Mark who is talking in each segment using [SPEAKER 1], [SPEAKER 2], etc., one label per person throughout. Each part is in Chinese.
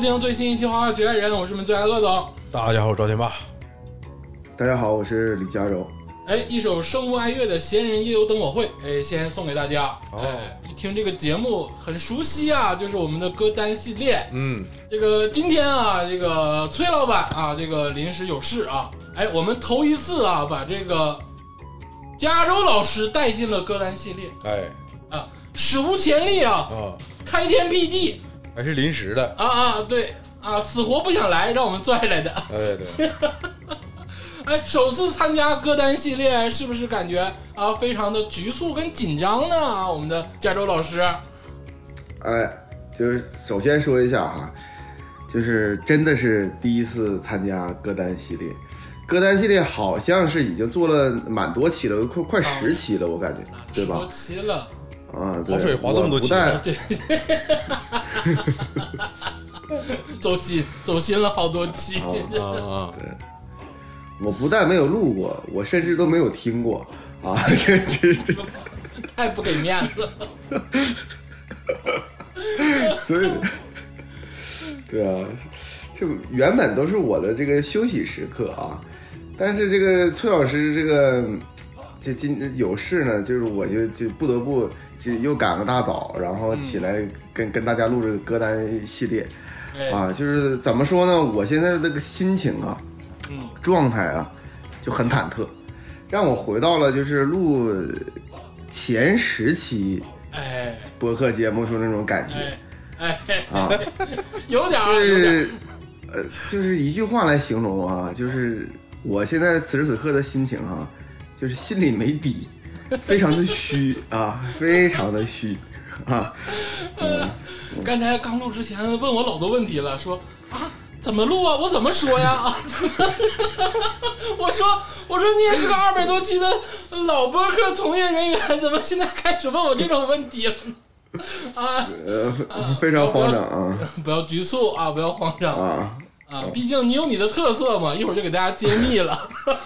[SPEAKER 1] 听最新一期《花花局爱人》，我是你们最爱恶总。
[SPEAKER 2] 大家好，我是赵天霸。
[SPEAKER 3] 大家好，我是李佳柔。
[SPEAKER 1] 哎，一首声无爱乐的《闲人夜游灯火会》，哎，先送给大家。
[SPEAKER 2] 哦
[SPEAKER 1] 哎，一听这个节目很熟悉啊，就是我们的歌单系列。
[SPEAKER 2] 嗯，
[SPEAKER 1] 这个今天啊，这个崔老板啊，这个临时有事啊，哎，我们头一次啊，把这个加州老师带进了歌单系列
[SPEAKER 2] 哎，
[SPEAKER 1] 啊，史无前例啊，
[SPEAKER 2] 啊，
[SPEAKER 1] 开天辟地
[SPEAKER 2] 还是临时的。
[SPEAKER 1] 啊啊，对啊，死活不想来，让我们拽来的。
[SPEAKER 2] 哎，对，
[SPEAKER 1] 哎，首次参加歌单系列，是不是感觉啊非常的局促跟紧张呢？啊，我们的加州老师，
[SPEAKER 3] 哎，就是首先说一下哈，就是真的是第一次参加歌单系列，歌单系列好像是已经做了蛮多期了，快快十期了，我感觉，对吧
[SPEAKER 1] 说？齐了，
[SPEAKER 3] 啊，
[SPEAKER 2] 划水
[SPEAKER 3] 对
[SPEAKER 2] 划这么多
[SPEAKER 3] 我不
[SPEAKER 2] 期
[SPEAKER 3] 但
[SPEAKER 1] 对，走心走心了好多期。
[SPEAKER 3] 啊
[SPEAKER 2] 啊啊，
[SPEAKER 3] 我不但没有录过，我甚至都没有听过啊， 这这这，
[SPEAKER 1] 太不给面子了。
[SPEAKER 3] 所以，对啊，这原本都是我的这个休息时刻啊，但是这个崔老师这个这今有事呢，就是我就就不得不就又赶个大早，然后起来跟、跟大家录这个歌单系列
[SPEAKER 1] 哎，
[SPEAKER 3] 啊，就是怎么说呢，我现在这个心情啊，
[SPEAKER 1] 嗯，
[SPEAKER 3] 状态啊就很忐忑，让我回到了就是录前十期
[SPEAKER 1] 哎
[SPEAKER 3] 播客节目时候那种感觉。
[SPEAKER 1] 哎哎，
[SPEAKER 3] 啊，
[SPEAKER 1] 有点儿，
[SPEAKER 3] 就
[SPEAKER 1] 啊有点儿
[SPEAKER 3] 是，呃，就是一句话来形容啊，就是我现在此时此刻的心情啊，就是心里没底，非常的虚 啊，非常的虚啊，
[SPEAKER 1] 刚才刚录之前问我老多问题了，说啊怎么录啊，我怎么说呀？ 啊，怎么我说我说你也是个二百多期的老播客从业人员，怎么现在开始问我这种问题了呢？啊，
[SPEAKER 3] 呃，非常慌张啊
[SPEAKER 1] 不要局促啊，不要慌张
[SPEAKER 3] 啊，
[SPEAKER 1] 啊，毕竟你有你的特色嘛，一会儿就给大家揭秘了。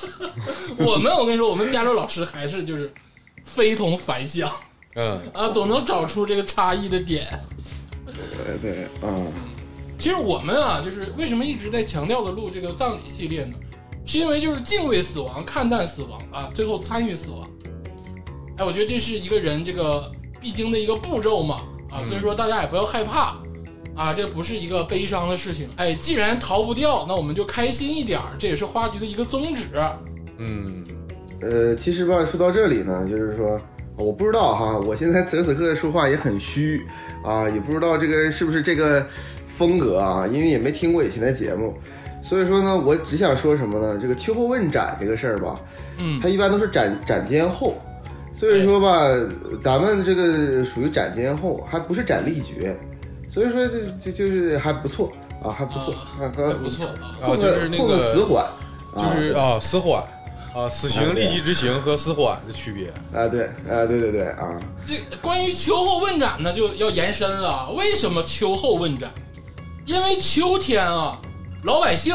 [SPEAKER 1] 我们，我跟你说，我们加州老师还是就是非同凡响
[SPEAKER 2] 嗯，
[SPEAKER 1] 啊，总能找出这个差异的点。
[SPEAKER 3] 对对啊，
[SPEAKER 1] 其实我们啊，就是为什么一直在强调的录这个葬礼系列呢？是因为就是敬畏死亡、看淡死亡啊，最后参与死亡。哎，我觉得这是一个人这个必经的一个步骤嘛啊，所以说大家也不要害怕啊，这不是一个悲伤的事情。哎，既然逃不掉，那我们就开心一点儿，这也是花局的一个宗旨。
[SPEAKER 2] 嗯，
[SPEAKER 3] 呃，其实吧，说到这里呢，就是说。我不知道哈，我现在此时此刻说话也很虚，啊，也不知道这个是不是这个风格啊，因为也没听过以前的节目，所以说呢，我只想说什么呢？这个秋后问斩这个事儿吧，
[SPEAKER 1] 嗯，
[SPEAKER 3] 它一般都是斩斩间后，所以说吧，咱们这个属于斩间后，还不是斩立决，所以说这这就是还不错啊，还不错，
[SPEAKER 1] 啊
[SPEAKER 3] 还
[SPEAKER 1] 还
[SPEAKER 3] 还
[SPEAKER 1] 不错啊。
[SPEAKER 2] 啊，
[SPEAKER 3] 混
[SPEAKER 2] 就
[SPEAKER 3] 个
[SPEAKER 2] 是那
[SPEAKER 3] 混个死
[SPEAKER 2] 个，
[SPEAKER 3] 缓，
[SPEAKER 2] 就是
[SPEAKER 3] 啊
[SPEAKER 2] 啊，死缓，啊，死刑立即执行和死缓的区别。
[SPEAKER 3] 啊对啊对对对啊，
[SPEAKER 1] 这关于秋后问斩呢，就要延伸了。为什么秋后问斩？因为秋天啊，老百姓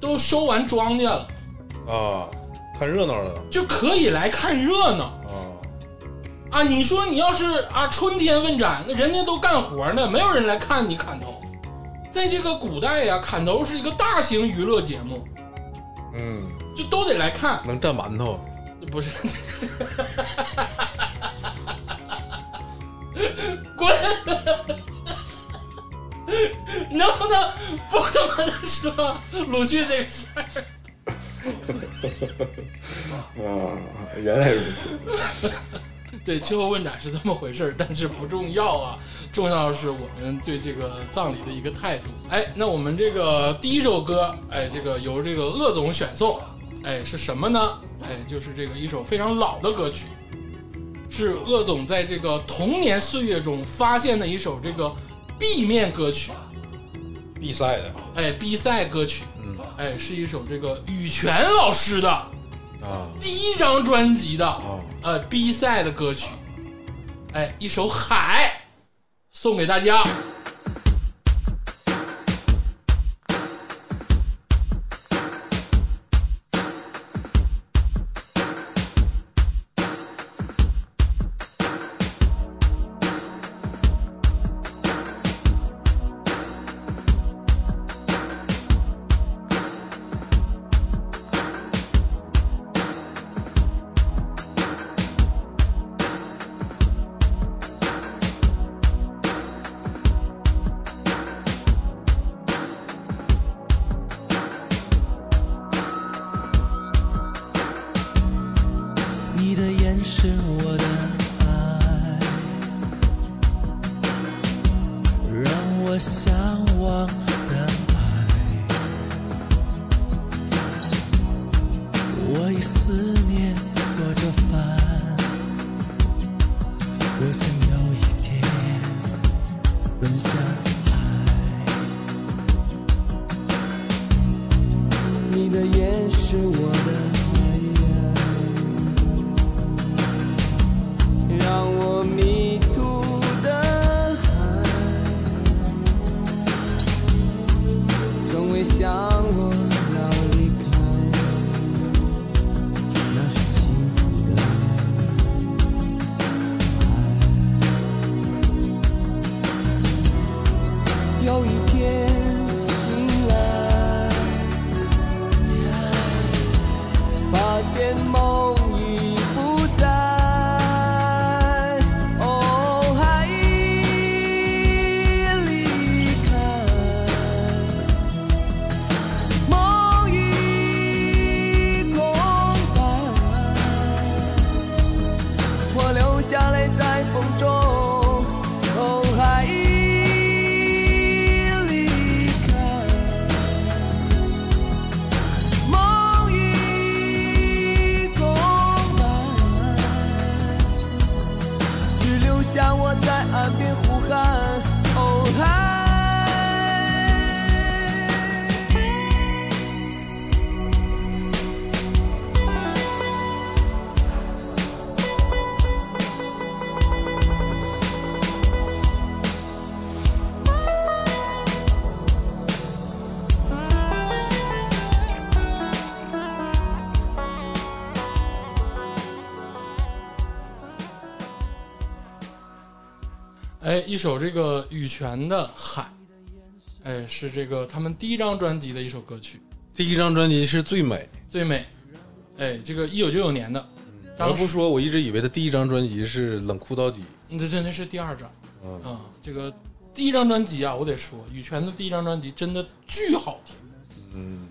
[SPEAKER 1] 都收完庄稼了，
[SPEAKER 2] 啊，看热闹了
[SPEAKER 1] 就可以来看热闹
[SPEAKER 2] 啊，
[SPEAKER 1] 啊。你说你要是啊春天问斩，那人家都干活呢，没有人来看你砍头。在这个古代呀、砍头是一个大型娱乐节目，
[SPEAKER 2] 嗯，
[SPEAKER 1] 就都得来看。
[SPEAKER 2] 能蘸馒头，
[SPEAKER 1] 不是， 滚！能不能不他妈的说鲁迅这个事儿？
[SPEAKER 3] 啊，原来如此。
[SPEAKER 1] 对，秋后问斩是这么回事儿，但是不重要啊，重要的是我们对这个葬礼的一个态度。哎，那我们这个第一首歌，哎，这个由这个鄂总选送，哎，是什么呢？哎，就是这个一首非常老的歌曲，是鄂总在这个童年岁月中发现的一首这个 B 面歌曲，
[SPEAKER 2] 必赛的
[SPEAKER 1] 哎，B 赛歌曲，
[SPEAKER 2] 嗯，
[SPEAKER 1] 哎，是一首这个羽泉老师的
[SPEAKER 2] 啊
[SPEAKER 1] 第一张专辑的
[SPEAKER 2] 啊，
[SPEAKER 1] 呃 B 赛的歌曲，哎，一首《海》送给大家。
[SPEAKER 4] 海，
[SPEAKER 5] 我要离开，那是幸福的海。有一天醒来，发现梦已不在。哦，海离开。梦已空白，我流下泪在风中，哦，海离开，梦已空白，只留下我在岸边呼喊，哦，海。
[SPEAKER 1] 哎，一首这个羽泉的《海》，哎，是这个他们第一张专辑的一首歌曲，
[SPEAKER 2] 第一张专辑是最美。
[SPEAKER 1] 《最美》。哎，这个一九九九年的，
[SPEAKER 2] 我
[SPEAKER 1] 张
[SPEAKER 2] 要不说，我一直以为他第一张专辑是冷酷到底。
[SPEAKER 1] 嗯这真的是第二张。
[SPEAKER 2] 嗯
[SPEAKER 1] 啊、这个第一张专辑啊，我得说，羽泉的第一张专辑真的巨好听。
[SPEAKER 2] 嗯，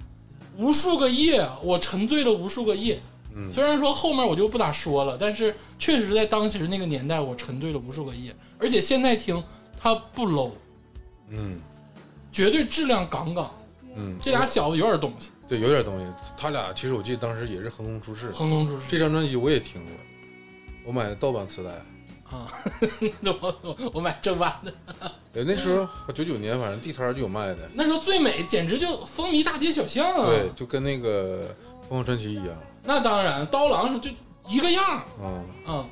[SPEAKER 1] 无数个夜啊，我沉醉了无数个夜。嗯，虽然说后面我就不咋说了，但是确实在当时那个年代，我沉醉了无数个夜。而且现在听它不 low，
[SPEAKER 2] 嗯
[SPEAKER 1] 绝对质量杠杠。
[SPEAKER 2] 嗯，
[SPEAKER 1] 这俩小子有点东西，
[SPEAKER 2] 对，有点东西。他俩其实我记得当时也是横空出世。
[SPEAKER 1] 横空出世
[SPEAKER 2] 这张专辑我也听过，我买的盗版磁带。
[SPEAKER 1] 啊！我我我买正版的，
[SPEAKER 2] 对，那时候
[SPEAKER 1] 嗯
[SPEAKER 2] 九九年，反正地摊儿就有卖的。
[SPEAKER 1] 那时候最美简直就风靡大街小巷啊！
[SPEAKER 2] 对，，就跟那个《凤凰传奇》一样
[SPEAKER 1] 那当然，刀郎就一个样儿
[SPEAKER 2] 啊。
[SPEAKER 1] 啊，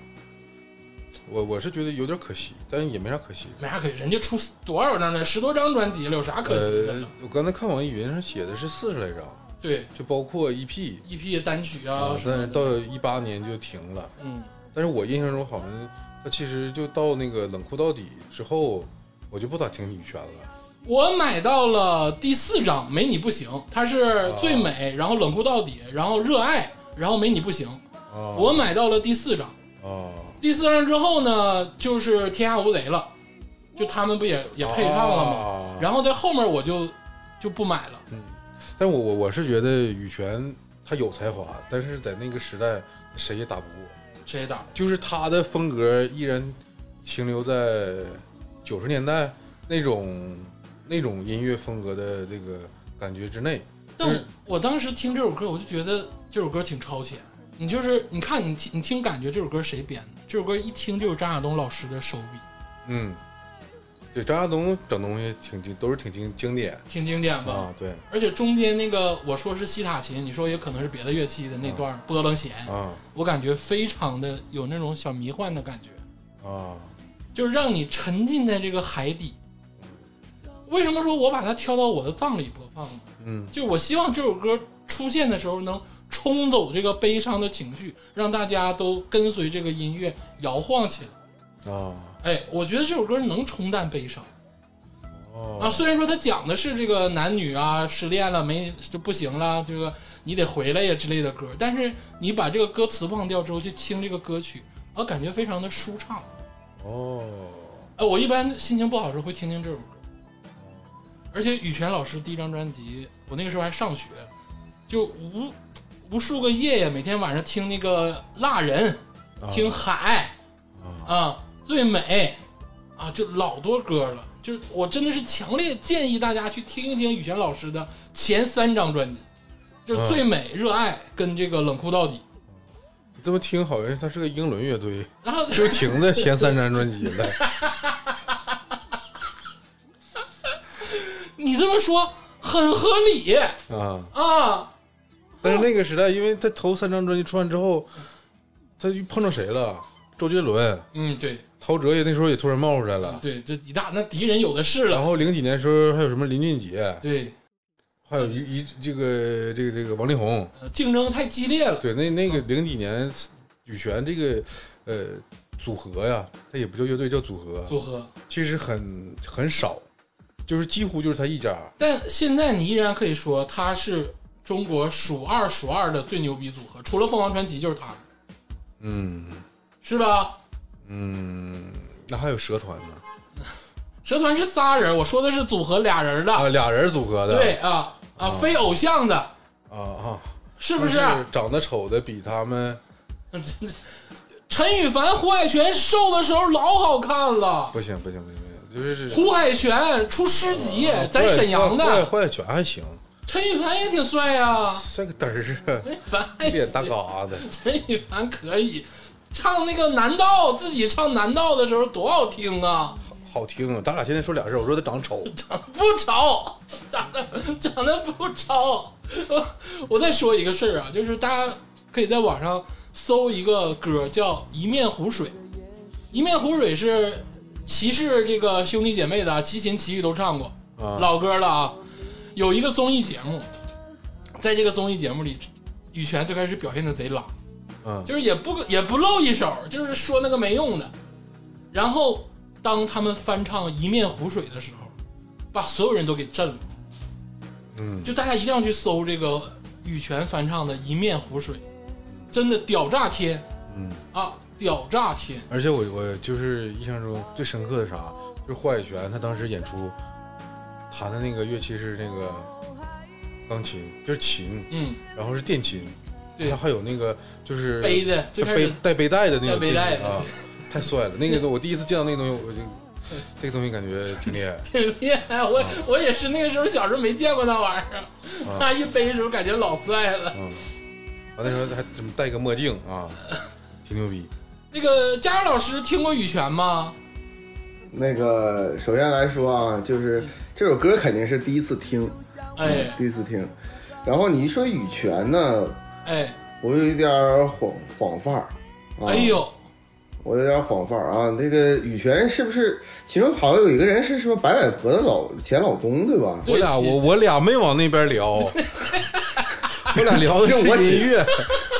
[SPEAKER 2] 我我是觉得有点可惜，但也没啥可惜。
[SPEAKER 1] 没啥可惜。人家出多少张呢？十多张专辑了，有啥可惜的
[SPEAKER 2] 呃
[SPEAKER 1] 呢？，
[SPEAKER 2] 我刚才看网易云上写的是四十来张，
[SPEAKER 1] 对
[SPEAKER 2] 就包括 EP，
[SPEAKER 1] ，EP 单曲啊
[SPEAKER 2] 呃啊
[SPEAKER 1] 什
[SPEAKER 2] 但是
[SPEAKER 1] 么的，
[SPEAKER 2] 到一八年就停了。
[SPEAKER 1] 嗯，
[SPEAKER 2] 但是我印象中好像他其实就到那个冷酷到底之后，我就不咋听羽泉了。
[SPEAKER 1] 我买到了第四张，没你不行，它
[SPEAKER 2] 啊
[SPEAKER 1] 是最美，然后冷酷到底，然后热爱，然后没你不行。
[SPEAKER 2] 啊，
[SPEAKER 1] 我买到了第四张，
[SPEAKER 2] 啊，
[SPEAKER 1] 第四张之后呢，就是天下无贼了，就他们不也也配唱了吗？
[SPEAKER 2] 啊
[SPEAKER 1] 然后在后面我就就不买了，
[SPEAKER 2] 但我我我是觉得羽泉他有才华，但是在那个时代谁也打不过，
[SPEAKER 1] 谁也打不过
[SPEAKER 2] 就是他的风格依然停留在九十年代那种那种音乐风格的这个感觉之内。
[SPEAKER 1] 但
[SPEAKER 2] 就是
[SPEAKER 1] 我当时听这首歌，我就觉得这首歌挺超前。你就是你看你听你听感觉这首歌谁编的？这首歌一听就是张亚东老师的手笔，
[SPEAKER 2] 嗯，对，张亚东整东西挺经都是挺经经典
[SPEAKER 1] 挺经典吧？
[SPEAKER 2] 啊，对
[SPEAKER 1] 而且中间那个我说是西塔琴，你说也可能是别的乐器的那段波棱弦，
[SPEAKER 2] 啊
[SPEAKER 1] 我感觉非常的有那种小迷幻的感觉，
[SPEAKER 2] 啊，
[SPEAKER 1] 就是让你沉浸在这个海底。为什么说我把它挑到我的葬礼播放呢？
[SPEAKER 2] 嗯
[SPEAKER 1] 就我希望这首歌出现的时候能冲走这个悲伤的情绪，让大家都跟随这个音乐摇晃起来。
[SPEAKER 2] 啊
[SPEAKER 1] 哎，我觉得这首歌能冲淡悲伤啊。
[SPEAKER 2] 哦
[SPEAKER 1] 虽然说它讲的是这个男女啊失恋了没就不行了，这个你得回来呀之类的歌，但是你把这个歌词忘掉之后，就听这个歌曲，啊，感觉非常的舒畅。
[SPEAKER 2] 哦，
[SPEAKER 1] 哎，我一般心情不好的时候会听听这首歌，而且羽泉老师第一张专辑，我那个时候还上学，就无无数个夜呀，每天晚上听那个《蜡人》，
[SPEAKER 2] 啊
[SPEAKER 1] 听《海》
[SPEAKER 2] 啊
[SPEAKER 1] 啊，最美啊，就老多歌了。就是我真的是强烈建议大家去听一听羽泉老师的前三张专辑，
[SPEAKER 2] 嗯
[SPEAKER 1] 就是《最美》《热爱》跟这个《冷酷到底》。
[SPEAKER 2] 这么听好像他是个英伦乐队，
[SPEAKER 1] 然后
[SPEAKER 2] 就停在前三张专辑了。
[SPEAKER 1] 你这么说很合理
[SPEAKER 2] 啊，
[SPEAKER 1] 啊，
[SPEAKER 2] 但是那个时代，因为他头三张专辑出完之后，他就碰上谁了？周杰伦、
[SPEAKER 1] 嗯，对
[SPEAKER 2] 陶喆也那时候也突然冒出来了。
[SPEAKER 1] 对，这一大那敌人有的是
[SPEAKER 2] 然
[SPEAKER 1] 了，
[SPEAKER 2] 后零几年的时候还有什么林俊杰，
[SPEAKER 1] 对，
[SPEAKER 2] 还有一一这个这个这个王力宏，
[SPEAKER 1] 呃竞争太激烈了。
[SPEAKER 2] 对，那那个零几年羽泉这个呃组合呀，它也不叫乐队，叫组合，
[SPEAKER 1] 组合，
[SPEAKER 2] 其实很很少，就是几乎就是他一家。
[SPEAKER 1] 但现在你依然可以说他是中国数二数二的最牛逼组合，除了凤凰传奇就是他，
[SPEAKER 2] 嗯
[SPEAKER 1] 是吧？
[SPEAKER 2] 嗯，那还有蛇团呢
[SPEAKER 1] 蛇团是仨人，我说的是组合俩人的，
[SPEAKER 2] 啊，俩人组合的，
[SPEAKER 1] 对啊啊，非偶像的，
[SPEAKER 2] 啊啊，
[SPEAKER 1] 是
[SPEAKER 2] 是
[SPEAKER 1] 不是？
[SPEAKER 2] 长得丑的比他们？
[SPEAKER 1] 陈羽凡、胡海泉瘦的时候老好看了，
[SPEAKER 2] 不行不行不行不行，就是是
[SPEAKER 1] 胡海泉出诗集，咱沈阳
[SPEAKER 2] 坏
[SPEAKER 1] 的，
[SPEAKER 2] 坏全还行，
[SPEAKER 1] 陈羽凡也挺帅呀、啊，
[SPEAKER 2] 帅个嘚儿 啊，
[SPEAKER 1] 凡
[SPEAKER 2] 一脸大嘎的。
[SPEAKER 1] 陈羽凡可以。唱那个南道，自己唱南道的时候多好听啊！
[SPEAKER 2] 好听啊！咱俩现在说俩事儿，我说他 长丑，
[SPEAKER 1] 不丑，长得长得不丑。我再说一个事儿啊，就是大家可以在网上搜一个歌叫《一面湖水》，《一面湖水》是歧视这个兄弟姐妹的啊，齐秦、齐豫都唱过，
[SPEAKER 2] 啊
[SPEAKER 1] 老歌了啊。有一个综艺节目，在这个综艺节目里，羽泉最开始表现的贼拉，
[SPEAKER 2] 嗯
[SPEAKER 1] 就是也不也不露一手，就是说那个没用的。然后当他们翻唱《一面湖水》的时候，把所有人都给震了。
[SPEAKER 2] 嗯，
[SPEAKER 1] 就大家一定要去搜这个羽泉翻唱的《一面湖水》，真的屌炸天！
[SPEAKER 2] 嗯
[SPEAKER 1] 啊，屌炸天！
[SPEAKER 2] 而且我我就是印象中最深刻的啥，就是霍海泉他当时演出弹的那个乐器是那个钢琴，就是琴，
[SPEAKER 1] 嗯，
[SPEAKER 2] 然后是电琴，
[SPEAKER 1] 对
[SPEAKER 2] 然后还有那个就是
[SPEAKER 1] 背的最开
[SPEAKER 2] 背
[SPEAKER 1] 始
[SPEAKER 2] 带背带的那
[SPEAKER 1] 带
[SPEAKER 2] 种
[SPEAKER 1] 背带
[SPEAKER 2] 电琴啊
[SPEAKER 1] 的，，
[SPEAKER 2] 太帅了！那个我第一次见到那个东西，我就这个东西感觉挺厉害。
[SPEAKER 1] 挺厉害。哎我我也是那个时候小时候没见过那玩意儿，
[SPEAKER 2] 啊
[SPEAKER 1] 他一背的时候感觉老帅了。
[SPEAKER 2] 嗯，完那时候还怎么戴个墨镜啊，挺牛逼。
[SPEAKER 1] 那个佳佳老师听过羽泉吗？
[SPEAKER 3] 那个首先来说啊，就是这首歌肯定是第一次听，
[SPEAKER 1] 哎
[SPEAKER 3] 第一次听。然后你一说羽泉呢，
[SPEAKER 1] 哎
[SPEAKER 3] 我有一点儿晃晃范儿。啊、
[SPEAKER 1] 哎，呦，
[SPEAKER 3] 我有点儿晃范儿啊！那个羽泉是不是其中好像有一个人是什么白百婆的老前老公对吧？
[SPEAKER 1] 对
[SPEAKER 2] 我俩
[SPEAKER 1] 其
[SPEAKER 2] 我我俩没往那 边聊，我俩聊的是
[SPEAKER 3] 是我姐
[SPEAKER 2] 音乐，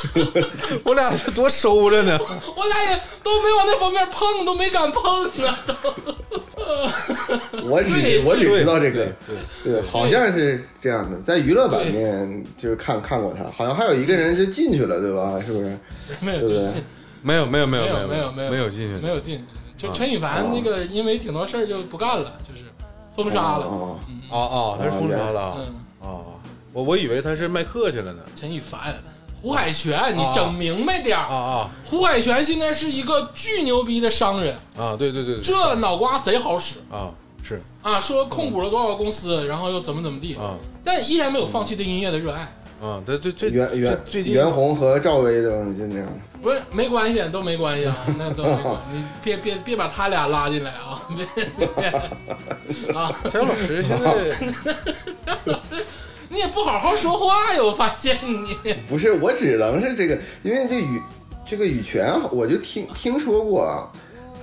[SPEAKER 2] 我俩是多收着呢。
[SPEAKER 1] 我俩也都没往那方面碰，都没敢碰啊，都。
[SPEAKER 3] 我只
[SPEAKER 1] 对
[SPEAKER 3] 我只
[SPEAKER 2] 对
[SPEAKER 3] 知道这个，
[SPEAKER 2] 对，
[SPEAKER 3] 对，好像是这样的，在娱乐版面就是看看过他，好像还有一个人就进去了，对吧？是不是？
[SPEAKER 1] 没有，
[SPEAKER 3] 对
[SPEAKER 1] 就是
[SPEAKER 2] 没有没有没
[SPEAKER 1] 没
[SPEAKER 2] 有
[SPEAKER 1] 有
[SPEAKER 2] 没
[SPEAKER 1] 有没
[SPEAKER 2] 没有进去啊
[SPEAKER 1] 没有进，就陈羽凡那个因为挺多事儿就不干了，就是封杀了。
[SPEAKER 3] 哦，
[SPEAKER 2] 啊啊，他是封杀了
[SPEAKER 1] 嗯，
[SPEAKER 2] 啊！我我以为他是卖课去了呢
[SPEAKER 1] 陈羽凡、胡海泉，你整明白点儿。
[SPEAKER 2] 啊啊
[SPEAKER 1] 胡海泉现在是一个巨牛逼的商人，
[SPEAKER 2] 啊！对对对对
[SPEAKER 1] 这脑瓜贼好使
[SPEAKER 2] 啊是
[SPEAKER 1] 啊！说控股了多少个公司，然后又怎么怎么地，
[SPEAKER 2] 啊
[SPEAKER 1] 但依然没有放弃对音乐的热爱。
[SPEAKER 2] 啊！他最最
[SPEAKER 3] 袁
[SPEAKER 2] 最
[SPEAKER 3] 袁
[SPEAKER 2] 最近
[SPEAKER 3] 袁弘和赵薇对吧？就那样，
[SPEAKER 1] 不是没关系，都没关系啊，那都没关系，你别别别把他俩拉进来啊，别别啊，
[SPEAKER 2] 蔡老师现 在
[SPEAKER 1] 你也不好好说话呀，我发现你。
[SPEAKER 3] 不是，我只能是这个，因为这羽这个羽泉，我就听听说过啊，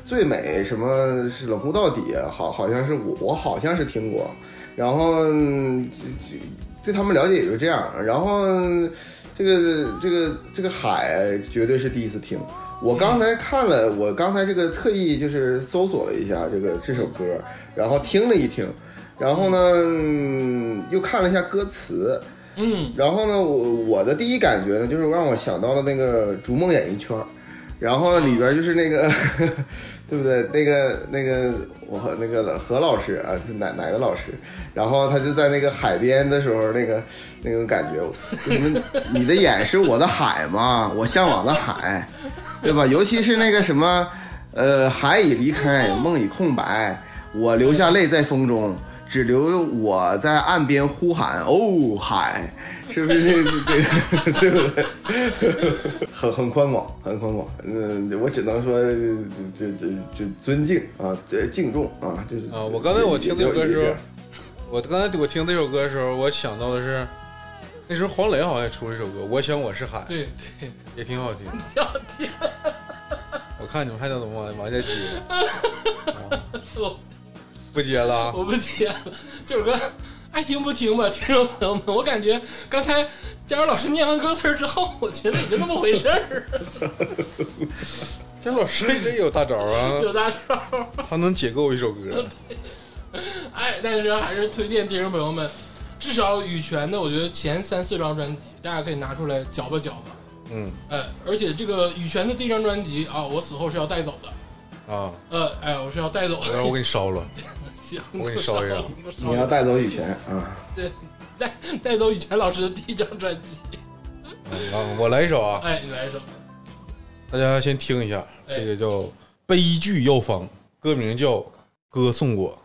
[SPEAKER 3] 最美什么是冷酷到底，好好像是我我好像是听过，然后嗯这这对他们了解也就这样，然后嗯这个这个这个海绝对是第一次听。我刚才看了，我刚才这个特意就是搜索了一下这个这首歌，然后听了一听，然后呢嗯又看了一下歌词，
[SPEAKER 1] 嗯，
[SPEAKER 3] 然后呢，我我的第一感觉呢，就是让我想到了那个《逐梦演艺圈》，然后里边就是那个， 对不对？那个那个我和那个何老师啊，是哪哪个老师？然后他就在那个海边的时候，那个那种感觉，就什么你的眼是我的海嘛，我向往的海，对吧？尤其是那个什么，呃，海已离开，梦已空白，我留下泪在风中。只留我在岸边呼喊哦海，是不是这个这个对 不对？很很宽广，很宽广。嗯，我只能说这这这尊敬啊，这敬重啊，就是
[SPEAKER 2] 啊，我刚才我听这首歌的时
[SPEAKER 3] 也
[SPEAKER 2] 候
[SPEAKER 3] 也，
[SPEAKER 2] 我刚才我听这首歌的时候，我想到的是，那时候黄磊好像出了一首歌《我想我是海》，
[SPEAKER 1] 对对，
[SPEAKER 2] 也挺好听。我看你们还能怎么往往下接？啊
[SPEAKER 1] 我
[SPEAKER 2] 不接了啊？
[SPEAKER 1] 我不接了，这首歌爱哎听不听吧，听众朋友们，我感觉刚才佳茹老师念完歌词儿之后，我觉得也就那么回事儿，
[SPEAKER 2] 姜老师真有大招 啊，
[SPEAKER 1] 有大招儿。
[SPEAKER 2] 他能解构一首歌。
[SPEAKER 1] 哎，但是还是推荐听众朋友们，至少羽泉的，我觉得前三四张专辑啊大家可以拿出来搅吧搅吧。
[SPEAKER 2] 嗯
[SPEAKER 1] 哎，而且这个羽泉的第一张专辑啊，我死后是要带走的。
[SPEAKER 2] 啊，
[SPEAKER 1] 呃，哎，我是要带走
[SPEAKER 2] 我要
[SPEAKER 1] 的。
[SPEAKER 2] 我给你烧了，
[SPEAKER 1] 行，
[SPEAKER 2] 我给你烧一张
[SPEAKER 1] 我烧
[SPEAKER 3] 你要带走羽泉啊，
[SPEAKER 1] 对，带 带走羽泉老师的第一张专辑。
[SPEAKER 2] 嗯啊，我来一首啊，
[SPEAKER 1] 哎，你来一首。
[SPEAKER 2] 大家先听一下，
[SPEAKER 1] 哎
[SPEAKER 2] 这个叫《悲剧药方》，歌名叫《歌颂我》。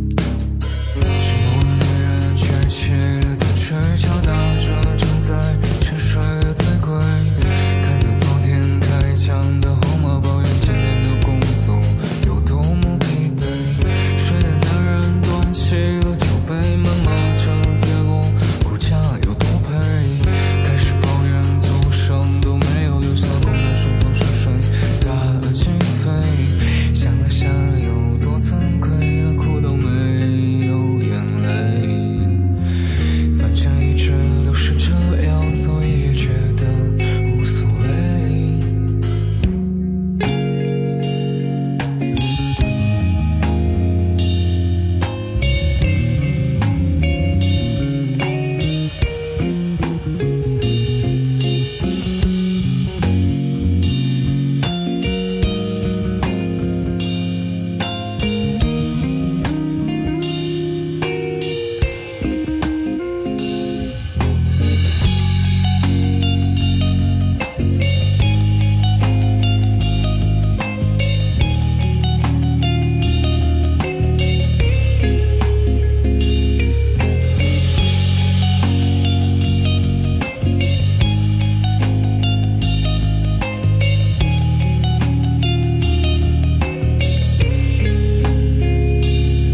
[SPEAKER 5] 沉默的女人，缺气的吹，敲打着正在沉睡的醉鬼，看着昨天开枪的后妈抱怨今天的工作有多么疲惫。睡的男人端起了酒杯，谩骂着跌落股价有多赔，开始抱怨祖上都没有留下供暖顺风顺水，打了进肺，想了想有多惭愧啊，哭都没有眼泪。反正一直都是这样，所以也觉得无所谓。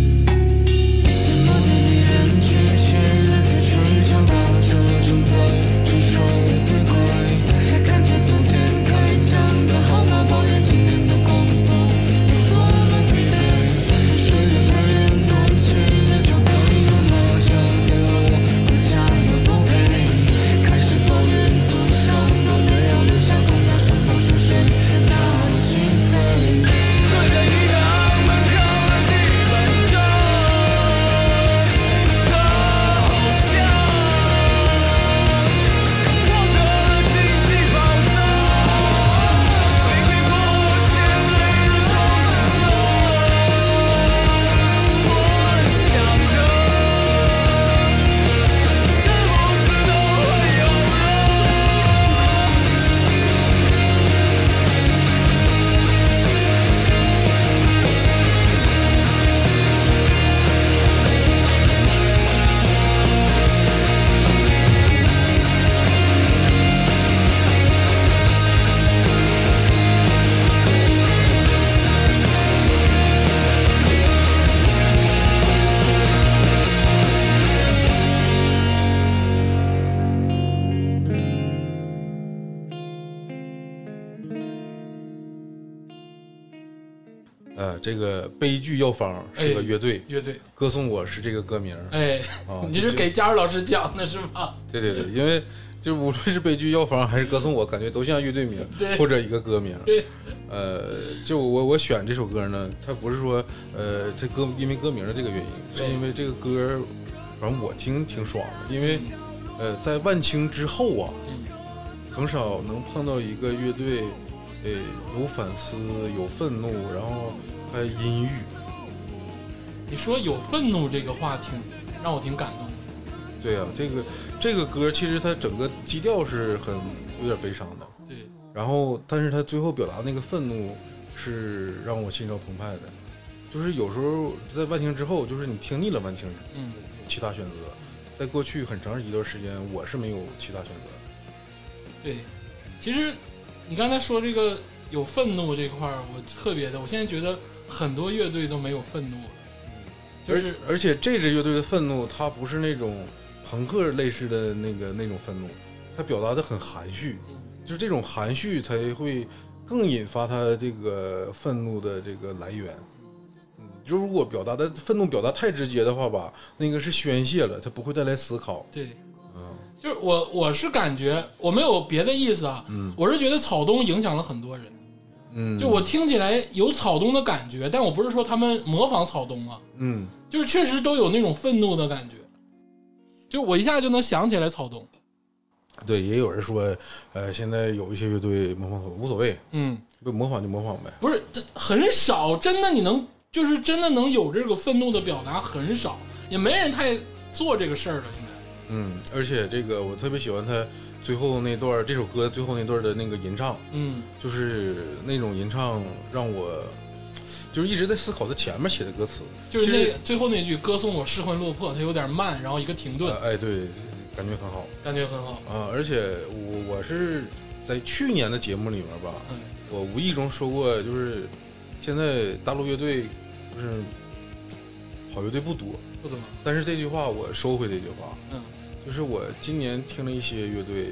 [SPEAKER 5] 沉默的女人，缺血的唇，敲打着正在沉睡的醉鬼，看着昨天开枪的号码，抱怨今天的工作有多么疲惫。睡的男人端起了酒杯，又拿着跌落回家有多累，开始抱怨祖上都没有留下供他顺风顺水，打了心扉。
[SPEAKER 6] 坐在一旁，门口的地板上的偶像，获得了经济宝藏，明明不是泪的充斥着我想的，是不是都会有人？
[SPEAKER 2] 呃，这个悲剧药方是个
[SPEAKER 1] 哎
[SPEAKER 2] 乐队，
[SPEAKER 1] 乐队。
[SPEAKER 2] 歌颂我是这个歌名儿。
[SPEAKER 1] 哎，
[SPEAKER 2] 啊
[SPEAKER 1] 你这是给佳茹老师讲的是吧？
[SPEAKER 2] 对对对，因为就是无论是悲剧药方还是歌颂我，感觉都像乐队名
[SPEAKER 1] 对
[SPEAKER 2] 或者一个歌名。
[SPEAKER 1] 对，
[SPEAKER 2] 呃，就我我选这首歌呢，它不是说呃这歌因为歌名的这个原因，是
[SPEAKER 1] 对
[SPEAKER 2] 因为这个歌，反正我听挺爽的，因为呃在万青之后啊，
[SPEAKER 1] 嗯
[SPEAKER 2] 很少能碰到一个乐队，呃对，有反思，有愤怒，然后还阴郁。
[SPEAKER 1] 你说有愤怒这个话挺让我挺感动的。
[SPEAKER 2] 对啊，这个这个歌其实它整个基调是很有点悲伤的，
[SPEAKER 1] 对，
[SPEAKER 2] 然后但是他最后表达那个愤怒是让我心潮澎湃的，就是有时候在万青之后，就是你听腻了万青，
[SPEAKER 1] 嗯，
[SPEAKER 2] 其他选择，在过去很长一段时间我是没有其他选择，
[SPEAKER 1] 对。其实你刚才说这个有愤怒这块儿，我特别的，我现在觉得很多乐队都没有愤怒了，就是
[SPEAKER 2] 嗯而而且这支乐队的愤怒，它不是那种朋克类似的那个那种愤怒，它表达的很含蓄，就是这种含蓄才会更引发他这个愤怒的这个来源。嗯，就如果表达的愤怒表达太直接的话吧，那个是宣泄了，它不会带来思考。
[SPEAKER 1] 对，
[SPEAKER 2] 嗯，
[SPEAKER 1] 就是我我是感觉我没有别的意思啊，我是觉得草东影响了很多人，
[SPEAKER 2] 嗯，
[SPEAKER 1] 就我听起来有草东的感觉，但我不是说他们模仿草东啊，
[SPEAKER 2] 嗯，
[SPEAKER 1] 就是确实都有那种愤怒的感觉，就我一下就能想起来草东，
[SPEAKER 2] 对，也有人说，呃，现在有一些乐队模仿无所谓，
[SPEAKER 1] 嗯，
[SPEAKER 2] 不模仿就模仿呗。
[SPEAKER 1] 不是，这很少，真的你能就是真的能有这个愤怒的表达很少，也没人太做这个事儿了，现在，
[SPEAKER 2] 嗯，而且这个我特别喜欢他最后那段儿这首歌最后那段儿的那个吟唱，
[SPEAKER 1] 嗯
[SPEAKER 2] 就是那种吟唱让我就是一直在思考他前面写的歌词，
[SPEAKER 1] 就是
[SPEAKER 2] 其
[SPEAKER 1] 那
[SPEAKER 2] 实
[SPEAKER 1] 个最后那句“歌颂我失魂落魄”，它有点慢，然后一个停顿
[SPEAKER 2] 呃，哎对，感觉很好
[SPEAKER 1] 感觉很好，
[SPEAKER 2] 啊、而且我我是在去年的节目里面吧，
[SPEAKER 1] 嗯
[SPEAKER 2] 我无意中说过，就是现在大陆乐队就是好乐队不多，
[SPEAKER 1] 不怎么，
[SPEAKER 2] 但是这句话我收回这句话，
[SPEAKER 1] 嗯
[SPEAKER 2] 就是我今年听了一些乐队，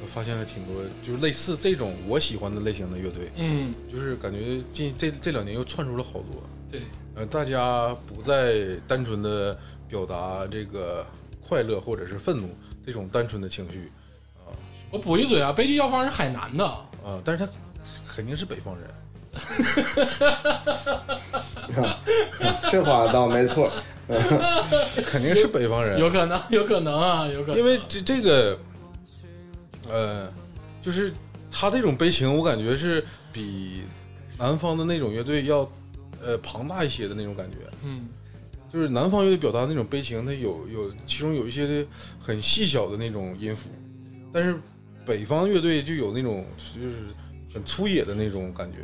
[SPEAKER 2] 我发现了挺多，就是类似这种我喜欢的类型的乐队，
[SPEAKER 1] 嗯，
[SPEAKER 2] 就是感觉近这这两年又窜出了好多。
[SPEAKER 1] 对，
[SPEAKER 2] 呃，大家不再单纯的表达这个快乐或者是愤怒这种单纯的情绪
[SPEAKER 1] 我补一嘴啊，悲剧药方是海南的，
[SPEAKER 2] 啊、但是他肯定是北方人，
[SPEAKER 3] 这话倒没错。
[SPEAKER 2] 肯定是北方人，
[SPEAKER 1] 有可能，有可能啊，有可能，
[SPEAKER 2] 因为这这个，呃，就是他这种悲情，我感觉是比南方的那种乐队要呃庞大一些的那种感觉。
[SPEAKER 1] 嗯
[SPEAKER 2] 就是南方乐队表达那种悲情，它有有其中有一些很细小的那种音符，但是北方乐队就有那种就是很粗野的那种感觉。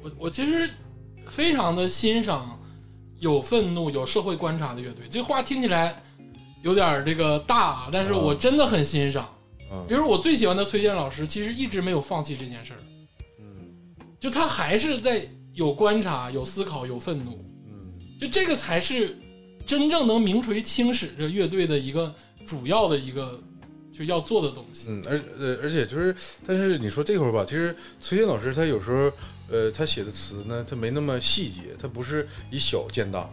[SPEAKER 1] 我我其实非常的欣赏有愤怒、有社会观察的乐队。这话听起来有点儿这个大啊，但是我真的很欣赏。
[SPEAKER 2] 嗯
[SPEAKER 1] 比如我最喜欢的崔健老师，其实一直没有放弃这件事儿，
[SPEAKER 2] 嗯
[SPEAKER 1] 就他还是在有观察、有思考、有愤怒，
[SPEAKER 2] 嗯，
[SPEAKER 1] 就这个才是真正能名垂青史这乐队的一个主要的一个就要做的东西。
[SPEAKER 2] 嗯，而呃而且就是，但是你说这会儿吧，其实崔健老师他有时候呃他写的词呢，他没那么细节，他不是以小见大，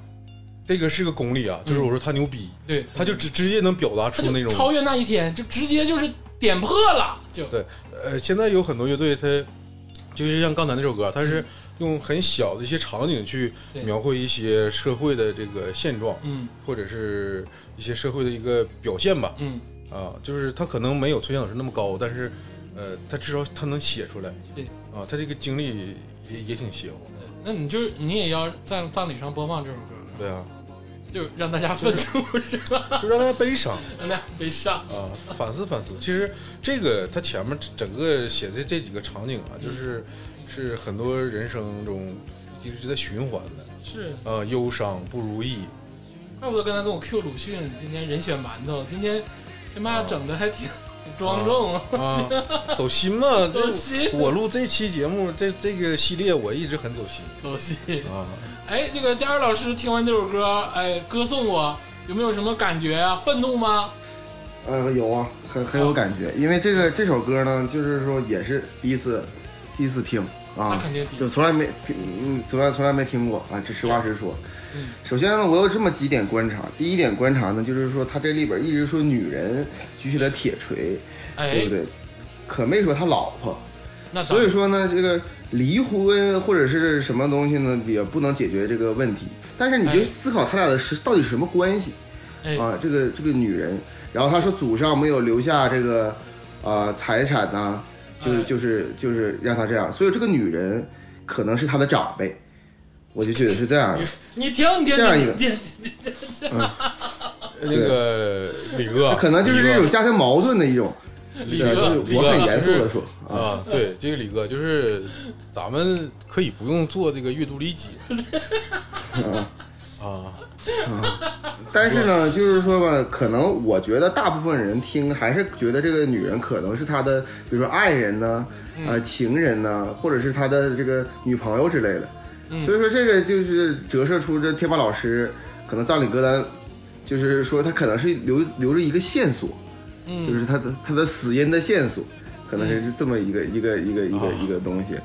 [SPEAKER 2] 这个是个功力啊，就是我说他牛逼，
[SPEAKER 1] 对，
[SPEAKER 2] 他就直直接能表达
[SPEAKER 1] 嗯他
[SPEAKER 2] 出那
[SPEAKER 1] 就
[SPEAKER 2] 种
[SPEAKER 1] 超越那一天，就直接就是点破了，就
[SPEAKER 2] 对，呃，现在有很多乐队，它就是像刚才那首歌，它是用很小的一些场景去
[SPEAKER 1] 嗯对
[SPEAKER 2] 描绘一些社会的这个现状，
[SPEAKER 1] 嗯
[SPEAKER 2] 或者是一些社会的一个表现吧。
[SPEAKER 1] 嗯，
[SPEAKER 2] 啊，就是它可能没有崔健老师那么高，但是，呃，他至少他能写出来。
[SPEAKER 1] 对
[SPEAKER 2] 啊，他这个经历也也挺邪乎。
[SPEAKER 1] 那你就是你也要在葬礼上播放这首歌，
[SPEAKER 2] 对啊，
[SPEAKER 1] 就让大家愤怒是吧？
[SPEAKER 2] 就让大家悲伤。
[SPEAKER 1] 让大家悲伤。
[SPEAKER 2] 啊， 反思反思。其实这个他前面整个写的这几个场景啊，就是是很多人生中一直在循环的
[SPEAKER 1] 是，
[SPEAKER 2] 啊，忧伤、不 如意。
[SPEAKER 1] 怪不得刚才跟我 Q 鲁迅，今天人血馒头，今天他妈整的还挺挺 庄重啊。
[SPEAKER 2] 啊，走心嘛！这
[SPEAKER 1] 走心
[SPEAKER 2] 我录这期节目，这这个系列我一直很走心
[SPEAKER 1] 走心。
[SPEAKER 2] 啊。
[SPEAKER 1] 哎，这个佳瑞老师听完这首歌，哎，歌颂我，有没有什么感觉啊？愤怒吗？
[SPEAKER 3] 呃，有啊，很很有感觉，因为这个这首歌呢，就是说也是第一次第一次听
[SPEAKER 1] 那
[SPEAKER 3] 啊
[SPEAKER 1] 肯定第，一
[SPEAKER 3] 就从来没嗯从来从来没听过啊，这实话实说。
[SPEAKER 1] 嗯
[SPEAKER 3] 首先呢，我有这么几点观察，第一点观察呢，就是说他这里边一直说女人举起了铁锤，对
[SPEAKER 1] 哎啊
[SPEAKER 3] 不，对？可没说他老婆，
[SPEAKER 1] 那咱
[SPEAKER 3] 所以说呢，这个离婚或者是什么东西呢，也不能解决这个问题。但是你
[SPEAKER 1] 哎
[SPEAKER 3] 就思考他俩的是到底什么关系
[SPEAKER 1] 哎
[SPEAKER 3] 啊？这啊个这个女人，然后他说祖上没有留下这个呃财产呐、
[SPEAKER 2] 嗯
[SPEAKER 3] 就是就是就是让他这样，所以这个女人可能是他的长辈，我就觉得是这样的。
[SPEAKER 1] 你停，你停，
[SPEAKER 3] 这样一
[SPEAKER 1] 你
[SPEAKER 3] 个
[SPEAKER 1] 停，
[SPEAKER 2] 那个李哥，
[SPEAKER 3] 可能就是
[SPEAKER 2] 李哥
[SPEAKER 3] 这种家庭矛盾的一种，
[SPEAKER 2] 李哥，
[SPEAKER 3] 对就是
[SPEAKER 2] 李
[SPEAKER 3] 我
[SPEAKER 2] 哥
[SPEAKER 3] 很严肃
[SPEAKER 2] 就
[SPEAKER 3] 的
[SPEAKER 2] 是
[SPEAKER 3] 说啊，
[SPEAKER 2] 啊，对，这个李哥就是咱们可以不用做这个阅读理解啊，
[SPEAKER 3] 但是呢，就是说吧，可能我觉得大部分人听还是觉得这个女人可能是他的，比如说爱人呢、
[SPEAKER 2] 嗯
[SPEAKER 3] 呃情人呢、或者是他的这个女朋友之类的。
[SPEAKER 2] 嗯
[SPEAKER 3] 所以说这个就是折射出这天霸老师可能葬礼歌单，就是说他可能是留留着一个线索，
[SPEAKER 2] 嗯
[SPEAKER 3] 就是他的他的死因的线索，可能是这么一个、一个一个一个、一个东西。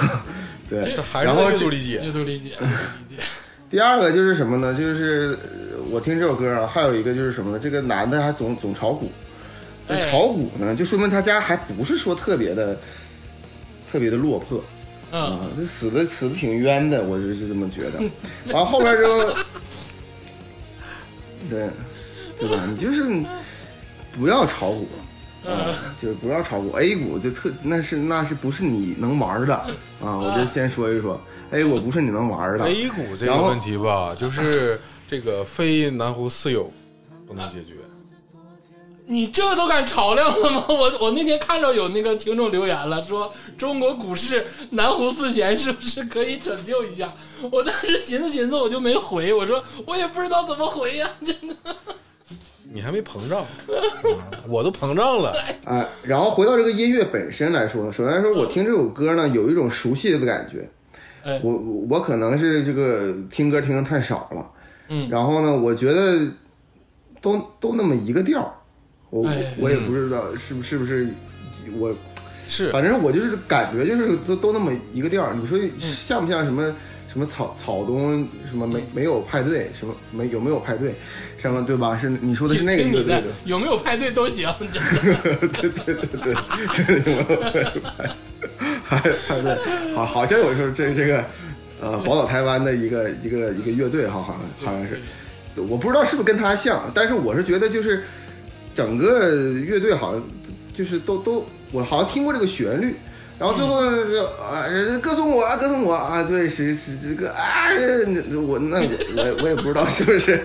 [SPEAKER 3] 对，
[SPEAKER 2] 啊这还是
[SPEAKER 3] 然后
[SPEAKER 2] 在阅
[SPEAKER 3] 这
[SPEAKER 2] 读理解
[SPEAKER 1] 阅读理解，理解，
[SPEAKER 3] 第二个就是什么呢？就是呃我听这首歌啊，还有一个就是什么呢？这个男的还总总炒股，这
[SPEAKER 1] 哎
[SPEAKER 3] 炒股呢，就说明他家还不是说特别的特别的落魄
[SPEAKER 1] 嗯，
[SPEAKER 3] 啊，这死的死的挺冤的，我就是这么觉得。完后边之后，对对吧？你就是不要炒股。啊，就是不要炒股，A 股就特那是那是不是你能玩的啊？我就先说一说，A 股不是你能玩的。
[SPEAKER 2] A 股这个问题吧，就是这个非南湖四友不能解决。
[SPEAKER 1] 你这都敢炒量了吗？ 我我那天看到有那个听众留言了，说中国股市南湖四贤是不是可以拯救一下？我当时寻思寻思，我就没回，我说我也不知道怎么回呀、 真的。
[SPEAKER 2] 你还没膨 胀，啊我都膨胀了。
[SPEAKER 3] 啊，然后回到这个音乐本身来说呢，首先来说，我听这首歌呢，有一种熟悉的感觉。
[SPEAKER 1] 哎
[SPEAKER 3] 我我我可能是这个听歌听的太少了，
[SPEAKER 1] 嗯
[SPEAKER 3] 然后呢，我觉得都都那么一个调儿，我
[SPEAKER 1] 哎
[SPEAKER 3] 我也不知道是不是不是我，
[SPEAKER 2] 是
[SPEAKER 3] 反正我就是感觉就是都都那么一个调儿。你说
[SPEAKER 1] 嗯
[SPEAKER 3] 像不像什么什么草草东什么没没有派对什么没有没有派对什么对吧？是你说的是
[SPEAKER 1] 听
[SPEAKER 3] 那个
[SPEAKER 1] 你
[SPEAKER 3] 对对
[SPEAKER 1] 的
[SPEAKER 3] 对。，
[SPEAKER 1] 有没有派对都行， 真的。
[SPEAKER 3] 还还对， 好，好像有时候这这个，呃，宝岛台湾的一个一个一个乐队哈，好像好像是，我不知道是不是跟他像，但是我是觉得就是整个乐队好像就是都都，我好像听过这个旋律。然后最后呢就啊，人家歌颂我，啊，歌颂我啊，对，是是这个啊，那我那我我也我也不知道是不是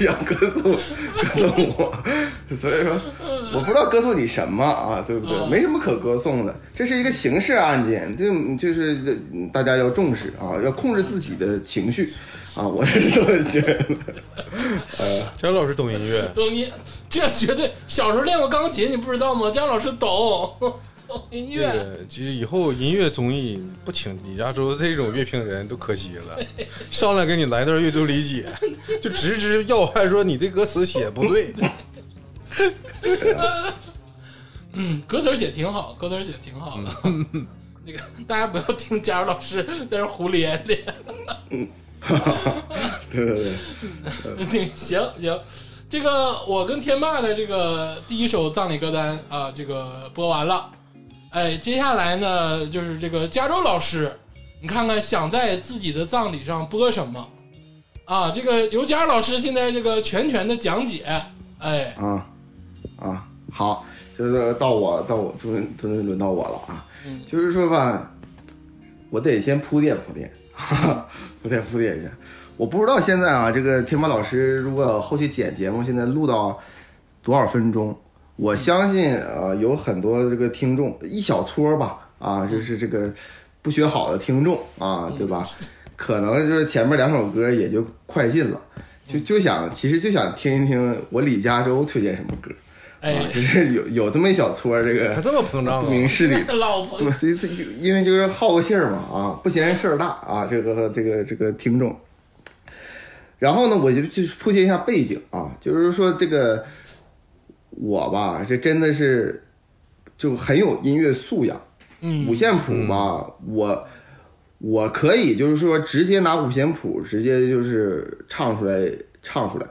[SPEAKER 3] 要歌颂歌颂我，所以说我不知道歌颂你什么啊，对不对？没什么可歌颂的，这是一个刑事案件，就就是嗯大家要重视啊，要控制自己的情绪啊，我是这么觉得。
[SPEAKER 2] 张老师懂音乐，
[SPEAKER 1] 懂你这绝对小时候练过钢琴，你不知道吗？姜老师懂懂音
[SPEAKER 2] 这
[SPEAKER 1] 乐，
[SPEAKER 2] 个其实以后音乐综艺不请李佳洲这种乐评人都可惜了，上来给你来段阅读 理解，就直直要害说你这歌词写不对。
[SPEAKER 1] 歌词儿写挺好，歌词儿写挺好的。 那个大家不要听佳茹老师在这胡连连。
[SPEAKER 3] 对对对，
[SPEAKER 1] 行行，这个我跟天霸的这个第一首葬礼歌单啊，这个播完了。哎，接下来呢，就是这个加州老师，你看看想在自己的葬礼上播什么啊？这个由佳老师现在这个全权的讲解，哎，
[SPEAKER 3] 啊啊，好，就是到我到我终于终于轮到我了啊，就是说吧，我得先铺垫铺垫，哈哈，我得铺垫一下。我不知道现在啊，这个天马老师如果后期剪节目，现在录到多少分钟？我相信呃，有很多这个听众一小撮吧，啊，就是这个不学好的听众啊，对吧？可能就是前面两首歌也就快进了，就就想其实就想听一听我李嘉洲推荐什么歌，啊
[SPEAKER 1] 哎，
[SPEAKER 3] 就是有有这么一小撮儿这
[SPEAKER 2] 他
[SPEAKER 3] 个
[SPEAKER 2] 这么膨胀
[SPEAKER 3] 不
[SPEAKER 2] 啊
[SPEAKER 3] 明？事理的
[SPEAKER 1] 老朋
[SPEAKER 3] 不
[SPEAKER 1] 友，
[SPEAKER 3] 这这因为就是好个性儿嘛啊，不嫌事儿大啊，这个这个这个听众。然后呢，我就就是铺垫一下背景啊，就是说这个我吧，这真的是就很有音乐素养。
[SPEAKER 1] 嗯
[SPEAKER 3] 五线谱吧，我我可以就是说直接拿五线谱直接就是唱出来唱出来，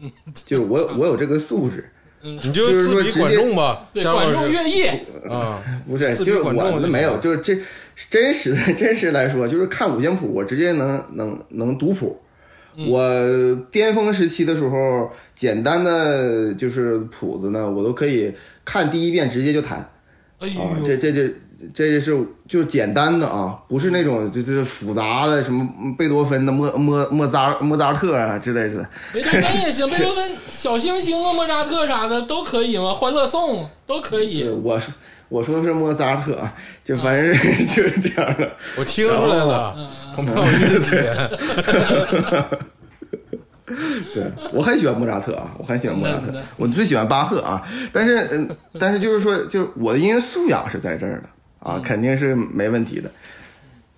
[SPEAKER 1] 嗯
[SPEAKER 3] 就是我 有我有这个素质。
[SPEAKER 2] 你就自比管众吧，
[SPEAKER 1] 对，
[SPEAKER 2] 佳老
[SPEAKER 1] 管仲
[SPEAKER 2] 师
[SPEAKER 1] 乐毅，
[SPEAKER 2] 啊，
[SPEAKER 3] 不是，
[SPEAKER 2] 自
[SPEAKER 3] 就
[SPEAKER 2] 己
[SPEAKER 3] 是
[SPEAKER 2] 管
[SPEAKER 3] 我
[SPEAKER 2] 控就
[SPEAKER 3] 没有，
[SPEAKER 2] 行
[SPEAKER 3] 就是真真实的真实来说，就是看五线谱，我直接能能能读谱。我巅峰时期的时候，简单的就是谱子呢，我都可以看第一遍直接就弹，
[SPEAKER 1] 哎
[SPEAKER 2] 哦
[SPEAKER 1] 呦，
[SPEAKER 3] 啊，这这这这就是就简单的啊，不是那种就是复杂的什么贝多芬的莫莫莫扎莫扎特啊之类的。
[SPEAKER 1] 贝多芬也行，贝多芬、小星星啊、莫扎特啥的都可以嘛，《欢乐颂》都可以
[SPEAKER 3] 对，。我说我说的是莫扎特，啊，就反正是 就是这样的。嗯
[SPEAKER 2] 我听出来了，我没好意思接。
[SPEAKER 3] 对，我很喜欢莫扎特啊，我很喜欢莫扎
[SPEAKER 1] 那
[SPEAKER 3] 特
[SPEAKER 1] 那，
[SPEAKER 3] 我最喜欢巴赫啊。但是，嗯，但是就是说，就是我的音乐素养是在这儿的
[SPEAKER 1] 嗯
[SPEAKER 3] 啊，肯定是没问题的。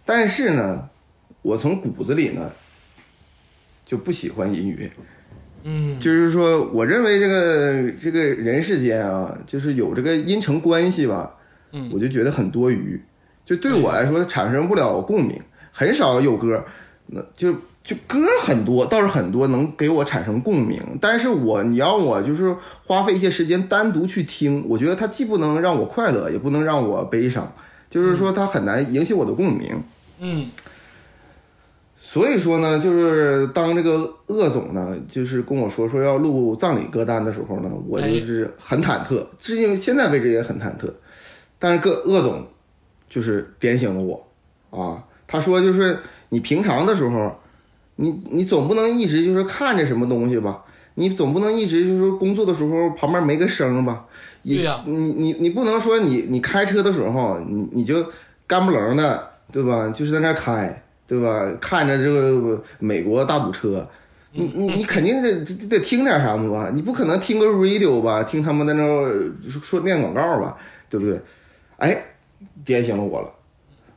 [SPEAKER 3] 但是呢，我从骨子里呢就不喜欢音乐。
[SPEAKER 1] 嗯，
[SPEAKER 3] 就是说，我认为这个这个人世间啊，就是有这个因程关系吧，
[SPEAKER 1] 嗯
[SPEAKER 3] 我就觉得很多余，就对我来说产生不了共鸣，很少有歌，那就就歌很多，倒是很多能给我产生共鸣，但是我你让我就是花费一些时间单独去听，我觉得它既不能让我快乐，也不能让我悲伤，就是说它很难引起我的共鸣。
[SPEAKER 1] 嗯，
[SPEAKER 3] 所以说呢，就是当这个鄂总呢，就是跟我说说要录葬礼歌单的时候呢，我就是很忐忑，至今现在为止也很忐忑。但是个鄂总就是点醒了我啊，他说就是你平常的时候，你你总不能一直就是看着什么东西吧，你总不能一直就是工作的时候旁边没个声吧，也
[SPEAKER 1] 对呀
[SPEAKER 3] 你你你不能说你你开车的时候，你你就干不楞的，对吧？就是在那儿开，对吧？看着这个美国大堵车，
[SPEAKER 1] 嗯
[SPEAKER 3] 你你你肯定得得得听点啥么吧？你不可能听个 radio 吧？听他们在那儿说说念广告吧？对不对？哎，点醒了我了。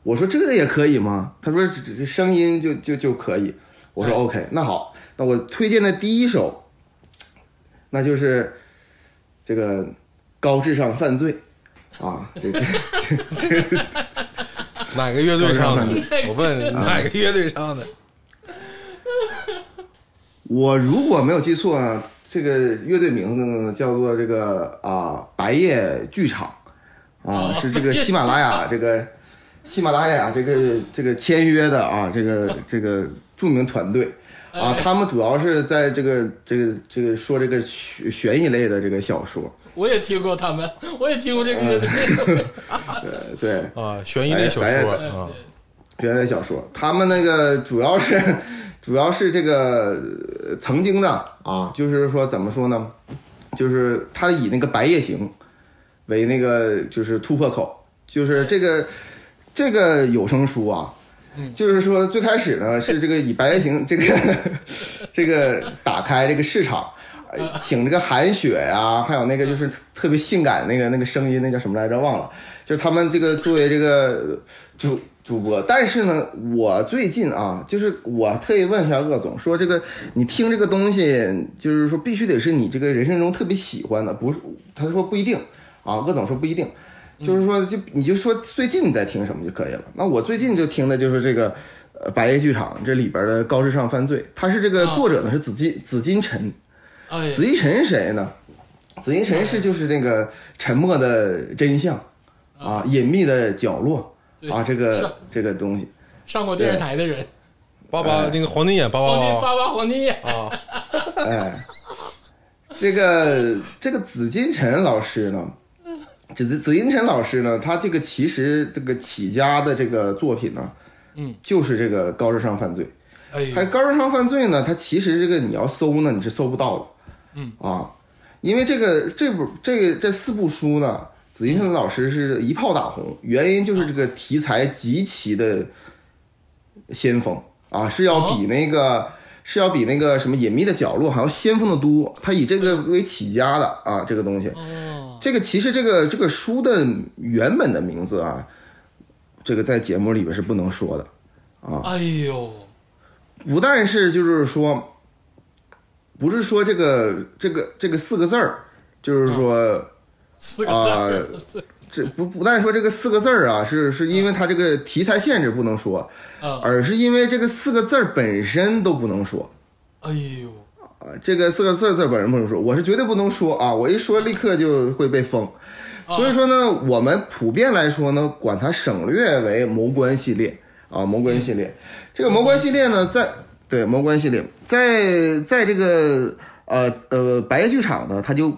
[SPEAKER 3] 我说这个也可以吗？他说这这这声音就就就可以。我说 OK，那好，那我推荐的第一首，那就是这个高智商犯罪啊，这个
[SPEAKER 2] 哪个乐队唱的？我问
[SPEAKER 3] 啊
[SPEAKER 2] 哪个乐队唱的？
[SPEAKER 3] 我如果没有记错啊，这个乐队名字呢叫做这个啊白夜剧场啊，是这个喜马拉雅这个喜马拉雅这个这个签约的啊，这个这个著名团队啊，他们主要是在这个这个这个说这个悬悬疑类的这个小说，
[SPEAKER 1] 我也听过他们，我也听过这个乐队。
[SPEAKER 3] 呃对。
[SPEAKER 2] 啊，悬疑类小
[SPEAKER 3] 哎
[SPEAKER 2] 说
[SPEAKER 3] 哎
[SPEAKER 2] 啊，
[SPEAKER 3] 原来小说，他们那个主要是 主要是这个呃曾经的啊，就是说怎么说呢，就是他以那个《白夜行》为那个就是突破口，就是这个这个有声书啊。就是说，最开始呢是这个以《白夜行》 这个这个打开这个市场，呃请这个韩雪呀、还有那个就是特别性感那个那个声音，那叫什么来着？忘了。就是他们这个作为这个主主播，但是呢，我最近啊，就是我特意问一下鄂总，说这个你听这个东西，就是说必须得是你这个人生中特别喜欢的，不是？他说不一定啊，鄂总说不一定，就是说就你就说最近你在听什么就可以了。那我最近就听的就是这个。呃，白夜剧场这里边的高智商犯罪，他是这个作者呢是紫金紫金陈，
[SPEAKER 1] 哎，
[SPEAKER 3] 紫禁城是谁呢？紫禁城是就是那个沉默的真相啊，隐秘的角落
[SPEAKER 1] 对
[SPEAKER 3] 啊，这
[SPEAKER 1] 是
[SPEAKER 3] 个这个东西。
[SPEAKER 1] 上过电视台的人，
[SPEAKER 2] 八八那个黄金眼八
[SPEAKER 3] 哦
[SPEAKER 1] 黄金
[SPEAKER 2] 八八
[SPEAKER 1] 八八黄金眼，
[SPEAKER 2] 啊，
[SPEAKER 3] 哎，这个这个紫金陈老师呢，紫紫金陈老师呢，他这个其实这个起家的这个作品呢，
[SPEAKER 1] 嗯，
[SPEAKER 3] 就是这个高智商犯罪。
[SPEAKER 1] 哎
[SPEAKER 3] 还
[SPEAKER 1] 呦，
[SPEAKER 3] 高智商犯罪呢，它其实这个你要搜呢，你是搜不到的。
[SPEAKER 1] 嗯
[SPEAKER 3] 啊，因为这个这部这这四部书呢，紫金陈老师是一炮打红，原因就是这个题材极其的先锋啊，是要比那个、是要比那个什么隐秘的角落还要先锋的多。他以这个为起家的啊，这个东西。
[SPEAKER 1] 哦，
[SPEAKER 3] 这个其实这个这个书的原本的名字啊，这个在节目里边是不能说的。
[SPEAKER 1] 哎呦，
[SPEAKER 3] 不但是就是说，不是说这个这个这个四个字儿，就是说
[SPEAKER 1] 四个字
[SPEAKER 3] 啊、
[SPEAKER 1] 儿，
[SPEAKER 3] 这不不但说这个四个字儿啊，是是因为它这个题材限制不能说，
[SPEAKER 1] 啊，
[SPEAKER 3] 而是因为这个四个字儿本身都不能说
[SPEAKER 1] 哎呦，
[SPEAKER 3] 啊，这个四个字儿字儿本身不能说，我是绝对不能说啊，我一说立刻就会被封。所以说呢，我们普遍来说呢，管它省略为谋官系列啊，谋官系列。这个谋官系列呢，在对谋官系列，在在这个呃呃白夜剧场呢，它就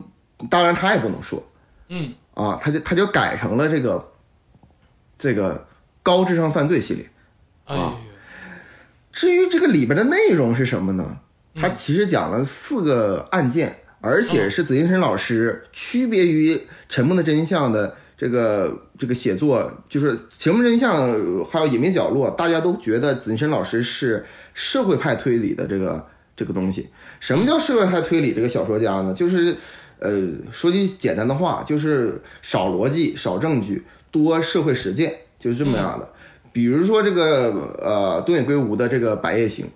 [SPEAKER 3] 当然它也不能说
[SPEAKER 1] 嗯，
[SPEAKER 3] 啊，他就他就改成了这个这个高智商犯罪系列。
[SPEAKER 1] 哎
[SPEAKER 3] 哦
[SPEAKER 1] 呦，
[SPEAKER 3] 至于这个里边的内容是什么呢？它其实讲了四个案件，而且是紫金神老师区别于《沉默的真相》的这个这个写作，就是《沉默的真相》还有《隐秘角落》，大家都觉得紫金神老师是社会派推理的这个这个东西。什么叫社会派推理？这个小说家呢，就是呃，说句简单的话，就是少逻辑、少证据，多社会实践，就是这么样的。比如说这个呃，东野圭吾的这个《白夜行》，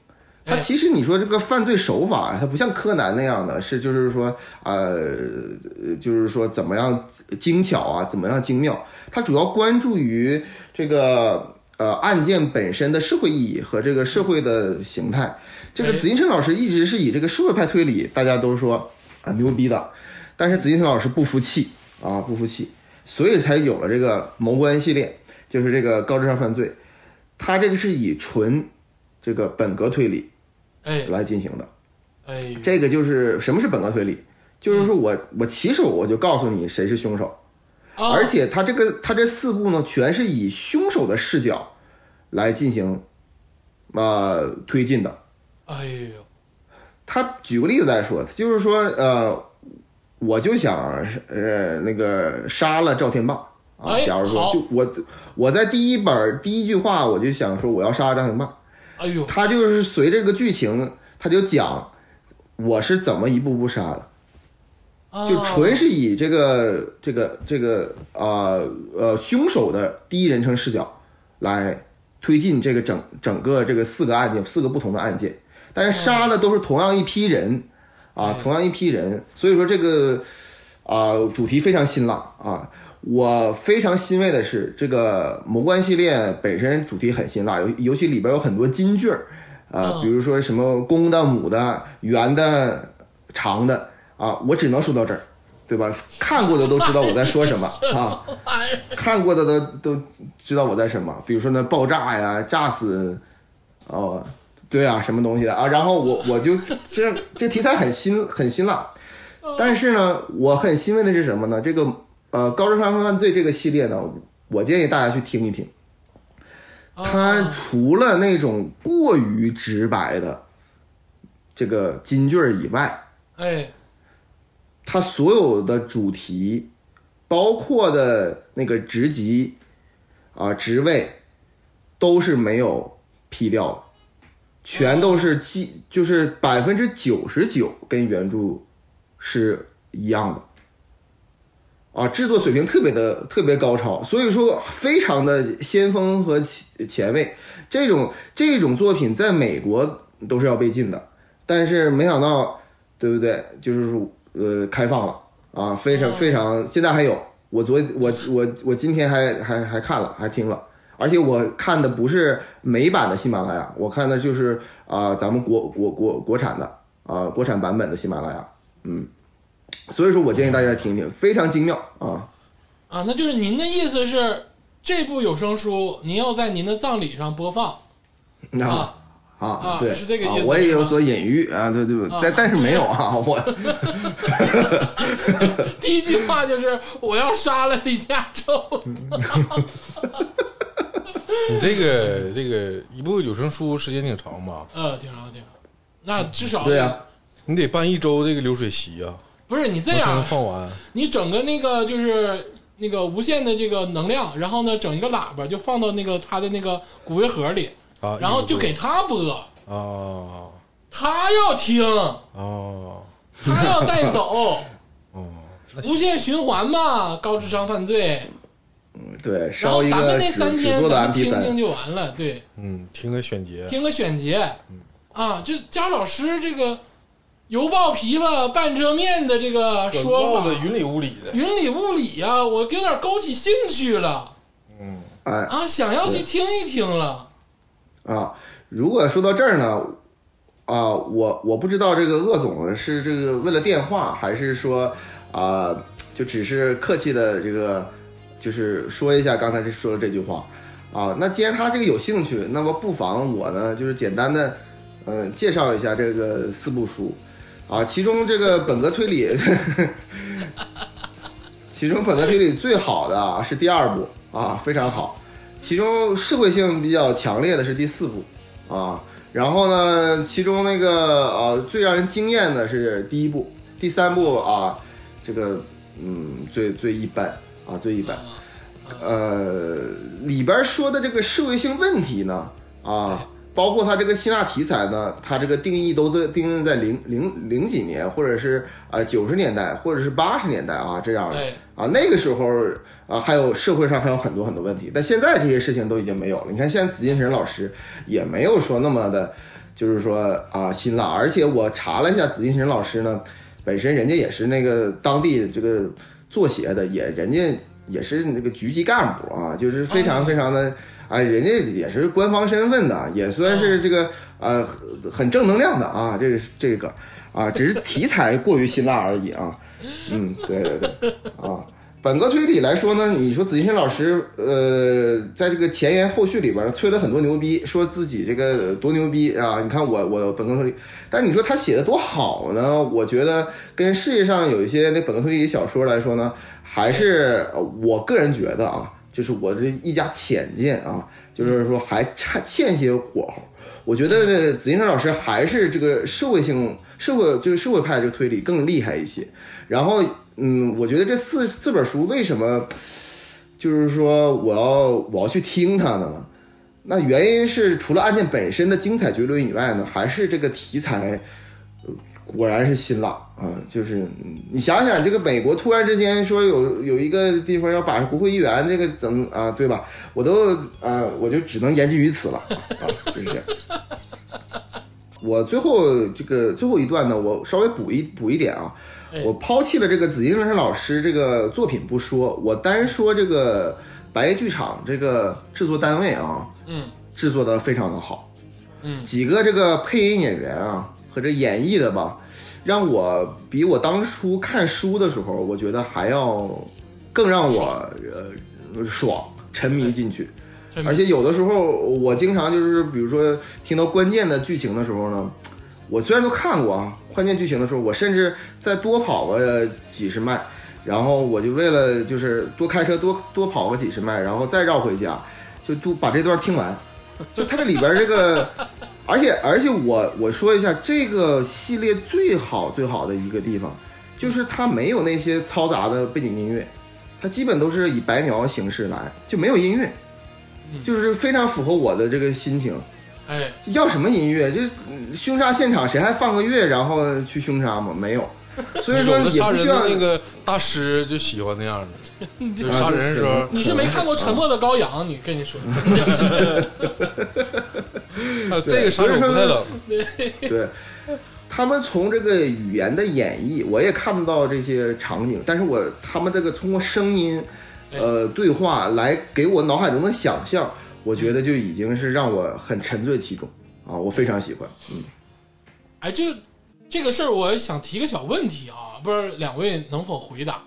[SPEAKER 3] 他
[SPEAKER 1] 哎
[SPEAKER 3] 其实你说这个犯罪手法，它不像柯南那样的，是就是说呃，就是说怎么样精巧啊，怎么样精妙，它主要关注于这个呃案件本身的社会意义和这个社会的形态。这个
[SPEAKER 1] 哎
[SPEAKER 3] 紫金陈老师一直是以这个社会派推理，大家都说啊牛逼的，但是紫金陈老师不服气啊，不服气，所以才有了这个谋官系列，就是这个高智商犯罪，他这个是以纯这个本格推理
[SPEAKER 1] 哎
[SPEAKER 3] 来进行的。
[SPEAKER 1] 哎呦，
[SPEAKER 3] 这个就是什么是本格推理，就是说
[SPEAKER 1] 嗯
[SPEAKER 3] 我我起手我就告诉你谁是凶手，
[SPEAKER 1] 啊
[SPEAKER 3] 而且他这个他这四部呢，全是以凶手的视角来进行呃推进的。
[SPEAKER 1] 哎呦，
[SPEAKER 3] 他举个例子来说，就是说呃，我就想呃那个杀了赵天霸啊
[SPEAKER 1] 哎，
[SPEAKER 3] 假如说
[SPEAKER 1] 好
[SPEAKER 3] 就我我在第一本第一句话我就想说我要杀赵天霸，
[SPEAKER 1] 哎呦，
[SPEAKER 3] 他就是随着这个剧情，他就讲我是怎么一步步杀的。
[SPEAKER 1] 啊
[SPEAKER 3] 就纯是以这个这个这个啊呃凶手的第一人称视角来推进这个整整个这个四个案件四个不同的案件，但是杀的都是同样一批人啊，同样一批人，所以说这个啊、主题非常辛辣啊。我非常欣慰的是，这个《魔关》系列本身主题很辛辣，尤尤其里边有很多金句儿，啊，
[SPEAKER 1] 嗯
[SPEAKER 3] 比如说什么公的、母的、圆的、长的啊，我只能说到这儿，对吧？看过的都知道我在说什么啊，看过的都都知道我在什么，比如说那爆炸呀，炸死，哦，对啊，什么东西的啊，然后我我就这这题材很辛很辛辣，但是呢，我很欣慰的是什么呢？这个呃，《高智商犯罪》这个系列呢，我建议大家去听一听。它除了那种过于直白的这个金句儿以外，
[SPEAKER 1] 哎
[SPEAKER 3] 它所有的主题，包括的那个职级啊、职位，都是没有 P 掉的，全都是基，就是百分之九十九跟原著是一样的。啊，制作水平特别的特别高超，所以说非常的先锋和前前卫。这种这种作品在美国都是要被禁的，但是没想到，对不对？就是说呃，开放了啊，非常非常，现在还有。我昨我我我今天还还还看了，还听了，而且我看的不是美版的喜马拉雅，我看的就是啊、咱们国国国国产的啊、国产版本的喜马拉雅，嗯，所以说我建议大家听一听，非常精妙啊。
[SPEAKER 1] 啊，那就是您的意思是，这部有声书您要在您的葬礼上播 放
[SPEAKER 3] 啊
[SPEAKER 1] 啊？
[SPEAKER 3] 啊
[SPEAKER 1] 啊，
[SPEAKER 3] 对，
[SPEAKER 1] 是这个意思
[SPEAKER 3] 啊我也
[SPEAKER 1] 是吧
[SPEAKER 3] 有所隐喻啊，对对对，
[SPEAKER 1] 啊
[SPEAKER 3] 但但是没有 啊，我
[SPEAKER 1] 第一句话就是我要杀了李嘉洲。
[SPEAKER 3] 嗯
[SPEAKER 2] 你这个这个一部有声书时间挺长吧？
[SPEAKER 1] 呃，挺好挺好，那至少
[SPEAKER 3] 对啊，
[SPEAKER 2] 你得办一周这个流水席啊，
[SPEAKER 1] 不是你这
[SPEAKER 2] 我才
[SPEAKER 1] 样
[SPEAKER 2] 能，放完。
[SPEAKER 1] 你整个那个就是那个无线的这个能量，然后呢整一个喇叭就放到那个他的那个骨灰盒
[SPEAKER 3] 哦
[SPEAKER 1] 里，
[SPEAKER 2] 啊
[SPEAKER 1] 然后就给他播，
[SPEAKER 2] 啊
[SPEAKER 1] 他要 听，
[SPEAKER 2] 啊，
[SPEAKER 1] 他要带走。
[SPEAKER 3] 哦
[SPEAKER 1] 无限循环嘛，高智商犯罪。
[SPEAKER 3] 对
[SPEAKER 1] 然
[SPEAKER 3] 烧
[SPEAKER 1] 后
[SPEAKER 3] 一
[SPEAKER 1] 咱们
[SPEAKER 3] 个
[SPEAKER 1] 那三
[SPEAKER 3] 只只
[SPEAKER 1] 天
[SPEAKER 3] 做的
[SPEAKER 1] 咱们听
[SPEAKER 3] MP
[SPEAKER 1] 听
[SPEAKER 3] 三，
[SPEAKER 1] 就完了，对，
[SPEAKER 2] 嗯，听个选节，
[SPEAKER 1] 听个选节。
[SPEAKER 3] 嗯
[SPEAKER 1] 啊，这家老师这个油爆琵琶半遮面的这个说
[SPEAKER 2] 唠
[SPEAKER 1] 法
[SPEAKER 2] 的，云里雾里的。
[SPEAKER 1] 云里雾里呀、我有点勾起兴趣了
[SPEAKER 3] 哎
[SPEAKER 1] 啊，想要去听一听了。
[SPEAKER 3] 啊，如果说到这儿呢，啊，我我不知道这个鄂总是这个为了电话，还是说啊，就只是客气的这个，就是说一下刚才这说的这句话啊。那既然他这个有兴趣，那么不妨我呢，就是简单的，嗯、介绍一下这个四部书啊，其中这个本格推理。其中本科推理最好的是第二部啊，非常好。其中社会性比较强烈的是第四部啊，然后呢，其中那个呃最让人惊艳的是第一部，第三部啊，这个嗯最最一般啊最一般。呃，里边说的这个社会性问题呢，啊，包括它这个希腊题材呢，它这个定义都在定义在零零零几年，或者是啊九十年代，或者是八十年代啊这样的
[SPEAKER 1] 哎
[SPEAKER 3] 啊，那个时候啊，还有社会上还有很多很多问题，但现在这些事情都已经没有了。你看，现在紫金陈老师也没有说那么的，就是说啊辛辣，而且我查了一下，紫金陈老师呢，本身人家也是那个当地这个做鞋的，也人家也是那个局级干部啊，就是非常非常的，哎，人家也是官方身份的，也算是这个呃很很正能量的啊，这个这个啊，只是题材过于辛辣而已啊。嗯，对对对，啊，本格推理来说呢，你说紫金申老师，呃，在这个前言后续里边儿吹了很多牛逼，说自己这个多牛逼啊！你看我我本格推理，但是你说他写的多好呢？我觉得跟世界上有一些那本格推理小说来说呢，还是呃我个人觉得啊，就是我这一家浅见啊，就是说还差欠些火候。我觉得这紫金山老师还是这个社会性、社会就是社会派这个推理更厉害一些。然后，嗯，我觉得这四四本书为什么就是说我要我要去听它呢？那原因是除了案件本身的精彩绝伦以外呢，还是这个题材果然是辛辣啊！就是嗯你想想，这个美国突然之间说有有一个地方要把国会议员这个怎么啊，对吧？我都啊，我就只能言尽于此了啊，就是这样。 我最后这个最后一段呢，我稍微补一补一点啊
[SPEAKER 1] 哎，
[SPEAKER 3] 我抛弃了这个紫金山老师这个作品不说，我单说这个白夜剧场这个制作单位啊，
[SPEAKER 1] 嗯，
[SPEAKER 3] 制作的非常的好，
[SPEAKER 1] 嗯
[SPEAKER 3] 几个这个配音演员啊和这演绎的吧，让我比我当初看书的时候，我觉得还要更让我呃爽，沉迷进去。
[SPEAKER 1] 沉迷
[SPEAKER 3] 而且有的时候，我经常就是，比如说听到关键的剧情的时候呢，我虽然都看过啊，关键剧情的时候，我甚至再多跑个几十迈，然后我就为了就是多开车多多跑个几十迈，然后再绕回家，就都把这段听完。就它这里边这 个，而且而且我我说一下，这个系列最好最好的一个地方，就是它没有那些嘈杂的背景音乐，它基本都是以白描形式来，就没有音乐，
[SPEAKER 2] 嗯
[SPEAKER 3] 就是非常符合我的这个心情。
[SPEAKER 1] 哎，
[SPEAKER 3] 要什么音乐？就是嗯凶杀现场，谁还放个乐然后去凶杀吗？没有，所以说
[SPEAKER 2] 有的
[SPEAKER 3] 也
[SPEAKER 2] 杀
[SPEAKER 3] 不
[SPEAKER 2] 人
[SPEAKER 3] 需
[SPEAKER 2] 的
[SPEAKER 3] 要
[SPEAKER 2] 那个大师就喜欢那样的， 就是
[SPEAKER 3] 啊
[SPEAKER 2] 杀人的时候
[SPEAKER 1] 你是没看过《沉默的羔羊》，你跟你 说，真的是
[SPEAKER 2] 还有呃这个杀手不太冷，
[SPEAKER 3] 对，他们从这个语言的演绎，我也看不到这些场景，但是我他们这个通过声音，呃，对话来给我脑海中的想象，我觉得就已经是让我很沉醉其中啊，我非常喜欢。嗯，
[SPEAKER 1] 哎，这个这个事儿，我想提个小问题啊，不知道两位能否回答？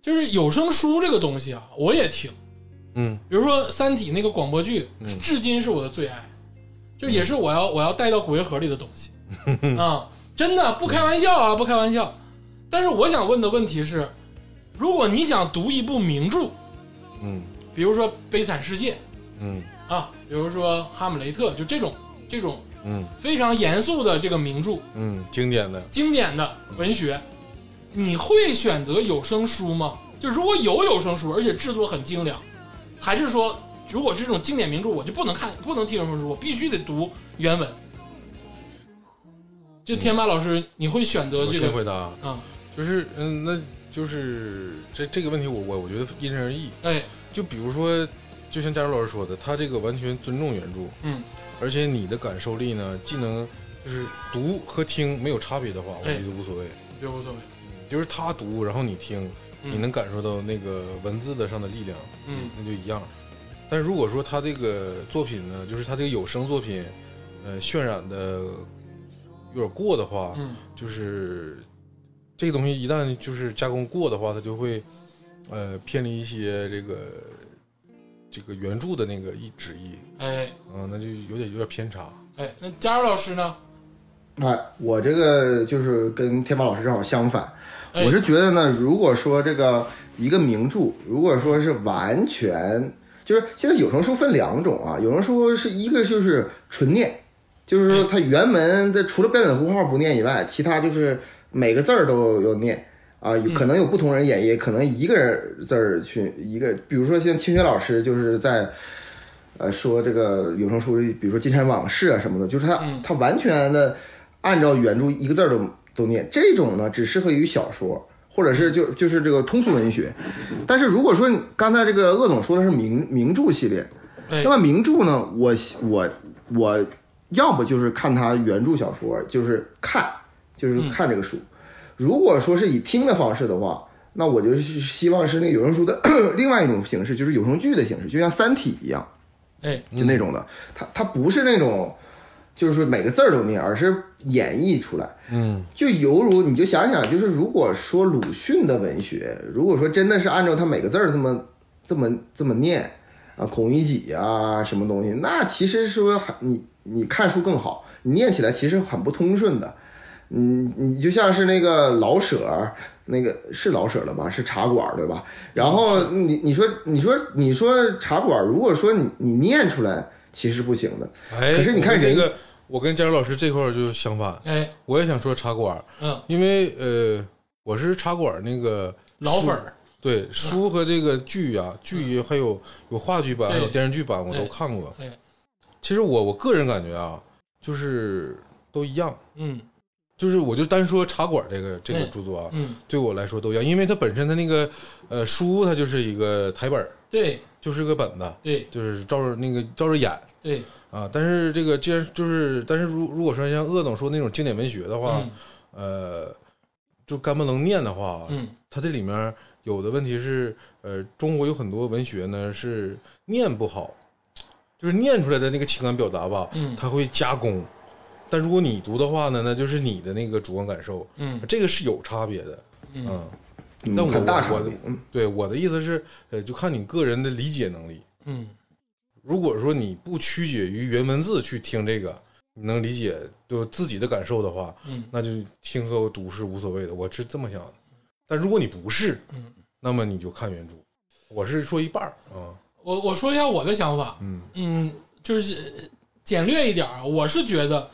[SPEAKER 1] 就是有声书这个东西啊，我也听，
[SPEAKER 2] 嗯，
[SPEAKER 1] 比如说《三体》那个广播剧，至今是我的最爱，就也是我要我要带到骨灰盒里的东西啊，真的不开玩笑啊，不开玩笑。但是我想问的问题是，如果你想读一部名著，
[SPEAKER 2] 嗯
[SPEAKER 1] 比如说《悲惨世界
[SPEAKER 2] 嗯》
[SPEAKER 1] 啊，比如说《哈姆雷特》，就这种这种
[SPEAKER 2] 嗯
[SPEAKER 1] 非常严肃的这个名著，
[SPEAKER 2] 嗯，经典的，
[SPEAKER 1] 经典的文学，你会选择有声书吗？就如果有有声书，而且制作很精良，还是说如果是这种经典名著，我就不能看，不能听有声书，我必须得读原文？就天霸老师，你会选择
[SPEAKER 2] 我
[SPEAKER 1] 这
[SPEAKER 2] 先
[SPEAKER 1] 个
[SPEAKER 2] 回答，
[SPEAKER 1] 啊？
[SPEAKER 2] 就是嗯，那就是这这个问题我，我我觉得因人而异。
[SPEAKER 1] 哎，
[SPEAKER 2] 就比如说，就像佳茹老师说的，他这个完全尊重原著，
[SPEAKER 1] 嗯，
[SPEAKER 2] 而且你的感受力呢，既能就是读和听没有差别的话，我
[SPEAKER 1] 哎
[SPEAKER 2] 觉得无所谓。
[SPEAKER 1] 别无所谓，
[SPEAKER 2] 就是他读，然后你听，你能感受到那个文字的上的力量，
[SPEAKER 1] 嗯
[SPEAKER 2] 那就一样。但如果说他这个作品呢，就是他这个有声作品，呃，渲染的有点过的话，
[SPEAKER 1] 嗯
[SPEAKER 2] 就是这个东西一旦就是加工过的话，它就会呃偏离一些这个这个原著的那个意旨意，
[SPEAKER 1] 哎
[SPEAKER 2] 嗯、那就有点有点偏差。
[SPEAKER 1] 哎，那佳茹老师呢？
[SPEAKER 3] 哎，我这个就是跟天霸老师正好相反，
[SPEAKER 1] 哎
[SPEAKER 3] 我是觉得呢，如果说这个一个名著，如果说是完全就是现在有声书分两种啊，有声书是一个就是纯念，就是说它原文的除了标点符号不念以外，其他就是每个字儿都有念。啊，有可能有不同人演绎，可能一个人字儿去一个，比如说像清雪老师就是在呃说这个有声书，比如说《金山往事》啊什么的，就是他他完全的按照原著一个字儿都都念。这种呢，只适合于小说，或者是就就是这个通俗文学。但是如果说你刚才这个鄂总说的是名名著系列，
[SPEAKER 1] 哎
[SPEAKER 3] 那么名著呢，我我我要不就是看他原著小说，就是看就是看这个书。如果说是以听的方式的话，那我就是希望是那个有声书的 另外一种形式，就是有声剧的形式，就像《三体》一样。
[SPEAKER 1] 哎，
[SPEAKER 3] 就那种的，它它不是那种，就是说每个字儿都念，而是演绎出来。嗯，就犹如你就想想，就是如果说鲁迅的文学，如果说真的是按照他每个字儿这么这么这么念啊，孔乙己啊什么东西，那其实说很你你看书更好，你念起来其实很不通顺的。嗯，你就像是那个老舍儿，那个是老舍了吧？是茶馆儿对吧？然后你你说你说你说茶馆儿，如果说你你念出来，其实不行的。
[SPEAKER 2] 哎，
[SPEAKER 3] 可是你看人
[SPEAKER 2] 这个，我跟佳茹老师这块儿就相反，
[SPEAKER 1] 哎，
[SPEAKER 2] 我也想说茶馆儿，
[SPEAKER 1] 嗯，
[SPEAKER 2] 因为呃，我是茶馆儿那个
[SPEAKER 1] 老粉
[SPEAKER 2] 书
[SPEAKER 1] 儿，嗯
[SPEAKER 2] 对书和这个剧啊，剧还有有话剧版，
[SPEAKER 1] 对
[SPEAKER 2] 还有电视剧版，我
[SPEAKER 1] 对
[SPEAKER 2] 都看过
[SPEAKER 1] 对。
[SPEAKER 2] 其实我我个人感觉啊，就是都一样，
[SPEAKER 1] 嗯
[SPEAKER 2] 就是我就单说茶馆这个这个
[SPEAKER 1] 对
[SPEAKER 2] 著作啊，
[SPEAKER 1] 嗯，
[SPEAKER 2] 对我来说都一样，因为它本身它那个呃书它就是一个台本儿，
[SPEAKER 1] 对
[SPEAKER 2] 就是个本子，
[SPEAKER 1] 对
[SPEAKER 2] 就是照着那个照着演
[SPEAKER 1] 对，嗯
[SPEAKER 2] 啊。但是这个既然就是，但是如如果说像鄂总说那种经典文学的话，
[SPEAKER 1] 嗯
[SPEAKER 2] 呃，就干不能念的话，
[SPEAKER 1] 嗯
[SPEAKER 2] 它这里面有的问题是，呃，中国有很多文学呢是念不好，就是念出来的那个情感表达吧，
[SPEAKER 1] 嗯
[SPEAKER 2] 它会加工。但如果你读的话呢，那就是你的那个主观感受，
[SPEAKER 1] 嗯
[SPEAKER 2] 这个是有差别的，嗯
[SPEAKER 3] 嗯
[SPEAKER 2] 那我
[SPEAKER 3] 很大差
[SPEAKER 2] 我
[SPEAKER 3] 别，嗯，
[SPEAKER 2] 对，我的意思是，呃，就看你个人的理解能力。
[SPEAKER 1] 嗯，
[SPEAKER 2] 如果说你不曲解于原文字去听这个，你能理解就自己的感受的话，
[SPEAKER 1] 嗯，
[SPEAKER 2] 那就听和读是无所谓的，我是这么想的。但如果你不是，
[SPEAKER 1] 嗯，
[SPEAKER 2] 那么你就看原著。我是说一半儿啊，
[SPEAKER 1] 我我说一下我的想法，
[SPEAKER 2] 嗯
[SPEAKER 1] 嗯，就是简略一点儿啊，我是觉得，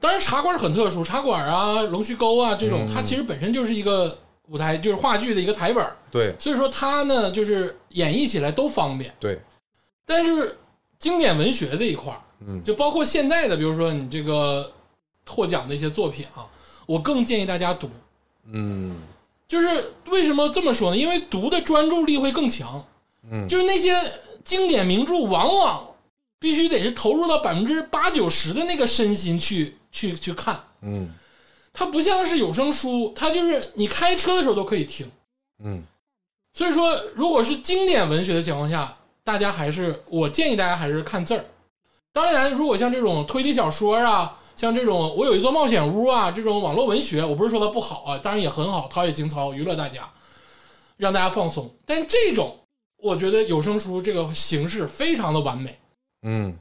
[SPEAKER 1] 当然茶馆很特殊，茶馆啊、龙须沟啊这种，
[SPEAKER 2] 嗯
[SPEAKER 1] 它其实本身就是一个舞台，就是话剧的一个台本儿，
[SPEAKER 2] 对
[SPEAKER 1] 所以说它呢就是演绎起来都方便。
[SPEAKER 2] 对，
[SPEAKER 1] 但是经典文学这一块儿，
[SPEAKER 2] 嗯
[SPEAKER 1] 就包括现在的，比如说你这个获奖的一些作品啊，我更建议大家读。
[SPEAKER 2] 嗯
[SPEAKER 1] 就是为什么这么说呢？因为读的专注力会更强。
[SPEAKER 2] 嗯
[SPEAKER 1] 就是那些经典名著，往往必须得是投入到百分之八九十的那个身心去去去看。
[SPEAKER 2] 嗯
[SPEAKER 1] 它不像是有声书，它就是你开车的时候都可以听。
[SPEAKER 2] 嗯
[SPEAKER 1] 所以说，如果是经典文学的情况下，大家还是我建议大家还是看字儿。当然，如果像这种推理小说啊，像这种我有一座冒险屋啊，这种网络文学，我不是说它不好啊，当然也很好，陶冶情操，娱乐大家，让大家放松。但这种，我觉得有声书这个形式非常的完美。
[SPEAKER 2] 嗯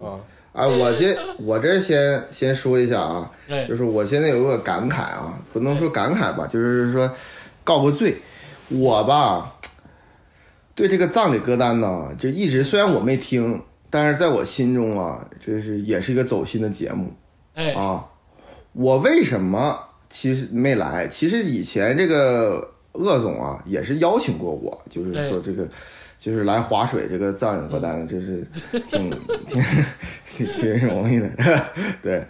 [SPEAKER 2] 啊，
[SPEAKER 3] 啊，我这我这先先说一下啊，
[SPEAKER 1] 哎
[SPEAKER 3] 就，是我现在有个感慨啊，不能说感慨吧，就是说告个罪，我吧对这个葬礼歌单呢，就一直虽然我没听，但是在我心中啊，这是也是一个走心的节目
[SPEAKER 1] 哎，
[SPEAKER 3] 啊。我为什么其实没来？其实以前这个鄂总啊也是邀请过我，就是说这个。就是来划水这个葬礼歌单，就是挺挺挺挺容易的， 对。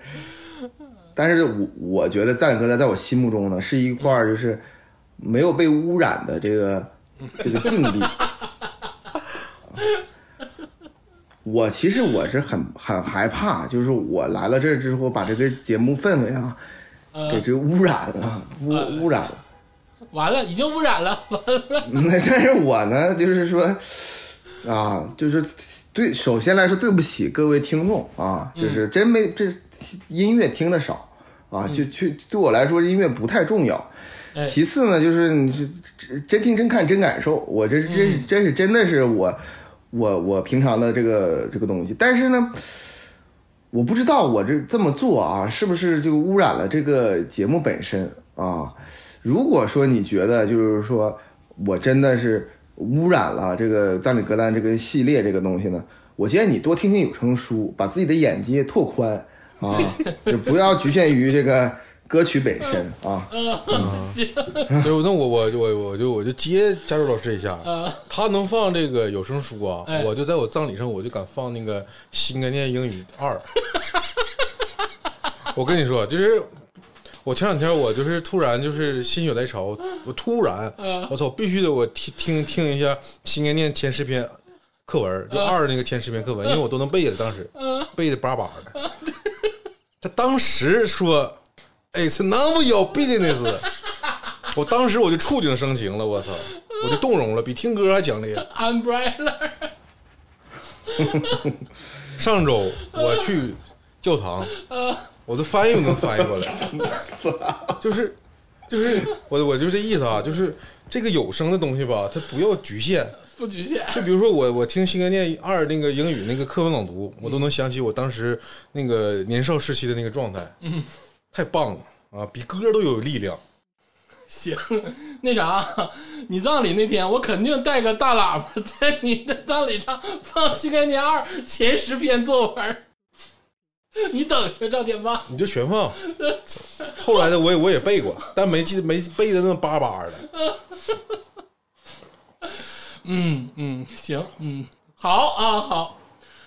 [SPEAKER 3] 但是我我觉得赞歌在在我心目中呢，是一块儿就是没有被污染的这个这个境地。我其实我是很很害怕，就是我来了这儿之后，把这个节目氛围啊，给这污染了，污污染了。
[SPEAKER 1] 完了，已经污染了。
[SPEAKER 3] 那但是我呢，就是说，啊，就是对，首先来说，对不起各位听众啊，就是真没这音乐听的少啊，就就对我来说，音乐不太重要。
[SPEAKER 1] 哎
[SPEAKER 3] 其次呢，就是你是真听真看真感受，我这这这是真的是我我我平常的这个这个东西，但是呢。我不知道我这这么做啊，是不是就污染了这个节目本身啊？如果说你觉得就是说我真的是污染了这个葬礼歌单这个系列这个东西呢，我建议你多听听有声书，把自己的眼界拓宽啊，就不要局限于这个歌曲本身啊。
[SPEAKER 2] 对，那我我我我就我就接加州老师一下，他能放这个有声书啊，
[SPEAKER 1] 哎
[SPEAKER 2] 我就在我葬礼上我就敢放那个《新概念英语二》。我跟你说，就是我前两天我就是突然就是心血来潮，我突然，我操，必须得我听听听一下《新概念前十篇》课文，就二那个前十篇课文，因为我都能背了，当时背的巴巴的。他当时说，It's 哎 none of your business。我当时我就触景生情了，我操，我就动容了，比听歌还强烈。
[SPEAKER 1] umbrella
[SPEAKER 2] 上周我去教堂，我的翻译我能翻译过来，就是就是我我就这意思啊，就是这个有声的东西吧，它不要局限。
[SPEAKER 1] 不局限，
[SPEAKER 2] 就比如说我我听《新概念二》那个英语那个课文朗读，我都能想起我当时那个年少时期的那个状态，嗯，太棒了啊，比歌都有力量。
[SPEAKER 1] 行， 那啥，你葬礼那天我肯定带个大喇叭，在你的葬礼上放《新概念二》前十篇作文儿，你等着赵天霸。
[SPEAKER 2] 你就全放。后来的我也我也背过，但没记没背的那么巴巴的。
[SPEAKER 1] 嗯嗯，行，嗯，好啊，好，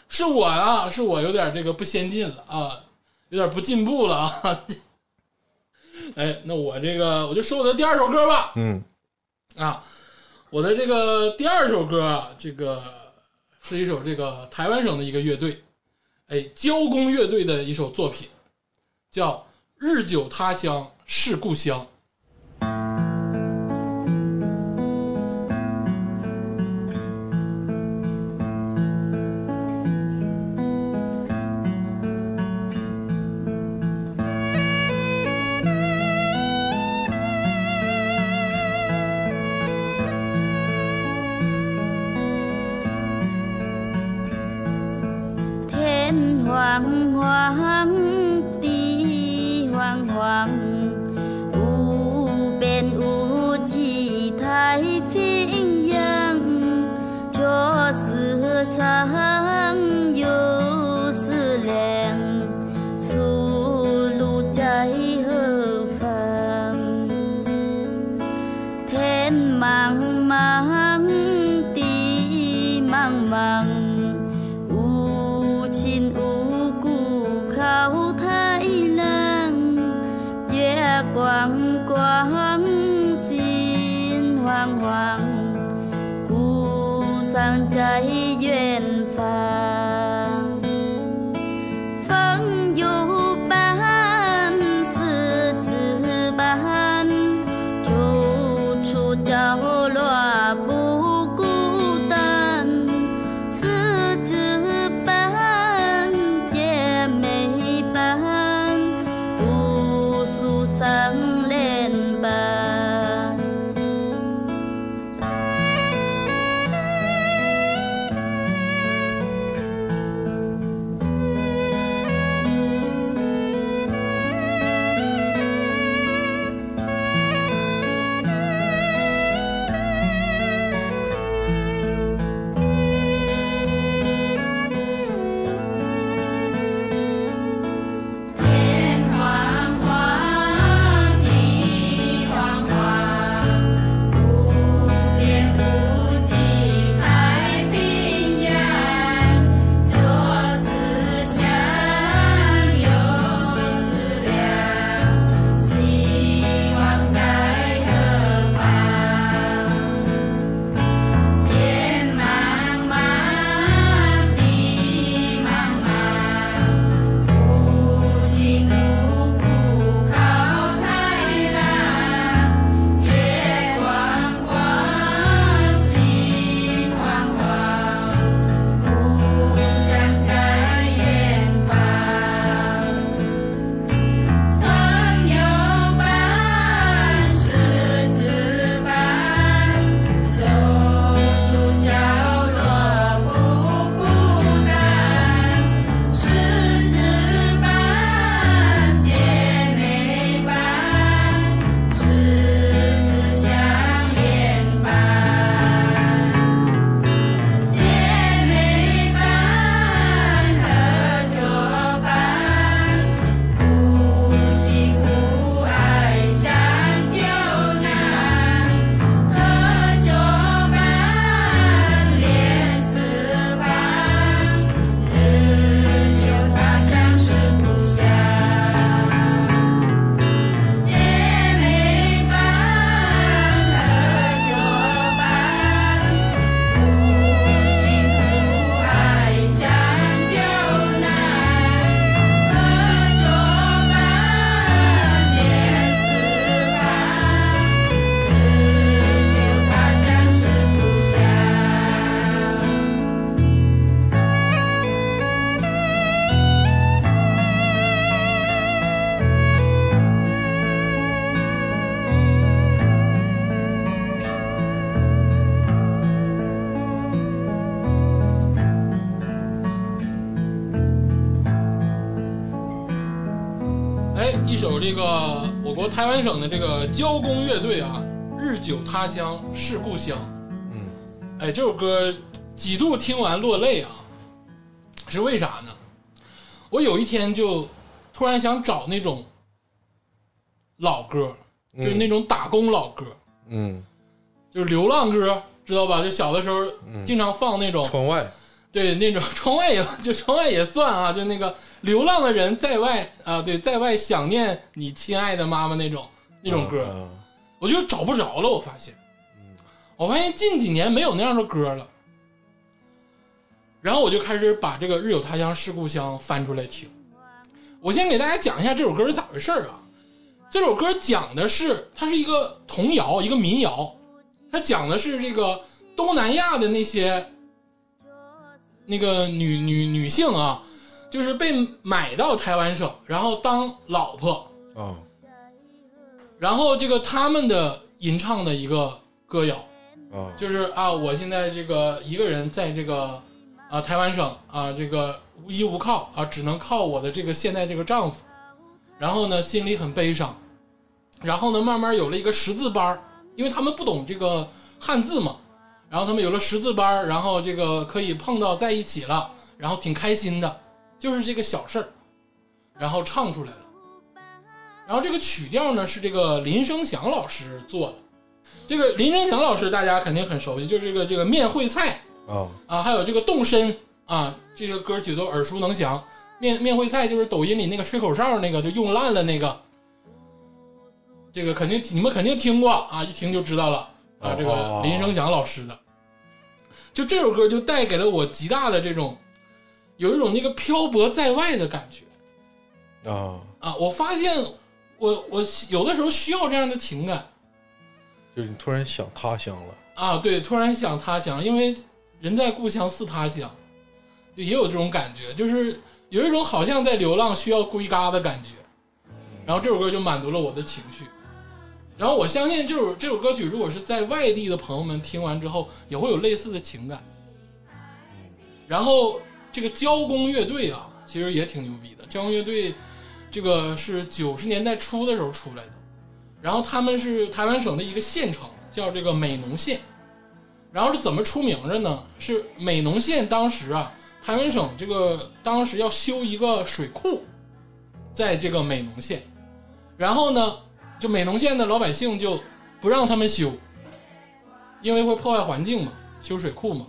[SPEAKER 1] 是我啊，是我有点这个不先进了啊，有点不进步了啊。 哎，那我这个我就说我的第二首歌吧。
[SPEAKER 2] 嗯，
[SPEAKER 1] 啊，我的这个第二首歌啊，这个是一首这个台湾省的一个乐队，哎，交工乐队的一首作品，叫《日久他乡是故乡》。
[SPEAKER 7] 天黄黄，地黄黄，有边有际太平洋，就是山又是凉，思路在何方？天茫茫，地茫茫，有亲有故靠太人，月光光，心慌慌，故乡在远方。风有伴，狮子伴，处处角落不孤单。狮子伴，姐妹伴，读书相连伴。
[SPEAKER 1] 哎一首这个我国台湾省的这个交工乐队啊，《日久他乡是故乡》。
[SPEAKER 2] 嗯，
[SPEAKER 1] 哎，这首歌几度听完落泪啊，是为啥呢？我有一天就突然想找那种老歌，就是那种打工老歌，
[SPEAKER 2] 嗯，
[SPEAKER 1] 就是流浪歌，知道吧？就小的时候经常放那种，
[SPEAKER 2] 窗外，
[SPEAKER 1] 对那种窗外也就窗外也算啊，就那个流浪的人在外啊，对，在外想念你亲爱的妈妈那种那种歌，
[SPEAKER 2] 嗯
[SPEAKER 1] 我就找不着了。我发现，我发现近几年没有那样的歌了。然后我就开始把这个《日有他乡是故乡》翻出来听。我先给大家讲一下这首歌是咋回事儿啊？这首歌讲的是，它是一个童谣，一个民谣，它讲的是这个东南亚的那些那个女女女性啊，就是被买到台湾省，然后当老婆，
[SPEAKER 2] 啊，
[SPEAKER 1] 然后这个他们的吟唱的一个歌谣，
[SPEAKER 2] 啊，
[SPEAKER 1] 就是啊，我现在这个一个人在这个啊台湾省啊这个无依无靠啊，只能靠我的这个现在这个丈夫，然后呢心里很悲伤，然后呢慢慢有了一个识字班儿，因为他们不懂这个汉字嘛，然后他们有了识字班儿，然后这个可以碰到在一起了，然后挺开心的，就是这个小事儿，然后唱出来了。然后这个曲调呢是这个林生祥老师做的。这个林生祥老师大家肯定很熟悉，就是这个这个面烩菜
[SPEAKER 2] 啊，
[SPEAKER 1] 啊，还有这个动身啊，这个歌曲都耳熟能详。面面烩菜就是抖音里那个吹口哨那个，就用烂了那个，这个肯定你们肯定听过啊，一听就知道了啊。
[SPEAKER 2] 哦
[SPEAKER 1] 这
[SPEAKER 2] 哦
[SPEAKER 1] 个
[SPEAKER 2] 哦
[SPEAKER 1] 林生祥老师的，就这首歌就带给了我极大的这种，有一种那个漂泊在外的感觉。
[SPEAKER 2] 啊，
[SPEAKER 1] 啊，我发现我我有的时候需要这样的情感
[SPEAKER 2] 就是你突然想他乡了，
[SPEAKER 1] 啊，对，突然想他乡，因为人在故乡似他乡，就也有这种感觉，就是有一种好像在流浪需要归家的感觉。然后这首歌就满足了我的情绪，然后我相信这首这首歌曲如果是在外地的朋友们听完之后，也会有类似的情感。然后这个交工乐队啊，其实也挺牛逼的，交工乐队这个是九十年代初的时候出来的。然后他们是台湾省的一个县城，叫这个美浓县。然后是怎么出名的呢？是美浓县当时啊，台湾省这个当时要修一个水库，在这个美浓县。然后呢，就美浓县的老百姓就不让他们修，因为会破坏环境嘛，修水库嘛。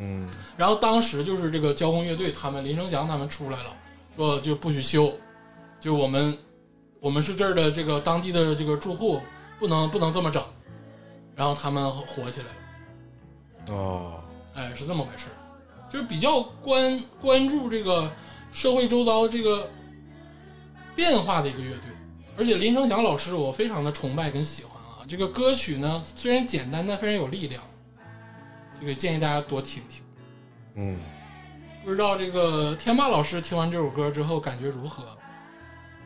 [SPEAKER 2] 嗯，
[SPEAKER 1] 然后当时就是这个交工乐队，他们林生祥他们出来了，说就不许修，就我们我们是这儿的这个当地的这个住户，不能不能这么整。然后他们火起来了，
[SPEAKER 2] 啊，
[SPEAKER 1] 哎，是这么回事儿就是比较关关注这个社会周遭这个变化的一个乐队。而且林生祥老师，我非常的崇拜跟喜欢啊。这个歌曲呢，虽然简单，但非常有力量。这个建议大家多听听。
[SPEAKER 2] 嗯，
[SPEAKER 1] 不知道这个天霸老师听完这首歌之后感觉如何？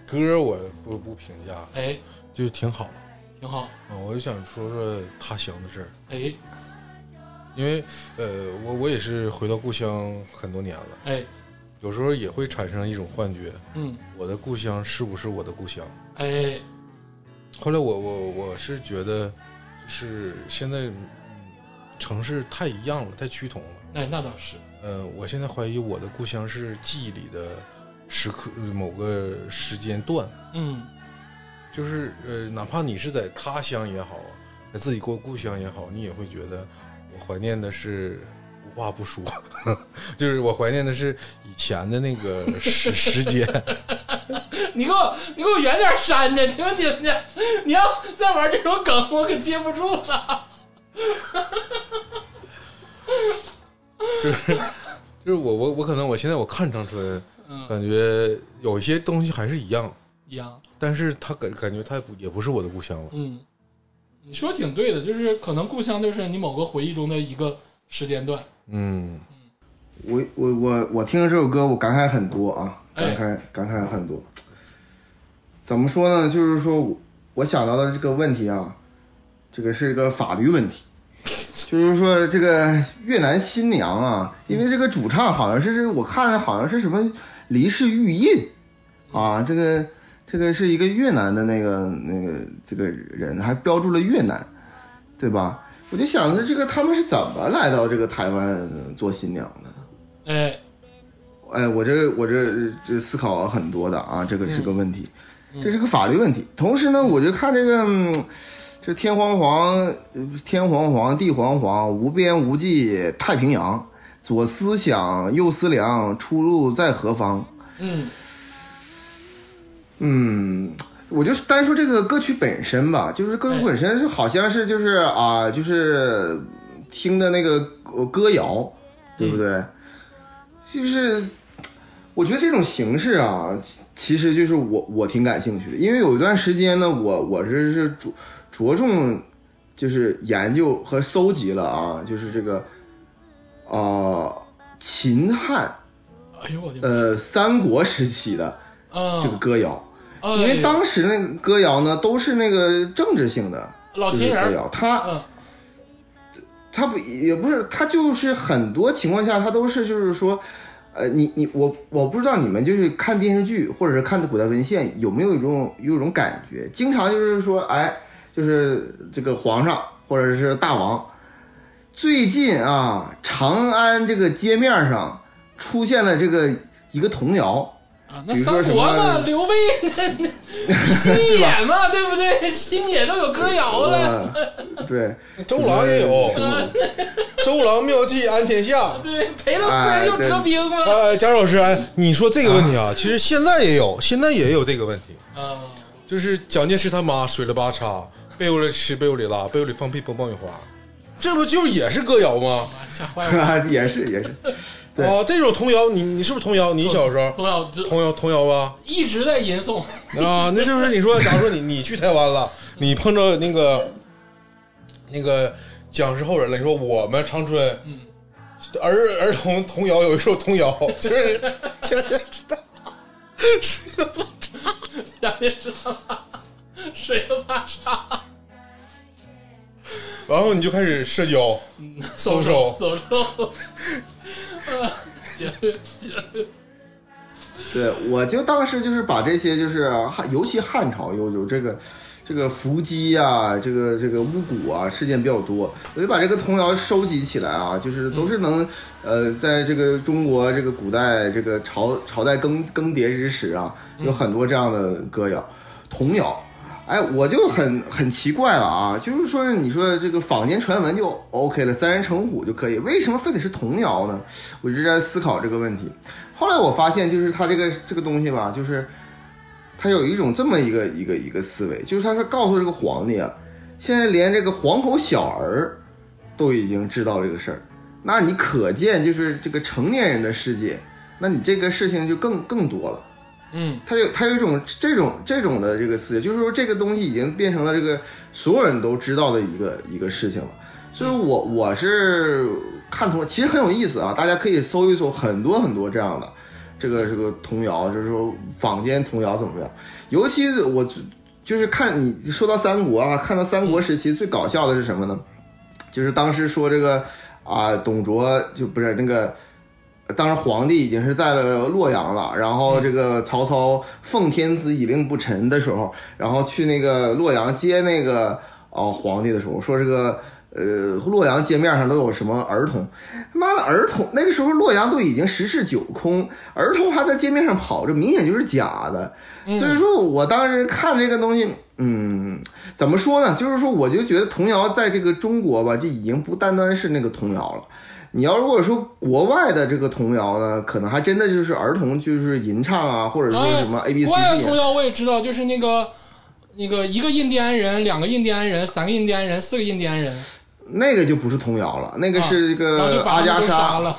[SPEAKER 2] 歌我不不评价，
[SPEAKER 1] 哎，
[SPEAKER 2] 就挺好。
[SPEAKER 1] 挺好。
[SPEAKER 2] 啊，我就想说说他乡的事儿，
[SPEAKER 1] 哎
[SPEAKER 2] 因为呃，我我也是回到故乡很多年了，
[SPEAKER 1] 哎，
[SPEAKER 2] 有时候也会产生一种幻觉，
[SPEAKER 1] 嗯，
[SPEAKER 2] 我的故乡是不是我的故乡？
[SPEAKER 1] 哎
[SPEAKER 2] 后来我我我是觉得，就是现在、嗯城市太一样了，太趋同了。
[SPEAKER 1] 哎，那倒是。
[SPEAKER 2] 呃，我现在怀疑我的故乡是记忆里的时刻某个时间段，
[SPEAKER 1] 嗯
[SPEAKER 2] 就是呃，哪怕你是在他乡也好，在自己过故乡也好，你也会觉得我怀念的是无话不说， 就是我怀念的是以前的那个时时间。
[SPEAKER 1] 你给我，你给我远点扇着，听没听见？你要再玩这种梗，我可接不住了。
[SPEAKER 2] 就是我我我可能我现在我看长春，感觉有一些东西还是一样，
[SPEAKER 1] 一样，
[SPEAKER 2] 但是他感感觉他不也不是我的故乡了。
[SPEAKER 1] 嗯，你说挺对的，就是可能故乡就是你某个回忆中的一个时间段。
[SPEAKER 2] 嗯
[SPEAKER 3] 我我我我听了这首歌，我感慨很多啊，
[SPEAKER 1] 哎
[SPEAKER 3] 感慨感慨很多。怎么说呢？就是说我我想到的这个问题啊，这个是一个法律问题，就是说这个越南新娘啊，因为这个主唱好像是我看好像是什么离世玉印啊，这个这个是一个越南的那个那个这个人，还标注了越南，对吧？我就想着这个他们是怎么来到这个台湾呃做新娘的？
[SPEAKER 1] 哎，
[SPEAKER 3] 哎，我这我这这思考了很多的啊，这个是个问题，这是个法律问题。同时呢，我就看这个，嗯这天皇皇，呃天皇皇，地皇皇，无边无际太平洋，左思想，右思量，出路在何方？
[SPEAKER 1] 嗯
[SPEAKER 3] 嗯，我就是单说这个歌曲本身吧，就是歌曲本身是好像是就是啊，就是听的那个呃歌谣，对不对？就是我觉得这种形式啊，其实就是我我挺感兴趣的，因为有一段时间呢，我我是是着着重就是研究和搜集了啊，就是这个啊、呃秦汉
[SPEAKER 1] 哎呦我的妈
[SPEAKER 3] 呃三国时期的
[SPEAKER 1] 啊！
[SPEAKER 3] 这个歌谣。
[SPEAKER 1] 哎
[SPEAKER 3] 因为当时那个歌谣呢，都是那个政治性的
[SPEAKER 1] 老
[SPEAKER 3] 就是
[SPEAKER 1] 哦秦人
[SPEAKER 3] 歌
[SPEAKER 1] 儿，
[SPEAKER 3] 谣，它
[SPEAKER 1] 嗯
[SPEAKER 3] 它不也不是，它就是很多情况下，它都是就是说，呃，你你我我不知道你们就是看电视剧或者是看古代文献有没有一种有一种感觉，经常就是说，哎，就是这个皇上或者是大王，最近啊，长安这个街面上出现了这个一个童谣，
[SPEAKER 1] 啊，那
[SPEAKER 3] 比如说
[SPEAKER 1] 三
[SPEAKER 3] 什
[SPEAKER 1] 国嘛，
[SPEAKER 3] 么
[SPEAKER 1] 刘备那那新野嘛，对不对？新野都有歌谣了，
[SPEAKER 3] 呃，对，
[SPEAKER 2] 周郎也有，周郎妙计安天下。
[SPEAKER 1] 对，赔了夫人又折兵嘛。
[SPEAKER 2] 呃，贾老师，哎，你说这个问题啊，其实现在也有，现在也有这个问题，
[SPEAKER 1] 啊，
[SPEAKER 2] 就是蒋介石他妈水了八叉，被窝里吃，被窝里拉，被窝里放屁，崩爆米花，这不就是也是歌谣吗？
[SPEAKER 1] 吓坏我！
[SPEAKER 3] 也是也是，对
[SPEAKER 2] 啊，这种童谣，你你是不是童谣？你小时候
[SPEAKER 1] 童谣就
[SPEAKER 2] 童谣童谣吧？
[SPEAKER 1] 一直在吟诵，
[SPEAKER 2] 啊，那是不是你说，假如说你你去台湾了，你碰着那个那个蒋氏后人了，你说我们长春儿儿童童谣有一首童谣，就是 现在知道。
[SPEAKER 1] 大家知道吧？水了八叉，
[SPEAKER 2] 然后你就开始社交，
[SPEAKER 1] 走
[SPEAKER 2] 搜手
[SPEAKER 1] 走手。啊，行行，
[SPEAKER 3] 对，我就当时就是把这些就是汉，尤其汉朝有有这个这个伏击啊，这个这个巫蛊啊事件比较多，我就把这个童谣收集起来啊，就是都是能、呃，在这个中国这个古代这个朝朝代更更迭之时啊，有很多这样的歌谣、童谣。哎，我就很很奇怪了啊，就是说，你说这个坊间传闻就 OK 了，三人成虎就可以，为什么非得是童谣呢？我一直在思考这个问题。后来我发现，就是它这个这个东西吧，就是它有一种这么一个一个一个思维，就是它它告诉这个皇帝啊，现在连这个皇口小儿都已经知道这个事儿，那你可见就是这个成年人的世界，那你这个事情就更更多了。
[SPEAKER 1] 嗯，
[SPEAKER 3] 它有它有一种这种这种的这个思维，就是说这个东西已经变成了这个所有人都知道的一个一个事情了。所以我我是看同，其实很有意思啊，大家可以搜一搜很多很多这样的这个这个童谣，就是说坊间童谣怎么样？尤其我最就是看你说到三国啊，看到三国时期最搞笑的是什么呢？就是当时说这个啊，董卓就不是那个。当时皇帝已经是在了洛阳了，然后这个曹操奉天子以令不臣的时候，然后去那个洛阳接那个哦皇帝的时候，说这个呃洛阳街面上都有什么儿童，他妈的儿童那个时候洛阳都已经十室九空，儿童还在街面上跑，这明显就是假的。
[SPEAKER 1] 嗯
[SPEAKER 3] 所以说我当时看这个东西，嗯，怎么说呢？就是说我就觉得童谣在这个中国吧，就已经不单单是那个童谣了。你要如果说国外的这个童谣呢，可能还真的就是儿童就是吟唱啊，或者说
[SPEAKER 1] 哎
[SPEAKER 3] 什么 A B C
[SPEAKER 1] 国外的
[SPEAKER 3] D 啊
[SPEAKER 1] 童谣我也知道，就是那个那个一个印第安人，两个印第安人，三个印第安人，四个印第安人，
[SPEAKER 3] 那个就不是童谣了，那个
[SPEAKER 1] 啊
[SPEAKER 3] 是一
[SPEAKER 1] 然后就
[SPEAKER 3] 个
[SPEAKER 1] 把
[SPEAKER 3] 呃阿
[SPEAKER 1] 他
[SPEAKER 3] 加
[SPEAKER 1] 们都
[SPEAKER 3] 莎
[SPEAKER 1] 杀了。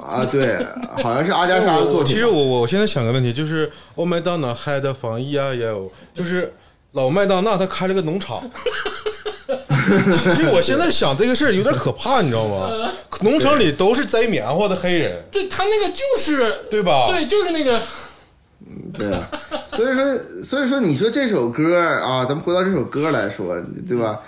[SPEAKER 3] 啊，对，好像是阿加莎
[SPEAKER 2] 我
[SPEAKER 3] 作
[SPEAKER 2] 哦我
[SPEAKER 3] 品。
[SPEAKER 2] 其实我我现在想个问题，就是欧麦当娜开的防疫啊，也有，就是老麦当娜他开了个农场。其实我现在想这个事儿有点可怕，你知道吗？农场里都是摘棉花的黑人，
[SPEAKER 1] 对他那个就是，
[SPEAKER 2] 对吧？
[SPEAKER 1] 对，就是那个，
[SPEAKER 3] 对啊，所以说，所以说，你说这首歌啊，咱们回到这首歌来说，对吧？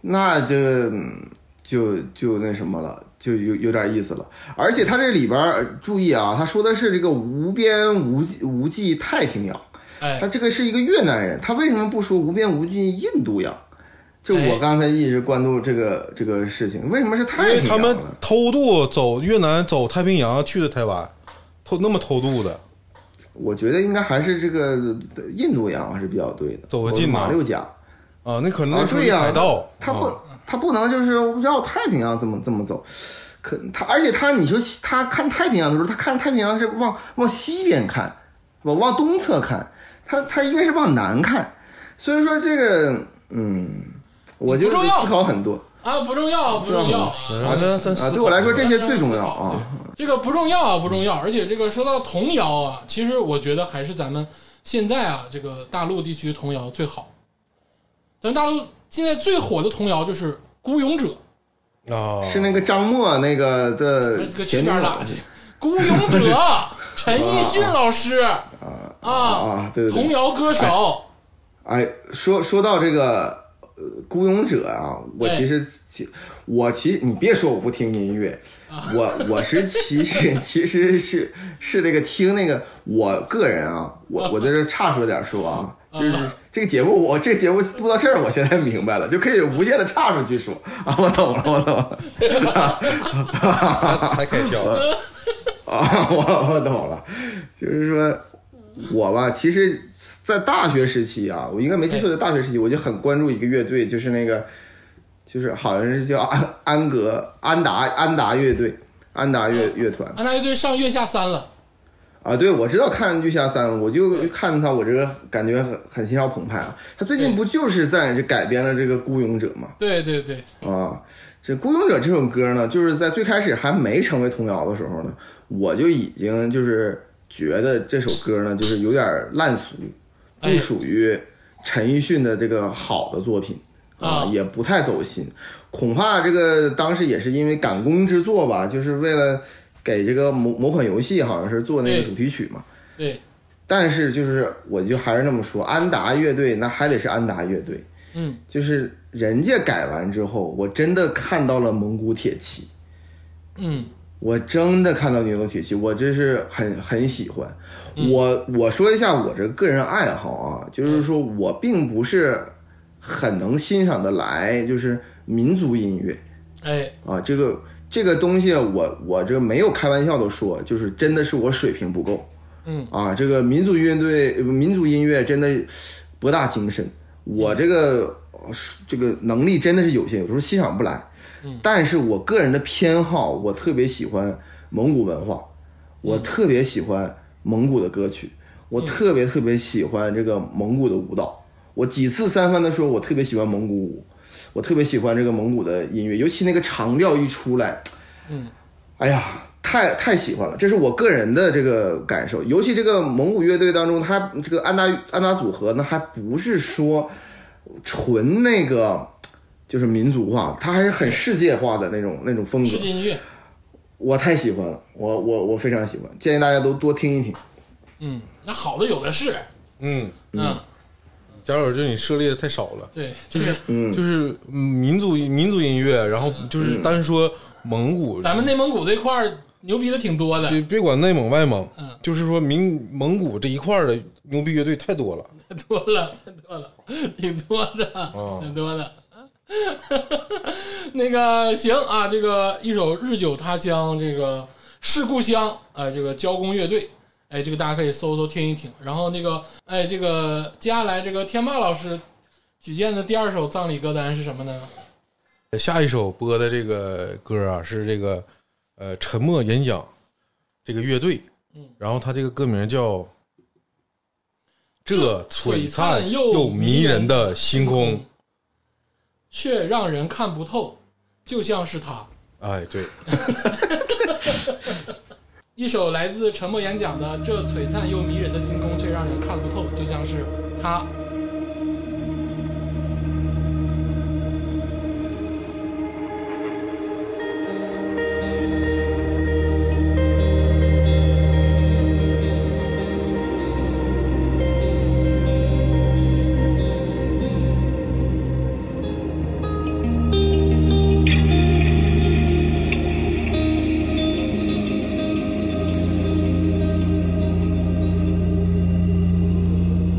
[SPEAKER 3] 那就嗯就就那什么了，就有有点意思了。而且它这里边儿注意啊，他说的是这个无边无际无际太平洋，
[SPEAKER 1] 哎
[SPEAKER 3] 他这个是一个越南人，他为什么不说无边无际印度洋？这
[SPEAKER 1] 哎
[SPEAKER 3] 我刚才一直关注这个这个事情，为什么是
[SPEAKER 2] 因
[SPEAKER 3] 太
[SPEAKER 2] 为
[SPEAKER 3] 平
[SPEAKER 2] 他
[SPEAKER 3] 洋
[SPEAKER 2] 们
[SPEAKER 3] 呢？
[SPEAKER 2] 偷渡走越南走太平洋去的台湾，偷那么偷渡的，
[SPEAKER 3] 我觉得应该还是这个印度洋是比较对的，
[SPEAKER 2] 走得近呐
[SPEAKER 3] 马六甲
[SPEAKER 2] 啊，那可能
[SPEAKER 3] 啊
[SPEAKER 2] 那，属
[SPEAKER 3] 对
[SPEAKER 2] 于
[SPEAKER 3] 呀、
[SPEAKER 2] 海盗。
[SPEAKER 3] 他
[SPEAKER 2] 啊
[SPEAKER 3] 不他不能就是绕太平洋这么这么走。可他，而且他，你说他看太平洋的时候，他看太平洋是往往西边看，往往东侧看，他他应该是往南看，所以说这个，嗯，我就
[SPEAKER 1] 不重
[SPEAKER 3] 是
[SPEAKER 1] 要
[SPEAKER 3] 思考很多
[SPEAKER 1] 啊，不重要，不重要啊。
[SPEAKER 2] 反正咱
[SPEAKER 3] 啊，对我来说这些最重要
[SPEAKER 1] 对
[SPEAKER 3] 啊，
[SPEAKER 1] 这个不重要啊，不重要。而且这个说到童谣啊，其实我觉得还是咱们现在啊，这个大陆地区童谣最好。咱大陆现在最火的童谣就是《孤勇者
[SPEAKER 2] 啊，
[SPEAKER 3] 是那个张默那个》，
[SPEAKER 1] 那
[SPEAKER 3] 的
[SPEAKER 1] 这个去
[SPEAKER 3] 前女
[SPEAKER 1] 哪儿
[SPEAKER 3] 友
[SPEAKER 1] 打去？《孤勇者》， 陈奕迅老师啊，
[SPEAKER 3] 啊，对对
[SPEAKER 1] 童
[SPEAKER 3] 对，
[SPEAKER 1] 谣歌手，
[SPEAKER 3] 哎，说说到这个呃孤勇者啊，我
[SPEAKER 1] 哎
[SPEAKER 3] 其实其我其实你别说我不听音乐，我我是其实 其实是是那个听那个，我个人啊，我我在这岔出了点说啊，就是这个节目我这个节目录到这儿，我现在明白了，就可以无限的岔出去说啊，我懂了，我懂了。
[SPEAKER 2] 下次才开 窍。
[SPEAKER 3] 啊， 我我懂了，就是说，我吧，其实，在大学时期啊，我应该没记错，在大学时期我就很关注一个乐队，就是那个，就是好像是叫安安格安达安达乐队，安达乐乐团
[SPEAKER 1] 安大乐队啊上月下三了。
[SPEAKER 3] 啊。对，我知道看《月下三》了，我就看他，我这个感觉很很心潮澎湃啊。他最近不就是在这改编了这个《孤勇者》吗？
[SPEAKER 1] 对对对，
[SPEAKER 3] 啊，这《孤勇者》这首歌呢，就是在最开始还没成为童谣的时候呢，我就已经就是觉得这首歌呢，就是有点烂俗，不
[SPEAKER 1] 哎
[SPEAKER 3] 属于陈奕迅的这个好的作品
[SPEAKER 1] 啊
[SPEAKER 3] 啊，也不太走心。恐怕这个当时也是因为赶工之作吧，就是为了给这个某某款游戏好像是做那
[SPEAKER 1] 对
[SPEAKER 3] 个主题曲嘛。
[SPEAKER 1] 对，
[SPEAKER 3] 但是就是我就还是那么说，安达乐队那还得是安达乐队。
[SPEAKER 1] 嗯，
[SPEAKER 3] 就是人家改完之后，我真的看到了蒙古铁骑，
[SPEAKER 1] 嗯，
[SPEAKER 3] 我真的看到牛头铁骑，我真是很很喜欢。我我说一下我这个人爱好啊，就是说我并不是很能欣赏得来，就是民族音乐
[SPEAKER 1] 哎，
[SPEAKER 3] 啊，这个这个东西我我这没有开玩笑的说，就是真的是我水平不够。
[SPEAKER 1] 嗯
[SPEAKER 3] 啊，这个民族乐队、呃民族音乐真的博大精深，我这个呃这个能力真的是有限，有时候欣赏不来。但是我个人的偏好，我特别喜欢蒙古文化，我特别喜欢蒙古的歌曲，我特别特别喜欢这个蒙古的舞蹈。我几次三番的说，我特别喜欢蒙古舞，我特别喜欢这个蒙古的音乐，尤其那个长调一出来，哎呀，太太喜欢了，这是我个人的这个感受。尤其这个蒙古乐队当中，他这个安达安达组合呢，还不是说纯那个就是民族化，它还是很世界化的那种那种风格
[SPEAKER 1] 世。界音乐，
[SPEAKER 3] 我太喜欢了，我我我非常喜欢，建议大家都多听一听。
[SPEAKER 1] 嗯，那好的有的是，
[SPEAKER 2] 嗯，
[SPEAKER 1] 嗯，
[SPEAKER 2] 贾老师，你涉猎的太少了。
[SPEAKER 1] 对，就是
[SPEAKER 2] 就是嗯民族民族音乐，然后就是单说蒙古，
[SPEAKER 1] 嗯咱们内蒙古这块儿牛逼的挺多的，
[SPEAKER 2] 别别管内蒙外蒙
[SPEAKER 1] 嗯，
[SPEAKER 2] 就是说民蒙古这一块儿的牛逼乐队太多了。
[SPEAKER 1] 多了，太多了，挺多的，
[SPEAKER 2] 哦
[SPEAKER 1] 挺多的。 那个行啊，这个一首《日久他乡》，这个是故乡啊、呃这个交工乐队，哎，这个大家可以搜搜听一听。然后那个，哎，这个接下来这个天霸老师举荐的第二首葬礼歌单是什么呢？
[SPEAKER 2] 下一首播的这个歌啊，是这个呃沉默演讲这个乐队，然后他这个歌名叫《这璀璨又迷人的星空》。
[SPEAKER 1] 却让人看不透，就像是他。
[SPEAKER 2] 哎，对，
[SPEAKER 1] 一首来自沉默演讲的《这璀璨又迷人的星空却让人看不透》，就像是他。
[SPEAKER 8] 这
[SPEAKER 5] 哦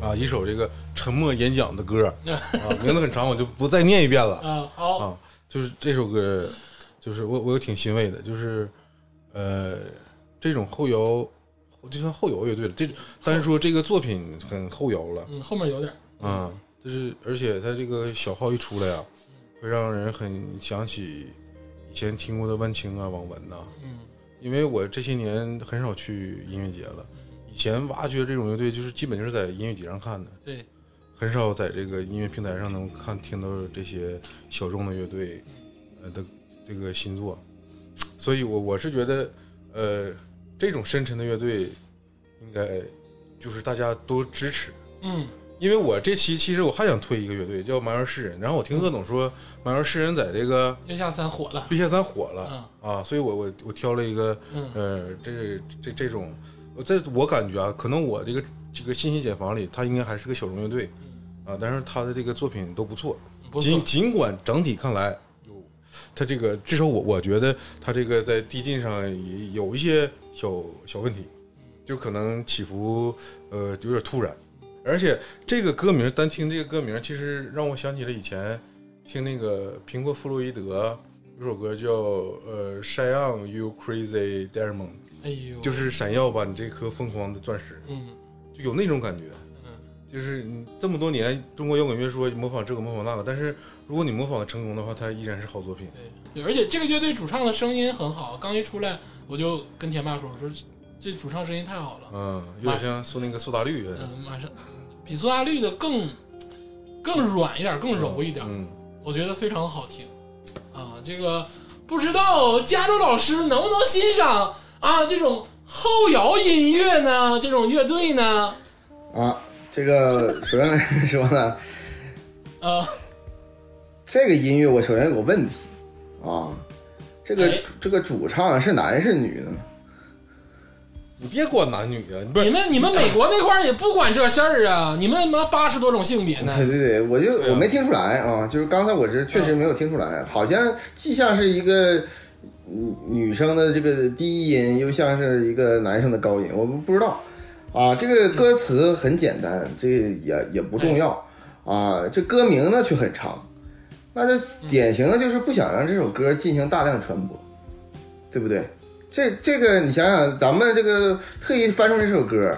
[SPEAKER 2] 啊一首这个沉默演讲的歌 啊，名字很长，我就不再念一遍了
[SPEAKER 1] 啊，好，
[SPEAKER 2] 啊。就是这首歌，就是我我也挺欣慰的，就是呃，这种后摇就算后摇乐队了，这单说这个作品很后摇了，
[SPEAKER 1] 嗯，后面有点儿，
[SPEAKER 2] 啊，就是而且它这个小号一出来啊，会让人很想起以前听过的万青啊、网文呐、
[SPEAKER 1] 嗯
[SPEAKER 2] 因为我这些年很少去音乐节了，以前挖掘这种乐队就是基本就是在音乐节上看的，
[SPEAKER 1] 对，
[SPEAKER 2] 很少在这个音乐平台上能看听到这些小众的乐队，呃的这个新作，所以我我是觉得，呃，这种深沉的乐队应该就是大家多支持，
[SPEAKER 1] 嗯
[SPEAKER 2] 因为我这期其实我还想推一个乐队叫麻园诗人，然后我听鄂总说麻园诗人在这个
[SPEAKER 1] 月下三火了，
[SPEAKER 2] 月下三火了、啊，所以我我我挑了一个
[SPEAKER 1] 嗯
[SPEAKER 2] 呃这这这种，我在我感觉啊，可能我这个这个信息茧房里，他应该还是个小众乐队啊，但是他的这个作品都不错，
[SPEAKER 1] 不错
[SPEAKER 2] 尽，尽管整体看来有他这个，至少我我觉得他这个在递进上也有一些小小问题，就可能起伏呃有点突然，而且这个歌名单听这个歌名，其实让我想起了以前听那个苹果弗洛伊德有首歌叫呃 Shine on You Crazy Diamond，
[SPEAKER 1] 哎呦，
[SPEAKER 2] 就是闪耀吧你这颗疯狂的钻石。
[SPEAKER 1] 嗯
[SPEAKER 2] 就有那种感觉。就是你这么多年中国摇滚乐说模仿这个模仿那个，但是如果你模仿的成功的话，它依然是好作品。
[SPEAKER 1] 对，而且这个乐队主唱的声音很好，刚一出来我就跟田爸说，我说这主唱声音太好了，
[SPEAKER 2] 嗯，有点像苏那个苏打绿似的。
[SPEAKER 1] 嗯，马上比苏打绿的更更软一点，更柔一点，
[SPEAKER 2] 嗯，
[SPEAKER 1] 我觉得非常好听啊。这个不知道加州老师能不能欣赏啊这种后摇音乐呢？这种乐队呢？
[SPEAKER 3] 啊，这个首先来说呢，
[SPEAKER 1] 啊，
[SPEAKER 3] 这个音乐我首先有个问题啊，这个
[SPEAKER 1] 哎
[SPEAKER 3] 这个主唱是男是女呢？
[SPEAKER 2] 你别管男女啊，不
[SPEAKER 1] 你
[SPEAKER 2] 是
[SPEAKER 1] 们你们美国那块儿也不管这事儿啊，你们他妈八十多种性别 呢
[SPEAKER 3] 对？对对，我就
[SPEAKER 2] 对啊嗯
[SPEAKER 3] 我没听出来啊，就是刚才我是确实没有听出来，好像既像是一个嗯女生的这个低音，又像是一个男生的高音，我不不知道啊。
[SPEAKER 2] 嗯
[SPEAKER 3] 这个歌词很简单，这个也也不重要啊。这歌名呢却很长，那这
[SPEAKER 2] 嗯
[SPEAKER 3] 典型的就是不想让这首歌进行大量传播，对不对？这这个你想想，咱们这个特意翻出这首歌，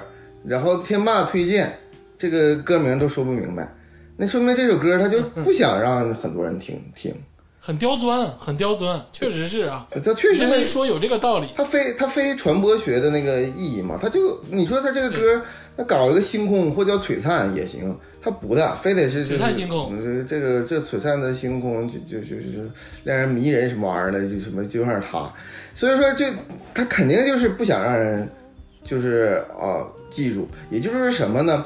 [SPEAKER 3] 然后天霸推荐，这个歌名都说不明白，那说明这首歌他就不想让很多人听 听，
[SPEAKER 1] 很刁钻，很刁钻，确实是啊。
[SPEAKER 3] 他确
[SPEAKER 1] 你
[SPEAKER 3] 实
[SPEAKER 1] 这么一说有这个道理，
[SPEAKER 3] 他非他非传播学的那个意义嘛，他就你说他这个歌，那搞一个星空或叫璀璨也行，他不的，非得是、就是、
[SPEAKER 1] 璀璨星空
[SPEAKER 3] 嗯，这这个这璀璨的星空就就就就让人迷人什么玩意儿的，就什么就像是他，所以说就他肯定就是不想让人就是啊、记住，也就是什么呢？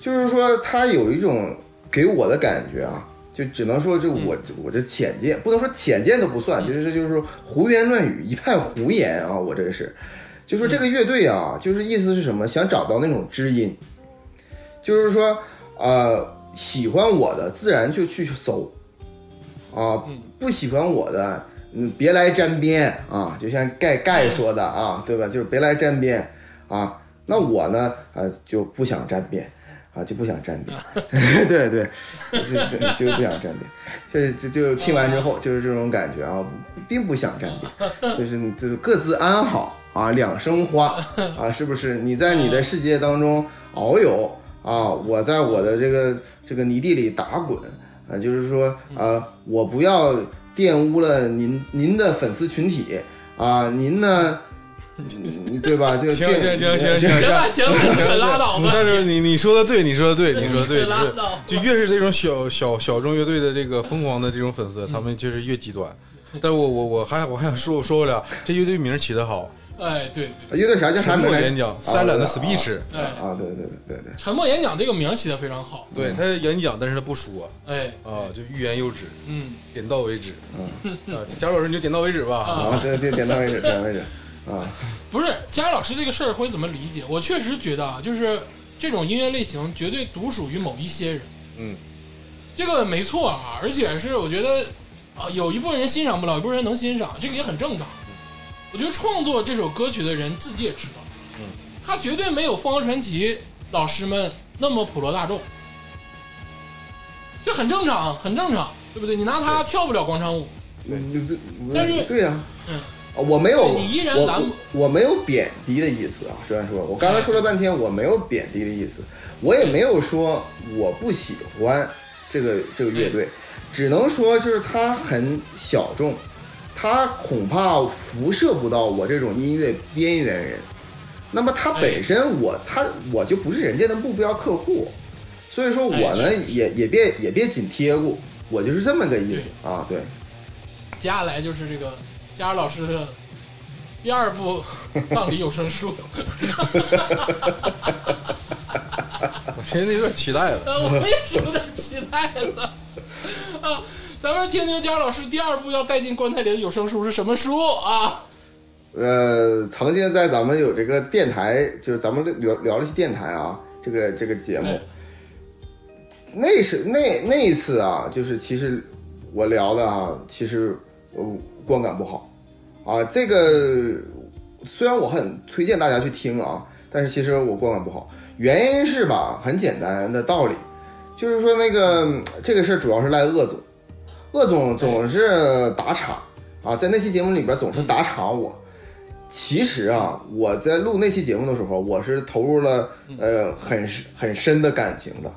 [SPEAKER 3] 就是说他有一种给我的感觉啊。就只能说这我这我这浅见，不能说浅见都不算，就是就是说胡言乱语，一派胡言啊！我这个是，就说这个乐队啊，就是意思是什么？想找到那种知音，就是说，呃，喜欢我的自然就去搜，啊
[SPEAKER 1] 嗯，
[SPEAKER 3] 不喜欢我的，嗯，别来沾边啊！就像盖盖说的啊，对吧？就是别来沾边啊。那我呢，呃，就不想沾边。啊，就不想沾边， 对对，就就就不想沾边，就就就听完之后就是这种感觉啊，并不想沾边，就是你就是各自安好啊，两生花啊，是不是？你在你的世界当中遨游啊，我在我的这个这个泥地里打滚啊，就是说啊，我不要玷污了您您的粉丝群体啊，您呢， 嗯对吧？就
[SPEAKER 2] 行
[SPEAKER 3] 玷
[SPEAKER 2] 行行行行
[SPEAKER 1] 行了行了行了，拉倒
[SPEAKER 2] 你
[SPEAKER 1] 吧，
[SPEAKER 2] 在这儿你你说的对，你说的对，你说的 对，
[SPEAKER 1] 拉
[SPEAKER 2] 你说
[SPEAKER 1] 倒吧。
[SPEAKER 2] 就越是这种小小小众乐队的这个疯狂的这种粉丝，他们就是越极端。但我我我还我还想说我说回来，这乐队名儿起得好，
[SPEAKER 1] 哎，对对，
[SPEAKER 3] 乐队啊啥叫还
[SPEAKER 2] 沉
[SPEAKER 3] 没
[SPEAKER 2] 默
[SPEAKER 3] 来啊
[SPEAKER 2] 演讲，三两的 speech，
[SPEAKER 1] 对哎，
[SPEAKER 3] 啊，对对对对对。
[SPEAKER 1] 沉默演讲这个名儿起的非常好，
[SPEAKER 2] 对他演讲，但是他不说
[SPEAKER 1] 哎，
[SPEAKER 2] 啊，就欲言又止。
[SPEAKER 1] 嗯，
[SPEAKER 2] 点到为止。 啊，贾老师你就点到为止 吧。
[SPEAKER 3] 啊，对对，点到为止，点到为止。啊，
[SPEAKER 1] 不是佳老师这个事儿会怎么理解？我确实觉得啊，就是这种音乐类型绝对独属于某一些人，
[SPEAKER 2] 嗯，
[SPEAKER 1] 这个没错啊，而且是我觉得啊，有一部分人欣赏不了，有一部分人能欣赏，这个也很正常。我觉得创作这首歌曲的人自己也知道，嗯，他绝对没有凤凰传奇老师们那么普罗大众，这很正常，很正常，对不对？你拿它跳不了广场舞，
[SPEAKER 3] 对，
[SPEAKER 1] 但是
[SPEAKER 3] 嗯对呀、
[SPEAKER 1] 嗯
[SPEAKER 3] 啊我没有，
[SPEAKER 1] 对你依然拦
[SPEAKER 3] 我我我没有贬低的意思啊。虽然说，我刚才说了半天，我没有贬低的意思，我也没有说我不喜欢这个这个乐
[SPEAKER 1] 嗯
[SPEAKER 3] 队，只能说就是它很小众，它恐怕辐射不到我这种音乐边缘人。那么它
[SPEAKER 1] 哎
[SPEAKER 3] 本身我它我就不是人家的目标客户，所以说
[SPEAKER 1] 哎
[SPEAKER 3] 我呢也也别也别紧贴过，我就是这么个意思啊。对，
[SPEAKER 1] 接下来就是这个佳儿老师的第二 部葬礼有声书，
[SPEAKER 2] 我现在有点期待了。
[SPEAKER 1] 我也是有点期待了啊！咱们听听佳儿老师第二部要带进棺材里的有声书是什么书啊？
[SPEAKER 3] 呃，曾经在咱们有这个电台，就是咱们聊聊了一期电台啊，这个这个节目，
[SPEAKER 1] 哎
[SPEAKER 3] 那是那那一次啊，就是其实我聊的啊，其实我观感不好啊。这个虽然我很推荐大家去听啊，但是其实我观感不好，原因是吧，很简单的道理，就是说那个嗯这个事儿主要是赖鄂总，鄂总总是打岔啊，在那期节目里边总是打岔我。其实啊，我在录那期节目的时候，我是投入了呃很很深的感情的，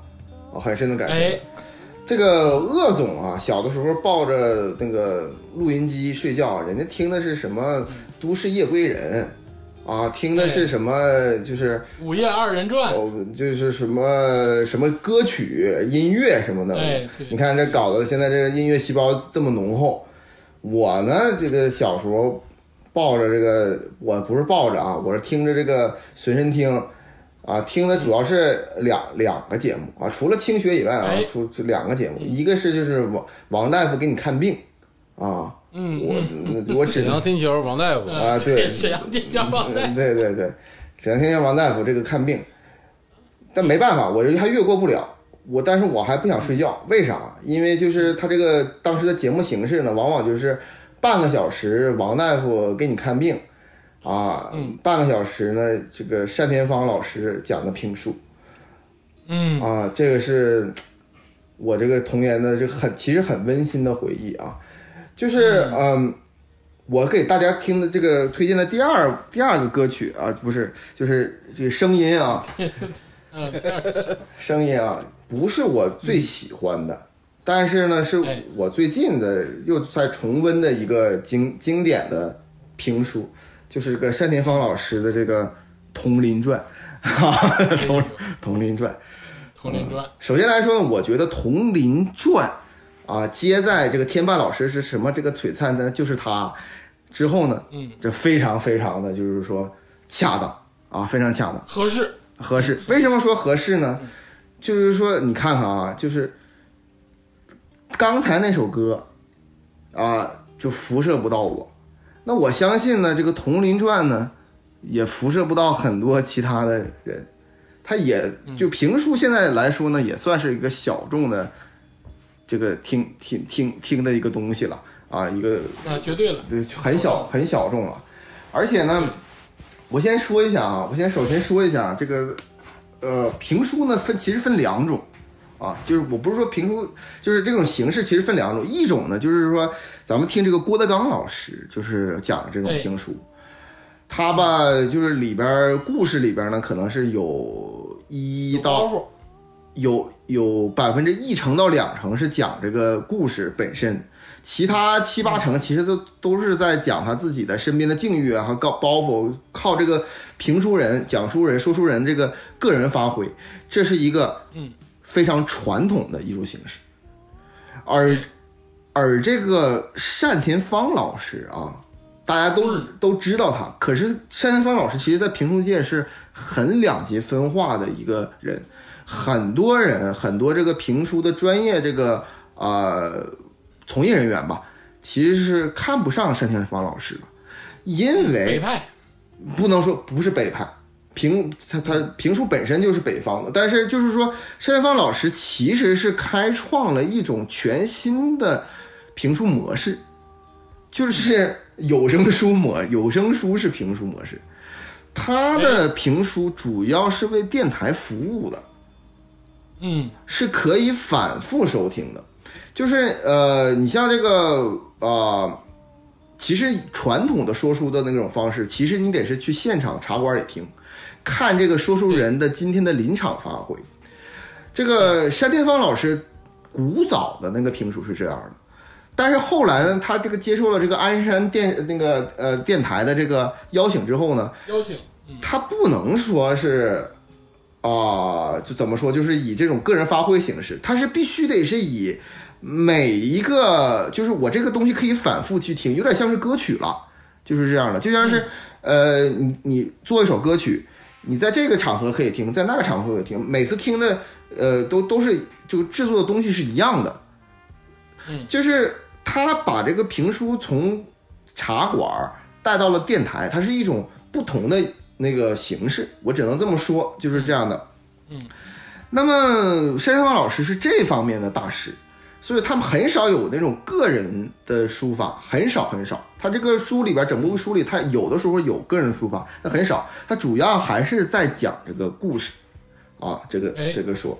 [SPEAKER 3] 啊，很深的感情的。
[SPEAKER 1] 哎，
[SPEAKER 3] 这个鄂总啊，小的时候抱着那个录音机睡觉，人家听的是什么《都市夜归人》，啊，听的是什么就是
[SPEAKER 1] 午夜二人转，
[SPEAKER 3] 哦，就是什么什么歌曲、音乐什么的。
[SPEAKER 1] 哎对
[SPEAKER 3] 你看这搞得现在这个音乐细胞这么浓厚。我呢，这个小时候抱着这个，我不是抱着啊，我是听着这个随身听。啊，听的主要是两两个节目啊，除了清学以外啊
[SPEAKER 1] 哎，
[SPEAKER 3] 除除两个节目，一个是就是王王大夫给你看病，啊，
[SPEAKER 1] 嗯，
[SPEAKER 3] 我那我只
[SPEAKER 2] 沈
[SPEAKER 3] 能
[SPEAKER 2] 阳天桥王大夫，
[SPEAKER 1] 呃
[SPEAKER 3] 啊对
[SPEAKER 1] 沈阳电家棒带
[SPEAKER 3] 嗯，对对对，沈阳天天王大夫这个看病，但没办法，我这还越过不了。我但是我还不想睡觉，为啥？因为就是他这个当时的节目形式呢，往往就是半个小时王大夫给你看病，啊，半个小时呢这个单田芳老师讲的评书，
[SPEAKER 1] 嗯，
[SPEAKER 3] 啊，这个是我这个童年的这个很其实很温馨的回忆啊，就是嗯，我给大家听的这个推荐的第二第二个歌曲啊，不是就是这个声音啊
[SPEAKER 1] 嗯，
[SPEAKER 3] 声音啊，不是我最喜欢的，但是呢是
[SPEAKER 1] 哎
[SPEAKER 3] 我最近的又在重温的一个经经典的评书，就是这个单田芳老师的这个《铜林传》 《铜铜林传》。
[SPEAKER 1] 佟林哎传，
[SPEAKER 3] 首先来说呢，我觉得《铜林传》啊，接在这个天霸老师是什么这个璀璨的，就是他之后呢，
[SPEAKER 1] 嗯，
[SPEAKER 3] 这非常非常的就是说恰当啊，非常恰当
[SPEAKER 1] 合适，
[SPEAKER 3] 合适。为什么说合适呢？就是说你看看啊，就是刚才那首歌啊，就辐射不到我。那我相信呢，这个《铜林传》呢，也辐射不到很多其他的人。它也就评书现在来说呢，也算是一个小众的这个听听听听的一个东西了啊，一个
[SPEAKER 1] 那绝对了，
[SPEAKER 3] 对，很小很小众了。而且呢，我先说一下啊，我先首先说一下这个，呃，评书呢分其实分两种啊，就是我不是说评书，就是这种形式其实分两种，一种呢就是说咱们听这个郭德纲老师就是讲这种
[SPEAKER 1] 哎
[SPEAKER 3] 评书，他吧就是里边儿故事里边儿呢可能是有一
[SPEAKER 1] 有包
[SPEAKER 3] 到
[SPEAKER 1] 袱，
[SPEAKER 3] 有有百分之一成到两成是讲这个故事本身，其他七八成其实都都是在讲他自己的身边的境遇啊和高包袱，靠这个评书人、讲书人、说书人这个个人发挥，这是一个
[SPEAKER 1] 嗯
[SPEAKER 3] 非常传统的艺术形式。而而这个单田芳老师啊，大家都都知道他，可是单田芳老师其实在评书界是很两极分化的一个人。很多人，很多这个评书的专业这个呃从业人员吧，其实是看不上单田芳老师的，因
[SPEAKER 1] 北
[SPEAKER 3] 为
[SPEAKER 1] 派，
[SPEAKER 3] 不能说不是北派，评他他评书本身就是北方的，但是就是说单田芳老师其实是开创了一种全新的评书模式，就是有声书模，有声书是评书模式，他的评书主要是为电台服务的。
[SPEAKER 1] 嗯
[SPEAKER 3] 是可以反复收听的。就是呃，你像这个呃，其实传统的说书的那种方式，其实你得是去现场茶馆里听，看这个说书人的今天的临场发挥。这个山天芳老师古早的那个评书是这样的，但是后来呢，他这个接受了这个鞍山电那个呃电台的这个邀请之后呢，
[SPEAKER 1] 邀请，嗯
[SPEAKER 3] 他不能说是啊、就怎么说，就是以这种个人发挥形式，他是必须得是以每一个，就是我这个东西可以反复去听，有点像是歌曲了，就是这样的，就像是、呃，你你做一首歌曲。你在这个场合可以听，在那个场合可以听，每次听的，呃，都都是就制作的东西是一样的，
[SPEAKER 1] 嗯
[SPEAKER 3] 就是他把这个评书从茶馆儿带到了电台，它是一种不同的那个形式，我只能这么说，就是这样的。
[SPEAKER 1] 嗯，
[SPEAKER 3] 那么山下芳老师是这方面的大师，所以他们很少有那种个人的书法，很少很少。他这个书里边，整部书里，他有的时候有个人书法，但很少。他主要还是在讲这个故事啊，这个
[SPEAKER 1] 哎
[SPEAKER 3] 这个说。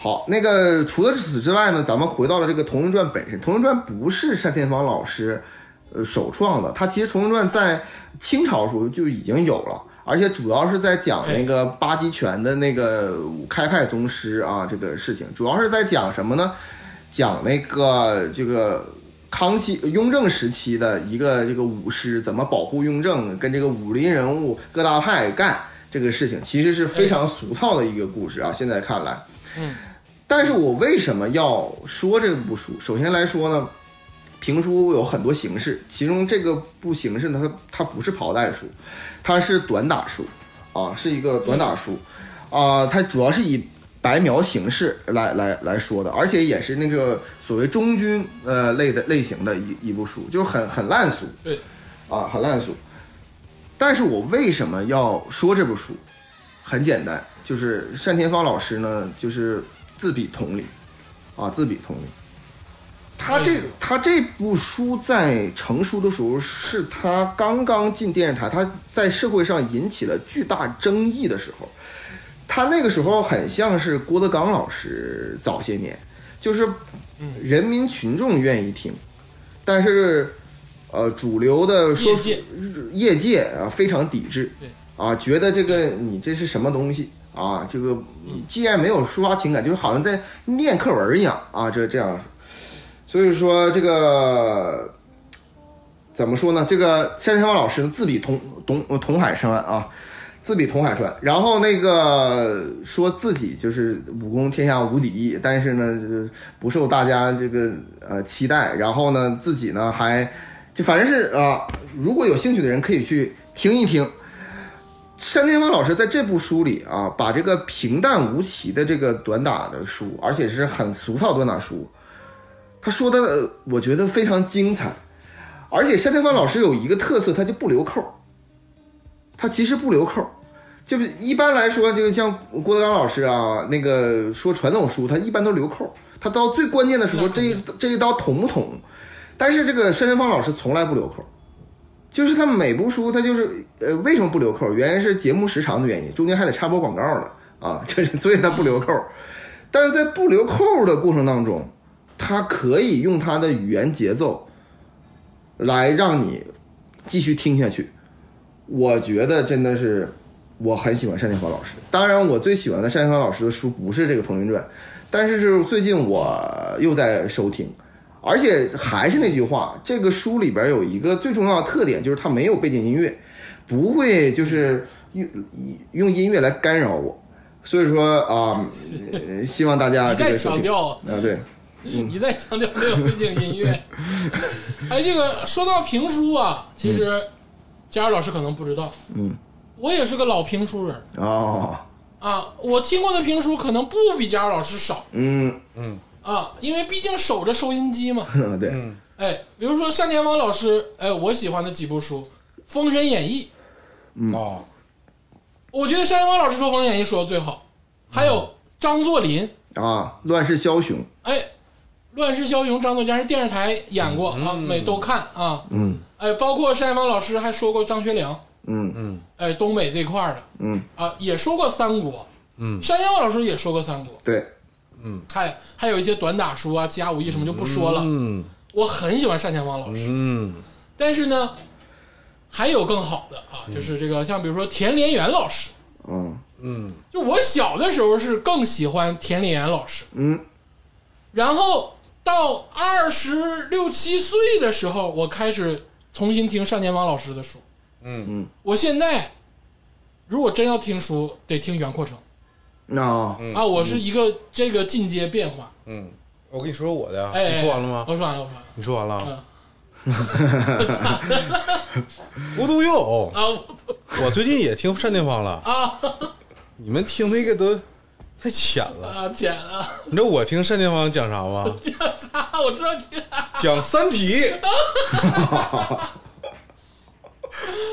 [SPEAKER 3] 好，那个除了此之外呢，咱们回到了这个《同人传》本身，《同人传》不是单田芳老师呃首创的，他其实《同人传》在清朝时候就已经有了，而且主要是在讲那个八极拳的那个开派宗师啊这个事情，主要是在讲什么呢？讲那个这个康熙雍正时期的一个这个武师怎么保护雍正，跟这个武林人物各大派干这个事情，其实是非常俗套的一个故事啊。现在看来，
[SPEAKER 1] 嗯，
[SPEAKER 3] 但是我为什么要说这部书？首先来说呢，评书有很多形式，其中这个部形式呢，它它不是袍带书，它是短打书，啊，是一个短打书，啊、它主要是以白描形式来来来说的，而且也是那个所谓中军呃类的类型的一一部书，就是很很烂俗，
[SPEAKER 1] 对，
[SPEAKER 3] 啊，很烂俗。但是我为什么要说这部书？很简单，就是单田芳老师呢，就是自比同理，啊，自比同理。他这
[SPEAKER 1] 哎呦
[SPEAKER 3] 他这部书在成书的时候，是他刚刚进电视台，他在社会上引起了巨大争议的时候。他那个时候很像是郭德纲老师早些年，就是
[SPEAKER 1] 嗯
[SPEAKER 3] 人民群众愿意听，但是呃，主流的说
[SPEAKER 1] 业界
[SPEAKER 3] 业界啊非常抵制
[SPEAKER 1] 对，
[SPEAKER 3] 啊，觉得这个你这是什么东西啊？这个既然没有抒发情感，就是好像在念课文一样啊，这这样。所以说这个怎么说呢？这个单田芳老师呢自比同同同海山啊，自比同海川，然后那个说自己就是武功天下无敌，但是呢，就是不受大家这个呃期待。然后呢，自己呢还就反正是啊、如果有兴趣的人可以去听一听。单田芳老师在这部书里啊，把这个平淡无奇的这个短打的书，而且是很俗套短打书，他说的呃我觉得非常精彩。而且单田芳老师有一个特色，他就不留扣儿。他其实不留扣儿，就是一般来说，就像郭德纲老师啊，那个说传统书，他一般都留扣儿，他到最关键的时候，
[SPEAKER 1] 那
[SPEAKER 3] 这
[SPEAKER 1] 肯
[SPEAKER 3] 一
[SPEAKER 1] 定
[SPEAKER 3] 这一刀捅不捅？但是这个单田芳老师从来不留扣儿，就是他每部书他就是呃，为什么不留扣儿？原因是节目时长的原因，中间还得插播广告呢啊， 这是所以他不留扣儿。但是在不留扣儿的过程当中，他可以用他的语言节奏来让你继续听下去。我觉得真的是我很喜欢单田芳老师。当然，我最喜欢的单田芳老师的书不是这个《同人传》，但是是最近我又在收听，而且还是那句话，这个书里边有一个最重要的特点，就是它没有背景音乐，不会就是用用音乐来干扰我。所以说啊、呃希望大家
[SPEAKER 1] 一
[SPEAKER 3] 这
[SPEAKER 1] 再
[SPEAKER 3] 个收
[SPEAKER 1] 强
[SPEAKER 3] 听啊，
[SPEAKER 1] 调，
[SPEAKER 3] 对，
[SPEAKER 1] 一再强调没有背景音乐。哎，这个说到评书啊，其实佳儿老师可能不知道，
[SPEAKER 3] 嗯，
[SPEAKER 1] 我也是个老评书人
[SPEAKER 3] 哦，
[SPEAKER 1] 啊，我听过的评书可能不比佳儿老师少
[SPEAKER 3] 嗯，
[SPEAKER 1] 啊，因为毕竟守着收音机嘛。
[SPEAKER 3] 对，
[SPEAKER 2] 嗯
[SPEAKER 1] 哎，比如说单田芳老师，哎，我喜欢的几部书，《封神演义》，
[SPEAKER 2] 啊，
[SPEAKER 1] 我觉得单田芳老师说《封神演义》说的最好，还有张作霖，
[SPEAKER 3] 啊，乱世枭雄，
[SPEAKER 1] 哎，《乱世枭雄》张作霖是电视台演过
[SPEAKER 2] 嗯
[SPEAKER 1] 啊，每都看啊，
[SPEAKER 3] 嗯
[SPEAKER 1] 哎，包括单田芳老师还说过张学良，
[SPEAKER 3] 嗯
[SPEAKER 1] 哎，东北这块儿的
[SPEAKER 3] 嗯，
[SPEAKER 1] 啊，也说过三国，
[SPEAKER 2] 嗯
[SPEAKER 1] 单田芳老师也说过三国，
[SPEAKER 3] 对，
[SPEAKER 2] 嗯，
[SPEAKER 1] 还还有一些短打书啊、七侠五义什么就不说了。
[SPEAKER 2] 嗯
[SPEAKER 1] 我很喜欢单田芳老师，
[SPEAKER 2] 嗯
[SPEAKER 1] 但是呢，还有更好的啊，就是这个像比如说田连元老师，
[SPEAKER 3] 嗯
[SPEAKER 2] 嗯
[SPEAKER 1] 就我小的时候是更喜欢田连元老师，
[SPEAKER 3] 嗯
[SPEAKER 1] 然后到二十六七岁的时候，我开始重新听单田芳老师的书。
[SPEAKER 2] 嗯，
[SPEAKER 3] 嗯，
[SPEAKER 1] 我现在如果真要听书，得听袁阔成
[SPEAKER 3] 那、
[SPEAKER 2] 嗯
[SPEAKER 1] 啊，我是一个这个进阶变化。
[SPEAKER 2] 嗯，我跟你说说我的啊，
[SPEAKER 1] 哎，
[SPEAKER 2] 你说完了吗？
[SPEAKER 1] 我说完了，我说完了。
[SPEAKER 2] 你说完了？
[SPEAKER 1] 嗯
[SPEAKER 2] 无独有偶，
[SPEAKER 1] 啊我
[SPEAKER 2] 我最近也听单田芳了。
[SPEAKER 1] 啊
[SPEAKER 2] 你们听那个都太浅了。
[SPEAKER 1] 啊！剪了，
[SPEAKER 2] 你知道我听单田芳讲啥吗？
[SPEAKER 1] 啊，我知道你
[SPEAKER 2] 讲《三体》，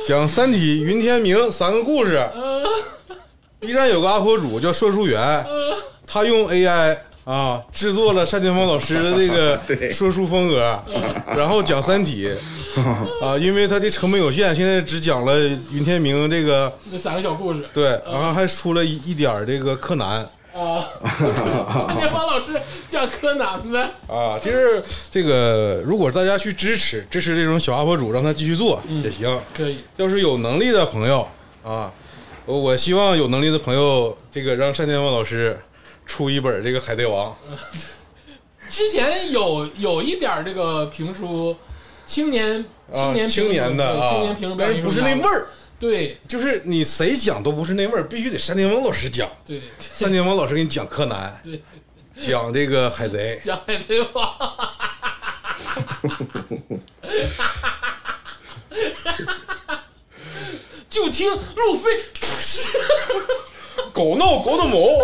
[SPEAKER 2] 讲《三体》，云天明三个故事。B 站有个 UP 主叫说书员，他用 AI 啊制作了单田芳老师的这
[SPEAKER 3] 对
[SPEAKER 2] 个说书风格，然后讲《三体》啊，因为他的成本有限，现在只讲了云天明这个
[SPEAKER 1] 那三个小故事
[SPEAKER 2] 对，然后还出了一一点儿这个柯南。
[SPEAKER 1] 啊。 单田芳老师讲柯南呗，
[SPEAKER 2] 啊，就是这个，如果大家去支持支持这种小 UP 主，让他继续做也行。
[SPEAKER 1] 可以。
[SPEAKER 2] 要是有能力的朋友啊，我我希望有能力的朋友，这个让单田芳老师出一本这个《海贼王
[SPEAKER 1] 之前有有一点这个评书，青年》青
[SPEAKER 2] 啊，
[SPEAKER 1] 年评
[SPEAKER 2] 青
[SPEAKER 1] 书
[SPEAKER 2] 年的
[SPEAKER 1] 对
[SPEAKER 2] 啊，
[SPEAKER 1] 青年评书表
[SPEAKER 2] 但
[SPEAKER 1] 演
[SPEAKER 2] 是
[SPEAKER 1] 艺
[SPEAKER 2] 不
[SPEAKER 1] 术
[SPEAKER 2] 是
[SPEAKER 1] 家
[SPEAKER 2] 那味儿，
[SPEAKER 1] 对
[SPEAKER 2] 就是你谁讲都不是那味儿，必须得单田芳老师讲。
[SPEAKER 1] 对
[SPEAKER 2] 单田芳老师给你讲柯南，
[SPEAKER 1] 对，
[SPEAKER 2] 讲这个海贼，
[SPEAKER 1] 讲海贼王， 就听路飞，
[SPEAKER 2] 狗闹狗的某。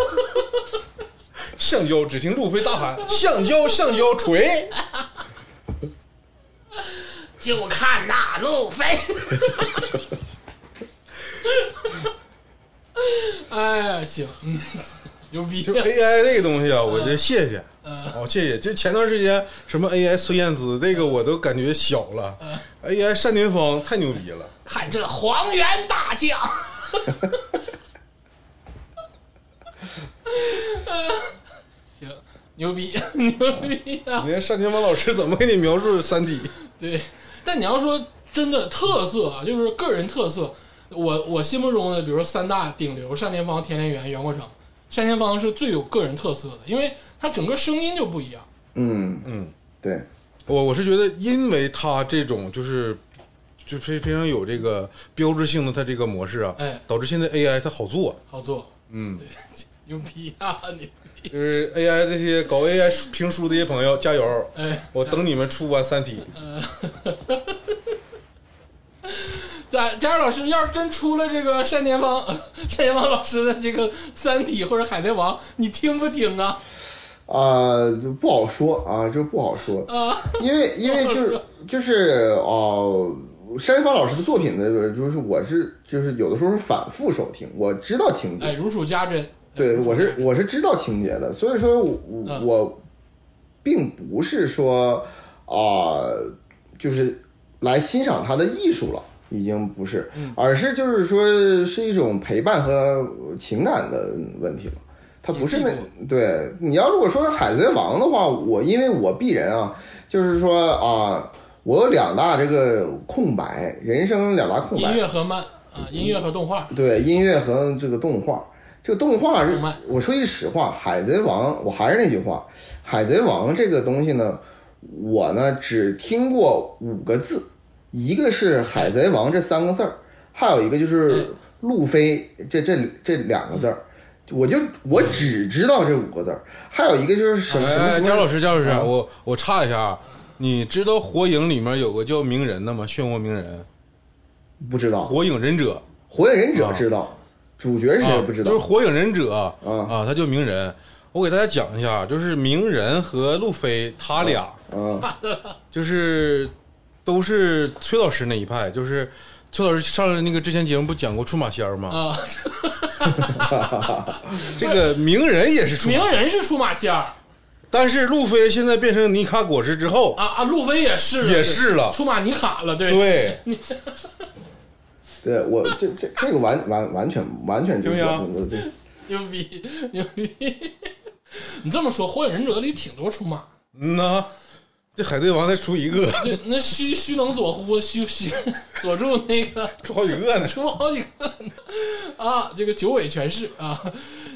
[SPEAKER 2] 橡胶，只听路飞大喊：“橡胶，橡胶锤！”
[SPEAKER 1] 就看那路飞。哎，行， 嗯，牛逼
[SPEAKER 2] 就 AI 这个东
[SPEAKER 1] 嗯
[SPEAKER 2] 西啊，我这谢谢，哦，谢谢。就前段时间什么 AI 孙燕姿，这
[SPEAKER 1] 嗯
[SPEAKER 2] 个我都感觉小了。AI 单田芳太牛逼了，
[SPEAKER 1] 看这黄猿大将。 行，牛逼， 牛逼啊！
[SPEAKER 2] 你看单田芳老师怎么给你描述《三体》？
[SPEAKER 1] 对，但你要说真的特色啊，就是个人特色，我我心目中的，比如说三大顶流，单田芳、田连元、袁国成，单田芳是最有个人特色的，因为他整个声音就不一样。
[SPEAKER 3] 嗯
[SPEAKER 2] 嗯，
[SPEAKER 3] 对，
[SPEAKER 2] 我我是觉得，因为他这种就是就非非常有这个标志性的他这个模式啊
[SPEAKER 1] 哎，
[SPEAKER 2] 导致现在 AI 它好做，
[SPEAKER 1] 好做，
[SPEAKER 2] 嗯，
[SPEAKER 1] 牛逼啊你！
[SPEAKER 2] 就是 AI 这些搞 AI 评书的这些朋友加油，
[SPEAKER 1] 哎，
[SPEAKER 2] 我等你们出完《三体》。
[SPEAKER 1] 咱佳儿老师要是真出了这个单田芳、呃单田芳老师的这个《三体》或者《海贼王》，你听不听啊？
[SPEAKER 3] 啊、就不好说啊，这不好说，
[SPEAKER 1] 啊，
[SPEAKER 3] 因为因为就是就是哦。单田芳老师的作品呢，就是我是就是有的时候是反复收听，我知道情节
[SPEAKER 1] 哎，，如数家珍。
[SPEAKER 3] 对，我是我是知道情节的，所以说我我
[SPEAKER 1] 嗯
[SPEAKER 3] 我并不是说啊、就是来欣赏他的艺术了，已经不是，
[SPEAKER 1] 嗯
[SPEAKER 3] 而是就是说是一种陪伴和情感的问题了。他不是那
[SPEAKER 1] 嗯
[SPEAKER 3] 对你要如果说《海贼王》的话，我因为我鄙人啊，就是说啊，我有两大这个空白，人生两大空白
[SPEAKER 1] 音，乐和漫啊，音乐和动画，
[SPEAKER 3] 对音乐和这个动画，这个动画是
[SPEAKER 1] 动漫，
[SPEAKER 3] 我说句实话，《海贼王》，我还是那句话，《海贼王》这个东西呢，我呢只听过五个字，一个是“海贼王”这三个字儿，还有一个就是“路飞”这这这两个字儿，我就我只知道这五个字儿，还有一个就是什么什么
[SPEAKER 2] 哎，
[SPEAKER 3] 什么
[SPEAKER 2] 姜老师，姜老师，
[SPEAKER 3] 啊
[SPEAKER 2] 我我插一下啊，你知道《火影》里面有个叫鸣人的吗？漩涡鸣人，
[SPEAKER 3] 不知
[SPEAKER 2] 《
[SPEAKER 3] 道，
[SPEAKER 2] 火影忍者
[SPEAKER 3] 《火影忍者》知道，主角是》谁
[SPEAKER 2] 啊，
[SPEAKER 3] 不
[SPEAKER 2] 就
[SPEAKER 3] 知
[SPEAKER 2] 是《
[SPEAKER 3] 道？
[SPEAKER 2] 火影忍者》
[SPEAKER 3] 啊
[SPEAKER 2] 啊，他叫鸣人。我给大家讲一下，啊就是鸣人和路飞他俩
[SPEAKER 3] 嗯
[SPEAKER 2] 就是都是崔老师那一派，就是崔老师上了那个之前节目不讲过出马仙儿吗？
[SPEAKER 1] 啊，
[SPEAKER 2] 这个鸣人也是出马
[SPEAKER 1] 鸣，人是出马仙儿
[SPEAKER 2] 但是路飞现在变成尼卡果实之后，
[SPEAKER 1] 啊啊，路飞也是
[SPEAKER 2] 也是了
[SPEAKER 1] 出马尼卡了，对
[SPEAKER 2] 对，
[SPEAKER 3] 对我这这这个完完完全完全知
[SPEAKER 2] 行不
[SPEAKER 3] 道
[SPEAKER 2] 行，
[SPEAKER 3] 我这
[SPEAKER 1] 牛逼牛逼！你这么说，《火影忍者》里挺多出马，
[SPEAKER 2] 嗯呐，这海贼王才出一个，
[SPEAKER 1] 对，那虚虚能左乎虚虚佐助那个
[SPEAKER 2] 出 好几个呢。
[SPEAKER 1] 出了好几个呢啊，这个九尾全是啊，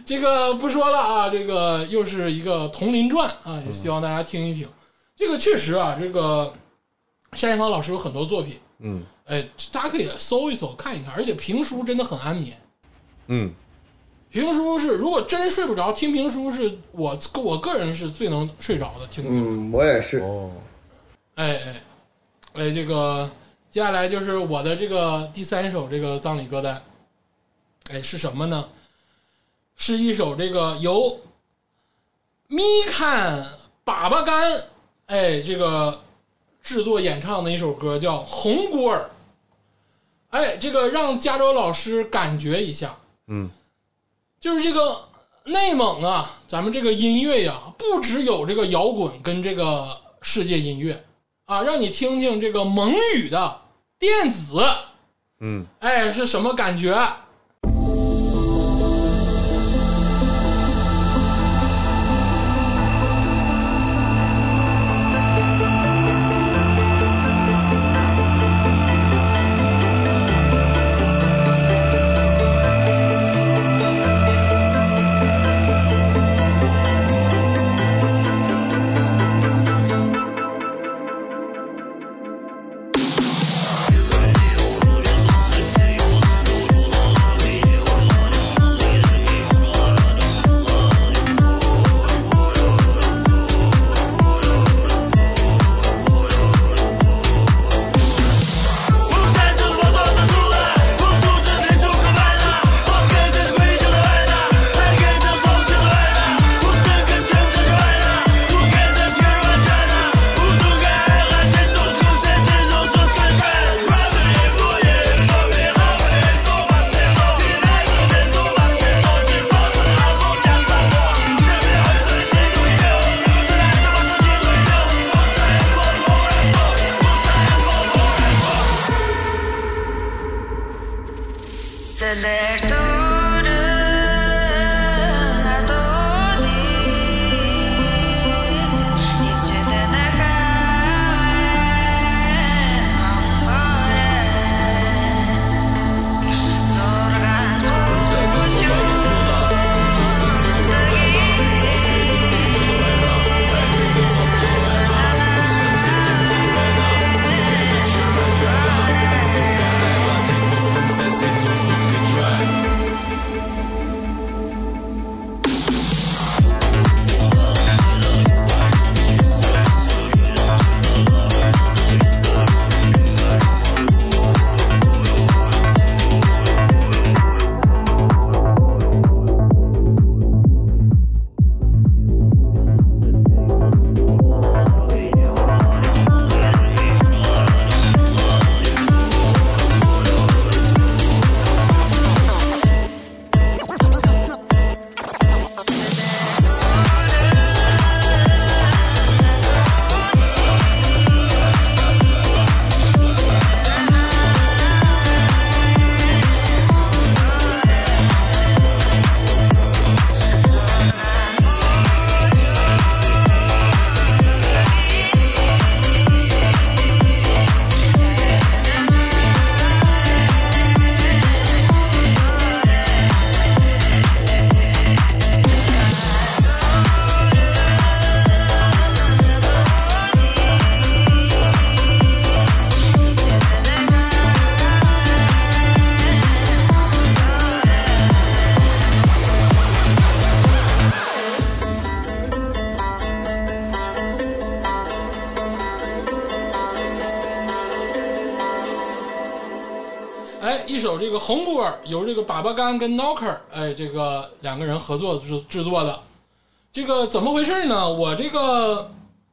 [SPEAKER 1] 这个不说了啊，这个又是一个《铜林传》啊，也希望大家听一听。这个确实啊，这个单元芳老师有很多作品，
[SPEAKER 2] 嗯
[SPEAKER 1] 哎，大家可以搜一搜看一看，而且评书真的很安眠。
[SPEAKER 2] 嗯，
[SPEAKER 1] 评书是，如果真睡不着，听评书是我我个人是最能睡着的。听评书，
[SPEAKER 3] 嗯，我也是，
[SPEAKER 2] 哦，
[SPEAKER 1] 哎哎哎，这个接下来就是我的这个第三首这个葬礼歌单，哎是什么呢？是一首这个由米看粑粑干哎这个制作演唱的一首歌，叫《红果儿》。哎，这个让加州老师感觉一下，
[SPEAKER 2] 嗯，
[SPEAKER 1] 就是这个内蒙啊，咱们这个音乐呀、不只有这个摇滚跟这个世界音乐啊，让你听听这个蒙语的电子，
[SPEAKER 2] 嗯，
[SPEAKER 1] 哎，是什么感觉？
[SPEAKER 6] 我带着我的出来，我走着你就可来了，我跟着你就来了，还跟着走就来了，我跟着跟着就来了，我跟着前面站了，我都该来这都是这这都是这这，快乐也不也不也好也多把些好，起来一点多把些好，你说是俺老家啥货？这边还是几度热，路子来什么是几度热？我在我我我我在我我。
[SPEAKER 8] Ceder durun a dodi İçedene kaen mangore Zorgan
[SPEAKER 1] 哎，一首这个《红果儿》由这个粑粑干跟 Knocker 哎这个两个人合作制制作的，这个怎么回事呢？我这个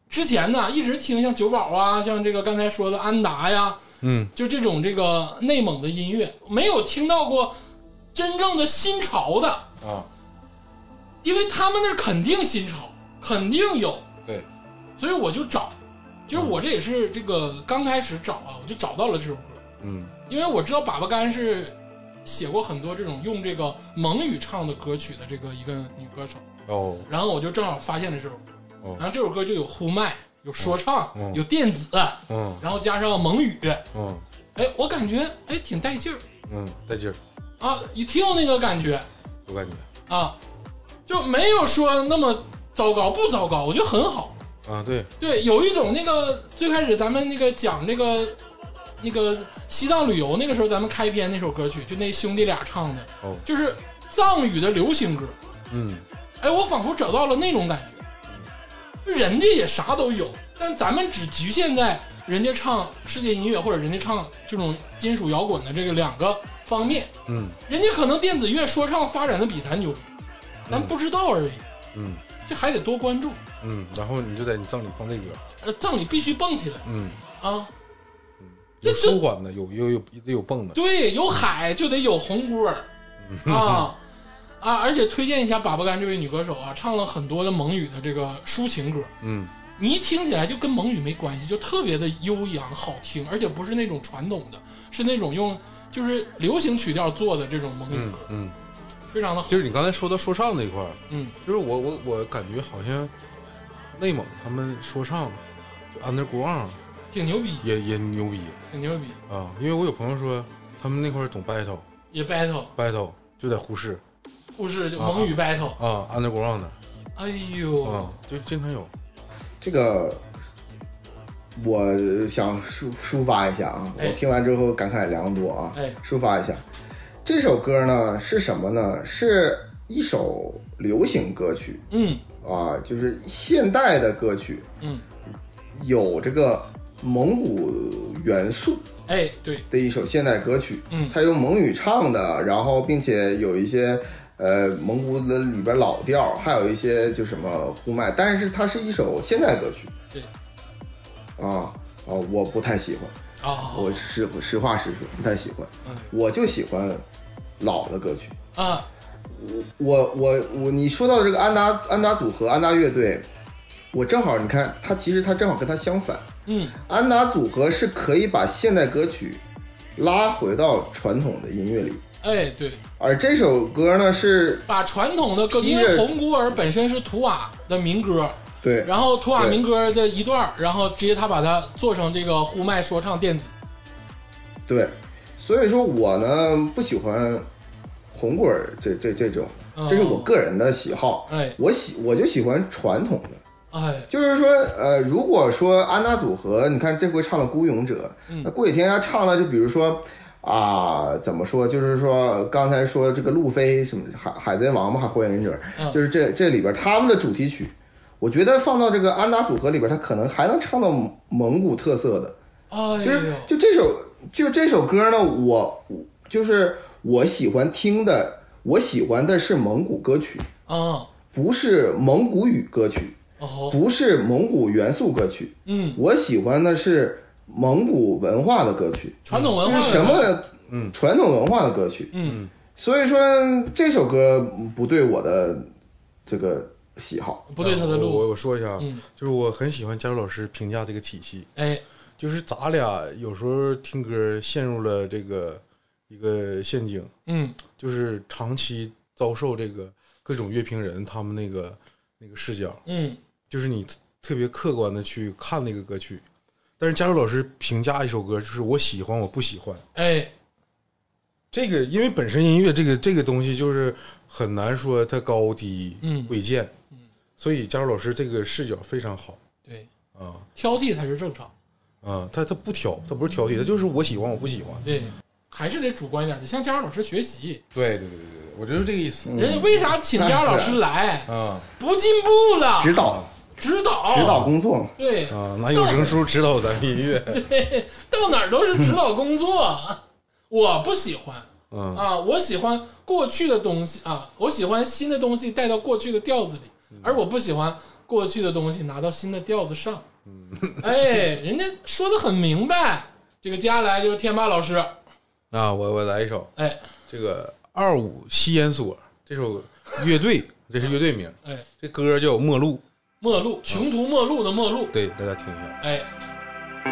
[SPEAKER 1] 之前呢一直听像九宝啊，像这个刚才说的安达呀，
[SPEAKER 2] 嗯，
[SPEAKER 1] 就这种这个内蒙的音乐，没有听到过真正的新潮的
[SPEAKER 2] 啊，
[SPEAKER 1] 因为他们那儿肯定新潮，肯定有，
[SPEAKER 2] 对，
[SPEAKER 1] 所以我就找，就是我这也是这个刚开始找啊，我就找到了这首歌，
[SPEAKER 2] 嗯
[SPEAKER 1] 因为我知道粑粑干是写过很多这种用这个蒙语唱的歌曲的这个一个女歌手，
[SPEAKER 2] 哦
[SPEAKER 1] 然后我就正好发现了这首歌，
[SPEAKER 2] 哦
[SPEAKER 1] 然后这首歌就有呼麦，有说唱，
[SPEAKER 2] 嗯
[SPEAKER 1] 有电子，
[SPEAKER 2] 嗯
[SPEAKER 1] 然后加上蒙语，
[SPEAKER 2] 嗯
[SPEAKER 1] 哎，我感觉哎挺带劲儿
[SPEAKER 2] 嗯，带劲儿，
[SPEAKER 1] 啊，也挺有那个感觉
[SPEAKER 2] 我感觉。
[SPEAKER 1] 啊，就没有说那么糟糕，不糟糕，我觉得很好。
[SPEAKER 2] 啊，对，
[SPEAKER 1] 对，有一种那个最开始咱们那个讲那个那个西藏旅游那个时候，咱们开篇那首歌曲，就那兄弟俩唱的，
[SPEAKER 2] 哦
[SPEAKER 1] 就是藏语的流行歌。
[SPEAKER 2] 嗯，
[SPEAKER 1] 哎，我仿佛找到了那种感觉，就人家也啥都有，但咱们只局限在人家唱世界音乐或者人家唱这种金属摇滚的这个两个方面，
[SPEAKER 2] 嗯
[SPEAKER 1] 人家可能电子乐说唱发展的比咱牛逼，咱不知道而已，
[SPEAKER 2] 嗯
[SPEAKER 1] 这还得多关注。
[SPEAKER 2] 嗯，然后你就在你葬礼放这歌，
[SPEAKER 1] 呃，葬礼必须蹦起来
[SPEAKER 2] 嗯，
[SPEAKER 1] 啊！
[SPEAKER 2] 有
[SPEAKER 1] 这
[SPEAKER 2] 舒缓的，有有有得有蹦的，
[SPEAKER 1] 对，有海就得有红锅儿啊啊！而且推荐一下粑粑干这位女歌手啊，唱了很多的蒙语的这个抒情歌，
[SPEAKER 2] 嗯
[SPEAKER 1] 你一听起来就跟蒙语没关系，就特别的悠扬好听，而且不是那种传统的，是那种用就是流行曲调做的这种蒙语
[SPEAKER 2] 嗯
[SPEAKER 1] 歌，
[SPEAKER 2] 嗯，
[SPEAKER 1] 非常的好。
[SPEAKER 2] 就是你刚才说到说唱这一块儿，
[SPEAKER 1] 嗯
[SPEAKER 2] 就是我我我感觉好像内蒙他们说唱就 underground
[SPEAKER 1] 挺牛逼，
[SPEAKER 2] 也也牛逼
[SPEAKER 1] 挺牛逼，
[SPEAKER 2] 啊，因为我有朋友说他们那块儿总 battle
[SPEAKER 1] 也 battle，
[SPEAKER 2] battle 就在呼市
[SPEAKER 1] 不是就
[SPEAKER 2] 啊
[SPEAKER 1] 蒙语 battle，、
[SPEAKER 2] 啊 underground 的
[SPEAKER 1] 哎呦，
[SPEAKER 2] 啊，就经常有，
[SPEAKER 3] 这个我想抒抒发一下啊，
[SPEAKER 1] 哎
[SPEAKER 3] 我听完之后感慨良多啊，
[SPEAKER 1] 哎
[SPEAKER 3] 抒发一下。这首歌呢是什么呢？是一首流行歌曲
[SPEAKER 1] 嗯
[SPEAKER 3] 啊，就是现代的歌曲，
[SPEAKER 1] 嗯，
[SPEAKER 3] 有这个蒙古元素
[SPEAKER 1] 哎对，
[SPEAKER 3] 的一首现代歌曲，
[SPEAKER 1] 嗯
[SPEAKER 3] 它用蒙语唱的，然后并且有一些呃蒙古的里边老调，还有一些就什么呼麦，但是它是一首现代歌曲，
[SPEAKER 1] 对，
[SPEAKER 3] 啊啊，我不太喜欢，
[SPEAKER 1] 啊、
[SPEAKER 3] 我实实话实说不太喜欢，
[SPEAKER 1] 嗯
[SPEAKER 3] 我就喜欢老的歌曲。
[SPEAKER 1] 啊，
[SPEAKER 3] 我我我，你说到这个安达安达组合安达乐队，我正好你看，它其实它正好跟它相反，
[SPEAKER 1] 嗯
[SPEAKER 3] 安达组合是可以把现代歌曲拉回到传统的音乐里，
[SPEAKER 1] 哎对，
[SPEAKER 3] 而这首歌呢是
[SPEAKER 1] 把传统的歌，
[SPEAKER 3] 西
[SPEAKER 1] 因
[SPEAKER 3] 乐
[SPEAKER 1] 为红古尔本身是图啊瓦的民歌，
[SPEAKER 3] 对
[SPEAKER 1] 然后图瓦民歌的一段儿，然后直接他把它做成这个呼麦说唱电子，
[SPEAKER 3] 对，所以说我呢不喜欢红棍儿这这这种，这是我个人的喜好，
[SPEAKER 1] 哦哎
[SPEAKER 3] 我喜我就喜欢传统的。
[SPEAKER 1] 哎
[SPEAKER 3] 就是说，呃，如果说安娜组合，你看这回唱了《孤勇者》
[SPEAKER 1] 嗯
[SPEAKER 3] 那过几天要唱了，就比如说啊、怎么说？就是说刚才说这个路飞什么海海贼王嘛，还火影忍者，
[SPEAKER 1] 嗯
[SPEAKER 3] 就是这这里边他们的主题曲，我觉得放到这个安娜组合里边，他可能还能唱到蒙古特色的。
[SPEAKER 1] 哎呦，
[SPEAKER 3] 就是就这首就这首歌呢，我我就是我喜欢听的，我喜欢的是蒙古歌曲，
[SPEAKER 1] 啊
[SPEAKER 3] 不是蒙古语歌曲。
[SPEAKER 1] 哦
[SPEAKER 3] 不是蒙古元素歌曲，
[SPEAKER 1] 嗯，
[SPEAKER 3] 我喜欢的是蒙古文化的歌曲，
[SPEAKER 1] 传统文
[SPEAKER 3] 就
[SPEAKER 1] 化
[SPEAKER 3] 是
[SPEAKER 1] 的
[SPEAKER 3] 什么嗯传统文化的歌曲，
[SPEAKER 1] 嗯，
[SPEAKER 3] 所以说这首歌不对我的这个喜好，
[SPEAKER 1] 不对他的
[SPEAKER 2] 我我
[SPEAKER 1] 路，哎
[SPEAKER 2] 我说一下，啊
[SPEAKER 1] 嗯
[SPEAKER 2] 就是我很喜欢加入老师评价这个体系，
[SPEAKER 1] 哎
[SPEAKER 2] 就是咱俩有时候听歌陷入了这个一个陷阱，
[SPEAKER 1] 嗯
[SPEAKER 2] 就是长期遭受这个各种乐评人他们那个那个视角，
[SPEAKER 1] 嗯
[SPEAKER 2] 就是你特特别客观的去看那个歌曲。但是加州老师评价一首歌，就是我喜欢，我不喜欢
[SPEAKER 1] 哎
[SPEAKER 2] 这个，因为本身音乐这个这个东西就是很难说它高低
[SPEAKER 1] 嗯
[SPEAKER 2] 贵贱，所以加州老师这个视角非常好
[SPEAKER 1] 对，
[SPEAKER 2] 啊
[SPEAKER 1] 挑剔才是正常，
[SPEAKER 2] 啊，他他不挑，他不是挑剔，他就是我喜欢，我不喜欢。
[SPEAKER 1] 对，还是得主观一点，得向佳老师学习，
[SPEAKER 2] 对对对对对，我就是这个意
[SPEAKER 3] 嗯
[SPEAKER 2] 思
[SPEAKER 1] 人家为啥请
[SPEAKER 3] 那
[SPEAKER 1] 佳
[SPEAKER 3] 是
[SPEAKER 1] 老师来？
[SPEAKER 2] 啊
[SPEAKER 1] 不进步了，
[SPEAKER 3] 指导
[SPEAKER 1] 指导
[SPEAKER 3] 嗯指导工作嘛，
[SPEAKER 1] 对
[SPEAKER 2] 啊，哪有证书指导咱音乐？
[SPEAKER 1] 对，到哪儿都是指导工 作，我不喜欢。
[SPEAKER 2] 嗯
[SPEAKER 1] 啊，我喜欢过去的东西啊，我喜欢新的东西带到过去的调子
[SPEAKER 2] 嗯
[SPEAKER 1] 里，而我不喜欢过去的东西拿到新的调子上。
[SPEAKER 2] 嗯
[SPEAKER 1] 哎，人家说的很明白。这个接下来就是天霸老师，
[SPEAKER 2] 啊，我我来一首
[SPEAKER 1] 哎
[SPEAKER 2] 这个二五吸烟所这首乐队，这是乐队名，
[SPEAKER 1] 哎，
[SPEAKER 2] 这歌叫《陌路
[SPEAKER 1] 末路，
[SPEAKER 2] 啊
[SPEAKER 1] 穷途末路的末路》，，
[SPEAKER 2] 对大家听一下。
[SPEAKER 1] 哎，
[SPEAKER 6] 我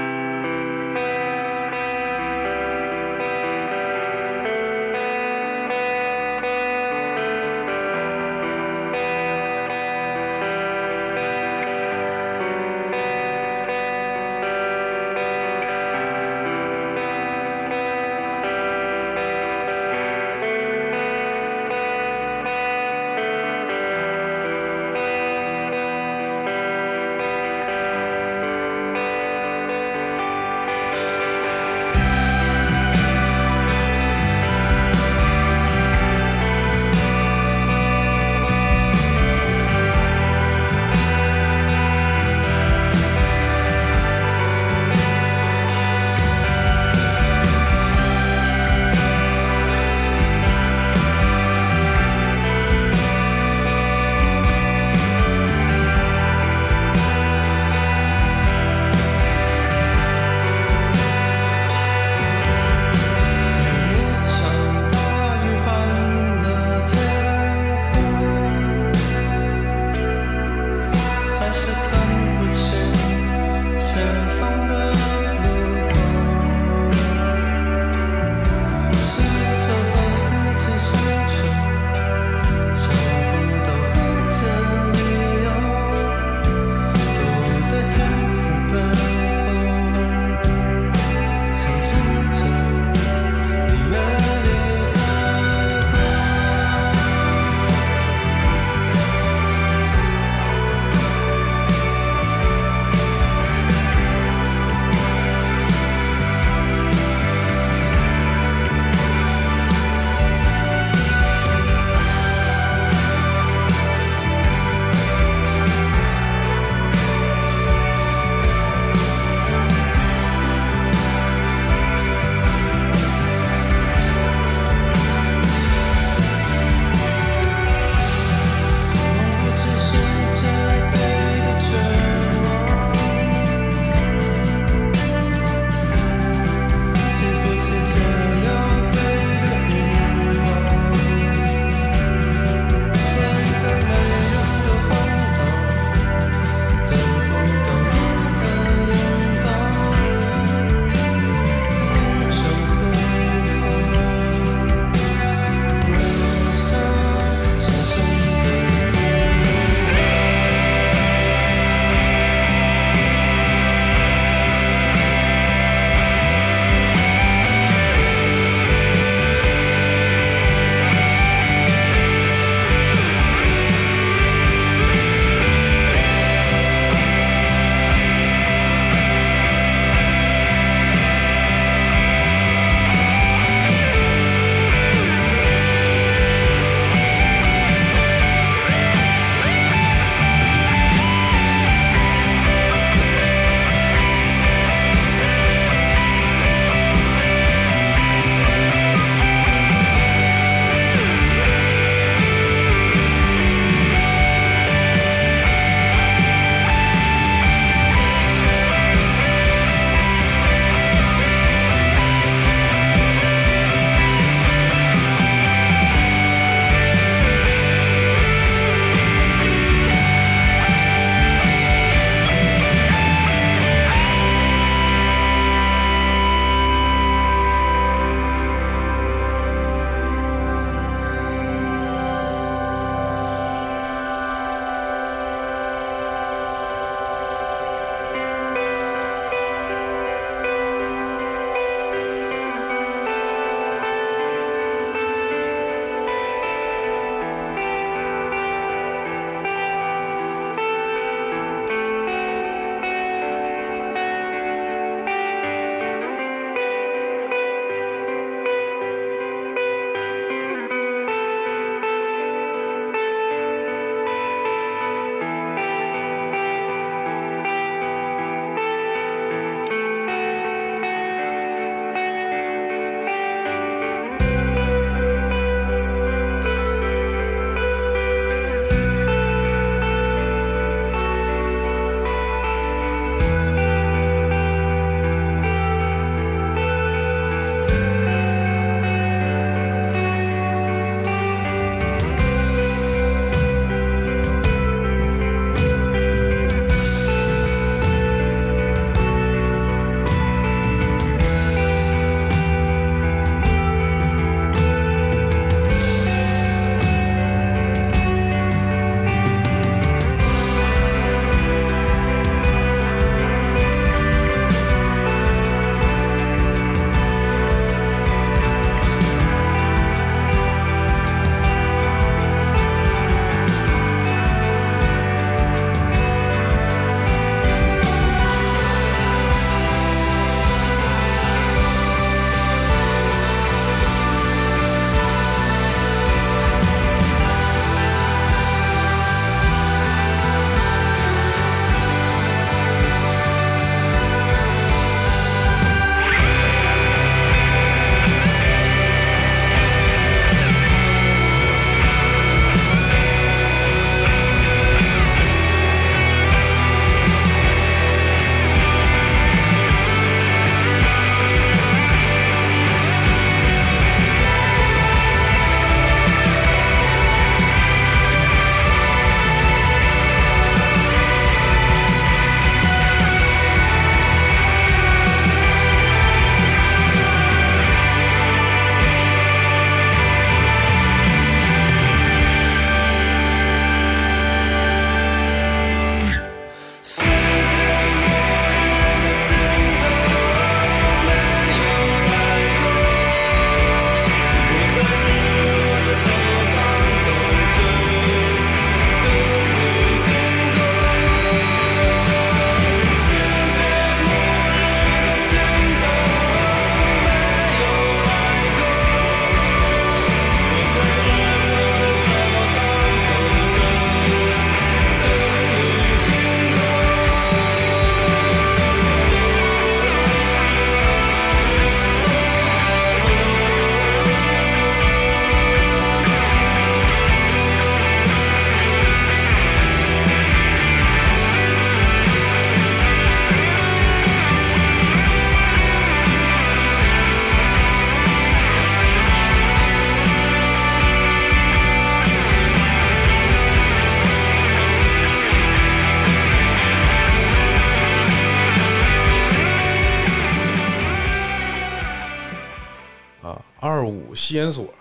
[SPEAKER 2] 二五吸烟所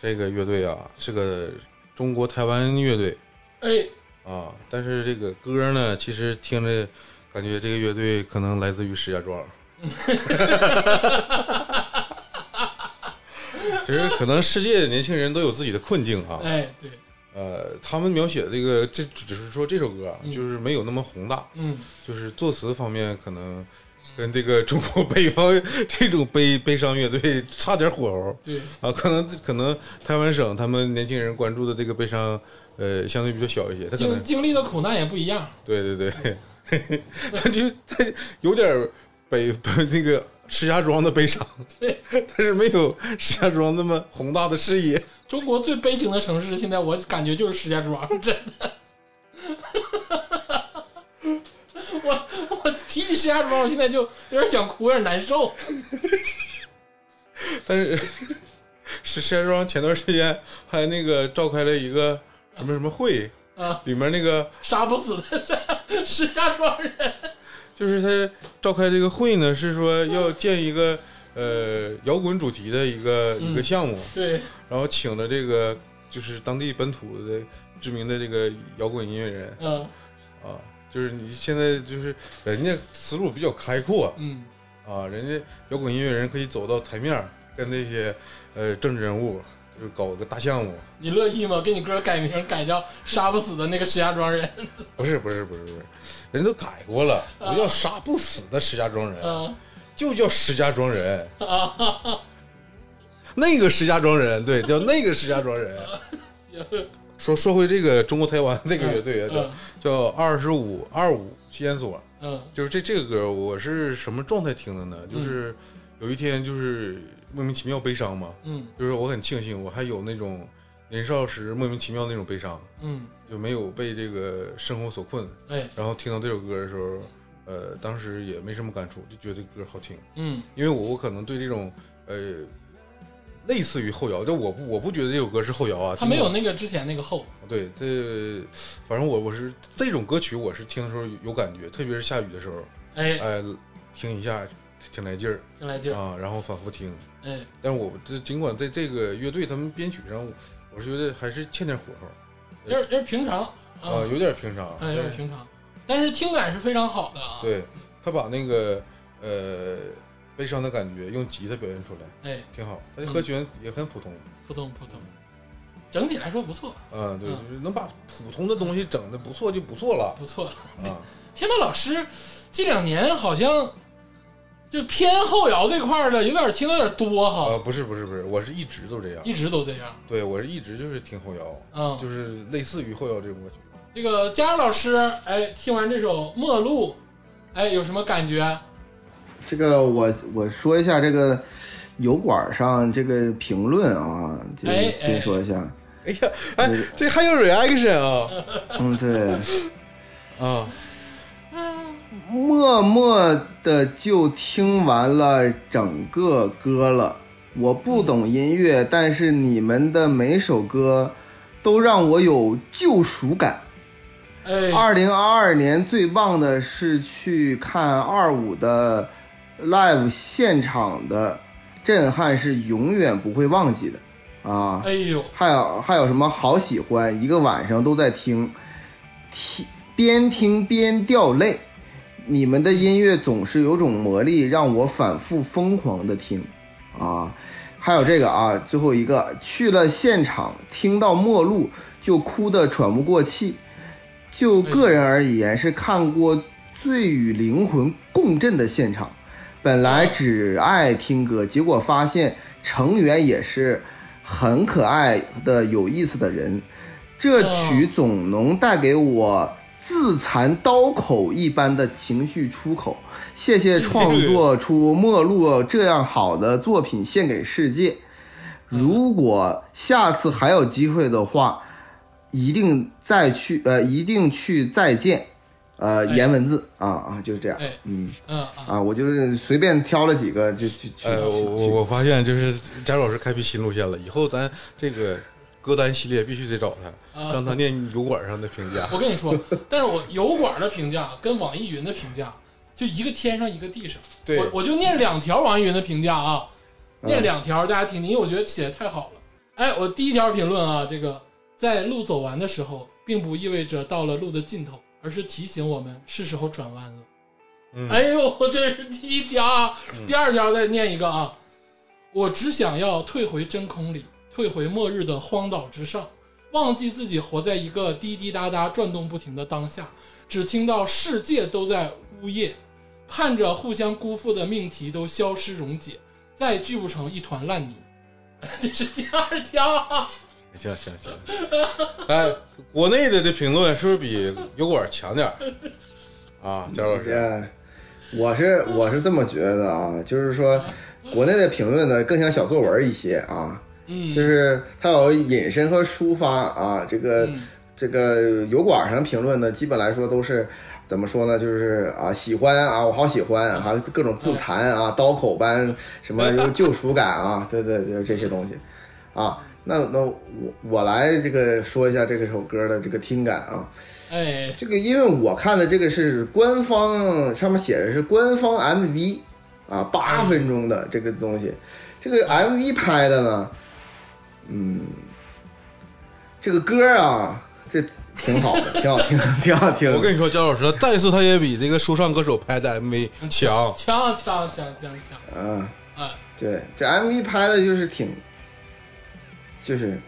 [SPEAKER 2] 这个乐队啊，是个中国台湾乐队
[SPEAKER 1] 哎，
[SPEAKER 2] 啊，但是这个歌呢，其实听着感觉这个乐队可能来自于石家庄。 其实可能世界的年轻人都有自己的困境啊，
[SPEAKER 1] 哎，对，
[SPEAKER 2] 呃，他们描写这个这只是说这首歌啊就是没有那么宏大，
[SPEAKER 1] 嗯，
[SPEAKER 2] 就是作词方面可能跟这个中国北方这种悲悲伤乐队差点火候
[SPEAKER 1] 对，
[SPEAKER 2] 啊，可能可能台湾省他们年轻人关注的这个悲伤，呃，相对比较小一些，他可
[SPEAKER 1] 经
[SPEAKER 2] 能
[SPEAKER 1] 经历的苦难也不一样。
[SPEAKER 2] 对对 对，他就他有点儿北北那个石家庄的悲伤，
[SPEAKER 1] 对，
[SPEAKER 2] 但是没有石家庄那么宏大的视野。
[SPEAKER 1] 中国最悲情的城市，现在我感觉就是石家庄， 真的。我我提起石家庄，我现在就有点想哭，有点难受。
[SPEAKER 2] 但是石石家庄前段时间还那个召开了一个什么什么会
[SPEAKER 1] 啊，
[SPEAKER 2] 里面那个
[SPEAKER 1] 杀不死的石家庄人，
[SPEAKER 2] 就是他召开这个会呢，是说要建一个呃摇滚主题的一个、
[SPEAKER 1] 嗯
[SPEAKER 2] 一个项目，
[SPEAKER 1] 对，
[SPEAKER 2] 然后请了这个就是当地本土的知名的这个摇滚音乐人
[SPEAKER 1] 嗯
[SPEAKER 2] 啊，就是你现在就是人家思路比较开阔
[SPEAKER 1] 嗯，
[SPEAKER 2] 啊，人家摇滚音乐人可以走到台面儿，跟那些呃政治人物就是搞个大项目。
[SPEAKER 1] 你乐意吗？给你歌改名改叫杀不死的那个石家庄人，
[SPEAKER 2] 不是不是不是不是，人都改过了，不叫杀不死的石家庄人，
[SPEAKER 1] 嗯
[SPEAKER 2] 就叫石家庄人。 那个石家庄人，对，叫那个石家 庄人。
[SPEAKER 1] 行，
[SPEAKER 2] 说说回这个中国台 湾这个乐队
[SPEAKER 1] 嗯
[SPEAKER 2] 啊，叫叫二十五二五吸烟所，
[SPEAKER 1] 嗯
[SPEAKER 2] 就是这这个歌，我是什么状态听的呢？就是有一天就是莫名其妙悲伤嘛，
[SPEAKER 1] 嗯
[SPEAKER 2] 就是我很庆幸我还有那种年少时莫名其妙那种悲伤，
[SPEAKER 1] 嗯，
[SPEAKER 2] 就没有被这个生活所困。
[SPEAKER 1] 哎，
[SPEAKER 2] 然后听到这首歌的时候，呃，当时也没什么感触，就觉得歌好听。
[SPEAKER 1] 嗯
[SPEAKER 2] 因为我我可能对这种呃类似于后摇，但我不我不觉得这首歌是后摇啊，
[SPEAKER 1] 他没有
[SPEAKER 2] 听
[SPEAKER 1] 那个之前那个后，
[SPEAKER 2] 过对这，反正我我是这种歌曲我是听的时候有感觉，特别是下雨的时候，
[SPEAKER 1] 哎，
[SPEAKER 2] 哎、听一下挺来劲儿
[SPEAKER 1] 听来劲儿，
[SPEAKER 2] 啊，然后反复听。
[SPEAKER 1] 哎，
[SPEAKER 2] 但是我这尽管在这个乐队他们编曲上，我我是觉得还是欠点火候
[SPEAKER 1] 有点有点平常
[SPEAKER 2] 啊、
[SPEAKER 1] 啊，
[SPEAKER 2] 有点平常，
[SPEAKER 1] 哎，有
[SPEAKER 2] 但
[SPEAKER 1] 点
[SPEAKER 2] 是
[SPEAKER 1] 平常，但是听感是非常好的啊。，
[SPEAKER 2] 对他把那个呃悲伤的感觉用吉他表现出来，
[SPEAKER 1] 哎，
[SPEAKER 2] 挺好。他的和弦也很普通，
[SPEAKER 1] 扑通扑通，整体来说不错，
[SPEAKER 2] 嗯，对，
[SPEAKER 1] 嗯
[SPEAKER 2] 就是能把普通的东西整的不错就不错了
[SPEAKER 1] 不错。
[SPEAKER 2] 啊。
[SPEAKER 1] 天霸老师这两年好像就偏后摇这块儿的，有点听的有点多哈，
[SPEAKER 2] 呃，不是不是不是，我是一直都这样
[SPEAKER 1] 一，直都这样。
[SPEAKER 2] 对我是一直就是听后摇，
[SPEAKER 1] 嗯
[SPEAKER 2] 就是类似于后摇这种歌曲。
[SPEAKER 1] 这个佳老师，哎，听完这首《陌路》，哎，有什么感觉？
[SPEAKER 3] 这个我我说一下这个油管上这个评论啊，就
[SPEAKER 1] 哎
[SPEAKER 3] 是
[SPEAKER 1] 哎
[SPEAKER 3] 先说一下，
[SPEAKER 2] 哎呀，哎，这还有 reaction 啊
[SPEAKER 3] 嗯，对，
[SPEAKER 2] 啊！
[SPEAKER 3] 默默的就听完了整个歌了。我不懂音乐，但是你们的每首歌都让我有救赎感。
[SPEAKER 1] 哎，
[SPEAKER 3] 二零二二年最棒的是去看二五的 live 现场的震撼是永远不会忘记的啊！
[SPEAKER 1] 哎呦，
[SPEAKER 3] 还有还有什么好喜欢，一个晚上都在听，听边听边掉泪。你们的音乐总是有种魔力，让我反复疯狂的听，啊，还有这个啊，最后一个去了现场，听到末路就哭得喘不过气。就个人而言，是看过最与灵魂共振的现场。本来只爱听歌，结果发现成员也是很可爱的、有意思的人。这曲总能带给我自残刀口一般的情绪出口。谢谢创作出《末路》这样好的作品献给世界。如果下次还有机会的话，一定再去，呃，一定去再见。呃，
[SPEAKER 1] 哎
[SPEAKER 3] 颜文字啊啊，就是这样。
[SPEAKER 1] 哎，
[SPEAKER 3] 嗯
[SPEAKER 1] 嗯啊，
[SPEAKER 3] 啊，我就是随便挑了几个就去去。
[SPEAKER 2] 呃，我我我发现就是翟老师开辟新路线了，以后咱这个歌单系列必须得找
[SPEAKER 3] 啊
[SPEAKER 2] 他，让他念油管上的评价。
[SPEAKER 1] 我跟你说，但是我油管的评价跟网易云的评价就一个天上一个地上，
[SPEAKER 2] 对嗯
[SPEAKER 1] 我我就念两条网易云的评价啊。念两条大家听听，因为我觉得写的太好了。哎，我第一条评论啊，这个在路走完的时候，并不意味着到了路的尽头，而是提醒我们是时候转弯了。
[SPEAKER 2] 嗯
[SPEAKER 1] 哎呦，这是第一条啊，第二条再念一个啊。我只想要退回真空里，退回末日的荒岛之上，忘记自己活在一个滴滴答答转动不停的当下，只听到世界都在呜咽，盼着互相辜负的命题都消失溶解，再聚不成一团烂泥。 这是第二条啊，
[SPEAKER 2] 行行行，哎，国内的这评论是不是比油管强点儿啊？贾老师，
[SPEAKER 3] 呃，我是我是这么觉得啊，就是说，国内的评论呢更像小作文一些啊，
[SPEAKER 1] 嗯，
[SPEAKER 3] 就是它有引申和抒发啊，这个、
[SPEAKER 1] 嗯
[SPEAKER 3] 这个油管上评论呢，基本来说都是怎么说呢，就是啊喜欢啊，我好喜欢啊，各种自残啊，刀口般什么有救赎感啊，对对对，这些东西啊。那那我我来这个说一下这个首歌的这个听感啊，
[SPEAKER 1] 哎，
[SPEAKER 3] 这个因为我看的这个是官方上面写的是官方 MV 啊，八分钟的这个东西，这个 MV 拍的呢，嗯，这个歌啊，这挺好 的，挺好听，挺好听的。
[SPEAKER 2] 我跟你说，贾老师，再次他也比这个说唱歌手拍的 MV 强。
[SPEAKER 1] 强强强强强，
[SPEAKER 3] 嗯，
[SPEAKER 1] 哎，
[SPEAKER 3] 对，这 MV 拍的就是挺，就是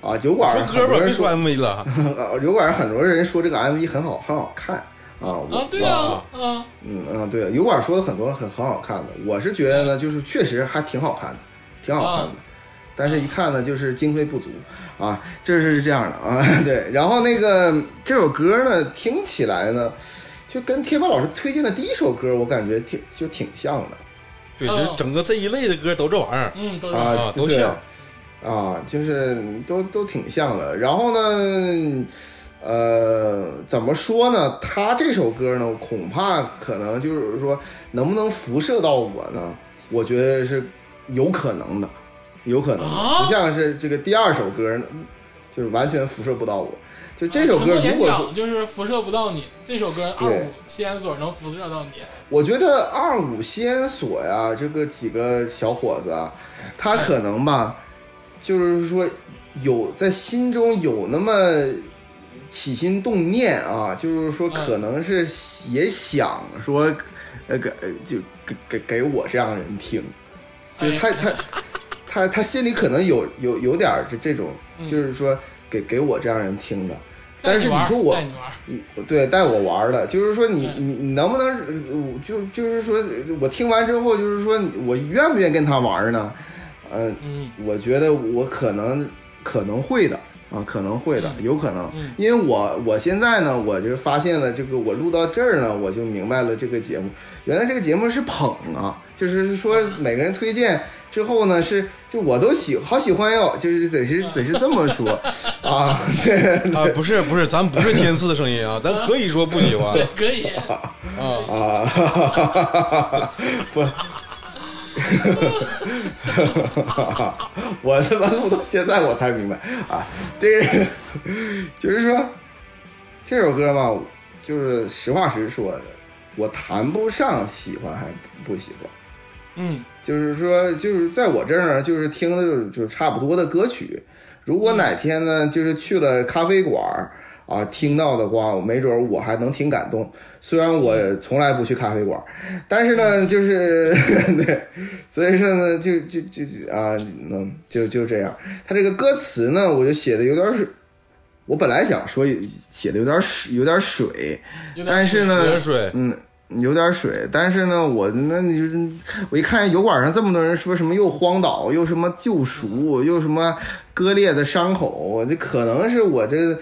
[SPEAKER 3] 啊，酒馆
[SPEAKER 2] 说歌吧，别说 MV 了。
[SPEAKER 3] 啊酒馆很多人说这个 MV 很好，很好看啊。我
[SPEAKER 1] 啊，对啊，啊，
[SPEAKER 3] 嗯啊，对，油管说的很多很很好看的，我是觉得呢，就是确实还挺好看的，挺好看的，但是一看呢，就是经费不足啊，就是这样的啊， 对。然后那个这首歌呢，听起来呢，就跟贴吧老师推荐的第一首歌，我感觉挺就挺像的
[SPEAKER 2] 对，
[SPEAKER 3] 嗯
[SPEAKER 2] 就整个这一类的歌都这玩意儿
[SPEAKER 1] 嗯，都是
[SPEAKER 3] 啊
[SPEAKER 2] 啊，都
[SPEAKER 3] 对
[SPEAKER 2] 像。
[SPEAKER 3] 啊，就是都都挺像的。然后呢，呃，怎么说呢？他这首歌呢，恐怕可能就是说，能不能辐射到我呢？我觉得是有可能的，有可能的
[SPEAKER 1] 啊
[SPEAKER 3] 不像是这个第二首歌呢，就是完全辐射不到我。就这首歌，
[SPEAKER 1] 成功
[SPEAKER 3] 如
[SPEAKER 1] 演
[SPEAKER 3] 果说
[SPEAKER 1] 讲就是辐射不到你，这首歌二五吸烟所能辐射到你，
[SPEAKER 3] 我觉得二五吸烟所呀，这个几个小伙子啊，他可能吧，就是说有在心中有那么起心动念啊，就是说
[SPEAKER 1] 嗯
[SPEAKER 3] 可能是也想说，呃，给呃就给给给我这样的人听，
[SPEAKER 1] 哎
[SPEAKER 3] 就是他他他他心里可能有有有点儿这这种，
[SPEAKER 1] 嗯
[SPEAKER 3] 就是说给给我这样人听的，
[SPEAKER 1] 带
[SPEAKER 3] 但是
[SPEAKER 1] 你玩
[SPEAKER 3] 说我
[SPEAKER 1] 带你玩，
[SPEAKER 3] 对，带我玩儿的，就是说你
[SPEAKER 1] 对
[SPEAKER 3] 你你能不能，呃我就就是说我听完之后，就是说我愿不愿意跟他玩儿呢？嗯、
[SPEAKER 1] 嗯
[SPEAKER 3] 我觉得我可能可能会的啊，可能会的，有可能
[SPEAKER 1] 嗯，
[SPEAKER 3] 因为我我现在呢，我就发现了这个，我录到这儿呢，我就明白了这个节目，原来这个节目是捧啊，就是说每个人推荐之后呢，是就我都喜好喜欢哟，就是得是得是这么说 啊，对。
[SPEAKER 2] 啊，不是不是，咱不是天赐的声音啊，咱可以说不喜欢
[SPEAKER 1] 对，可 以，
[SPEAKER 2] 啊。
[SPEAKER 3] 啊，哈哈哈哈哈！啊不，我他妈录到现在我才明白啊，这个就是说这首歌嘛，就是实话实说的，我谈不上喜欢还不喜欢，
[SPEAKER 1] 嗯
[SPEAKER 3] 就是说就是在我这儿呢，就是听的就是就是差不多的歌曲。如果哪天呢，就是去了咖啡馆儿啊，听到的话，我没准儿我还能挺感动。虽然我从来不去咖啡馆啊儿，但是呢，就是对，所以说呢，就就就就啊，嗯，就就这样。他这个歌词呢，我就写的有点儿水。我本来想说写的有点儿水，有点儿水，
[SPEAKER 1] 有点
[SPEAKER 3] 但是呢，
[SPEAKER 2] 有点水，
[SPEAKER 3] 嗯，有点水，但是呢，我那你就是我一看油管上这么多人说什么又荒岛，又什么救赎，又什么割裂的伤口，这可能是我这，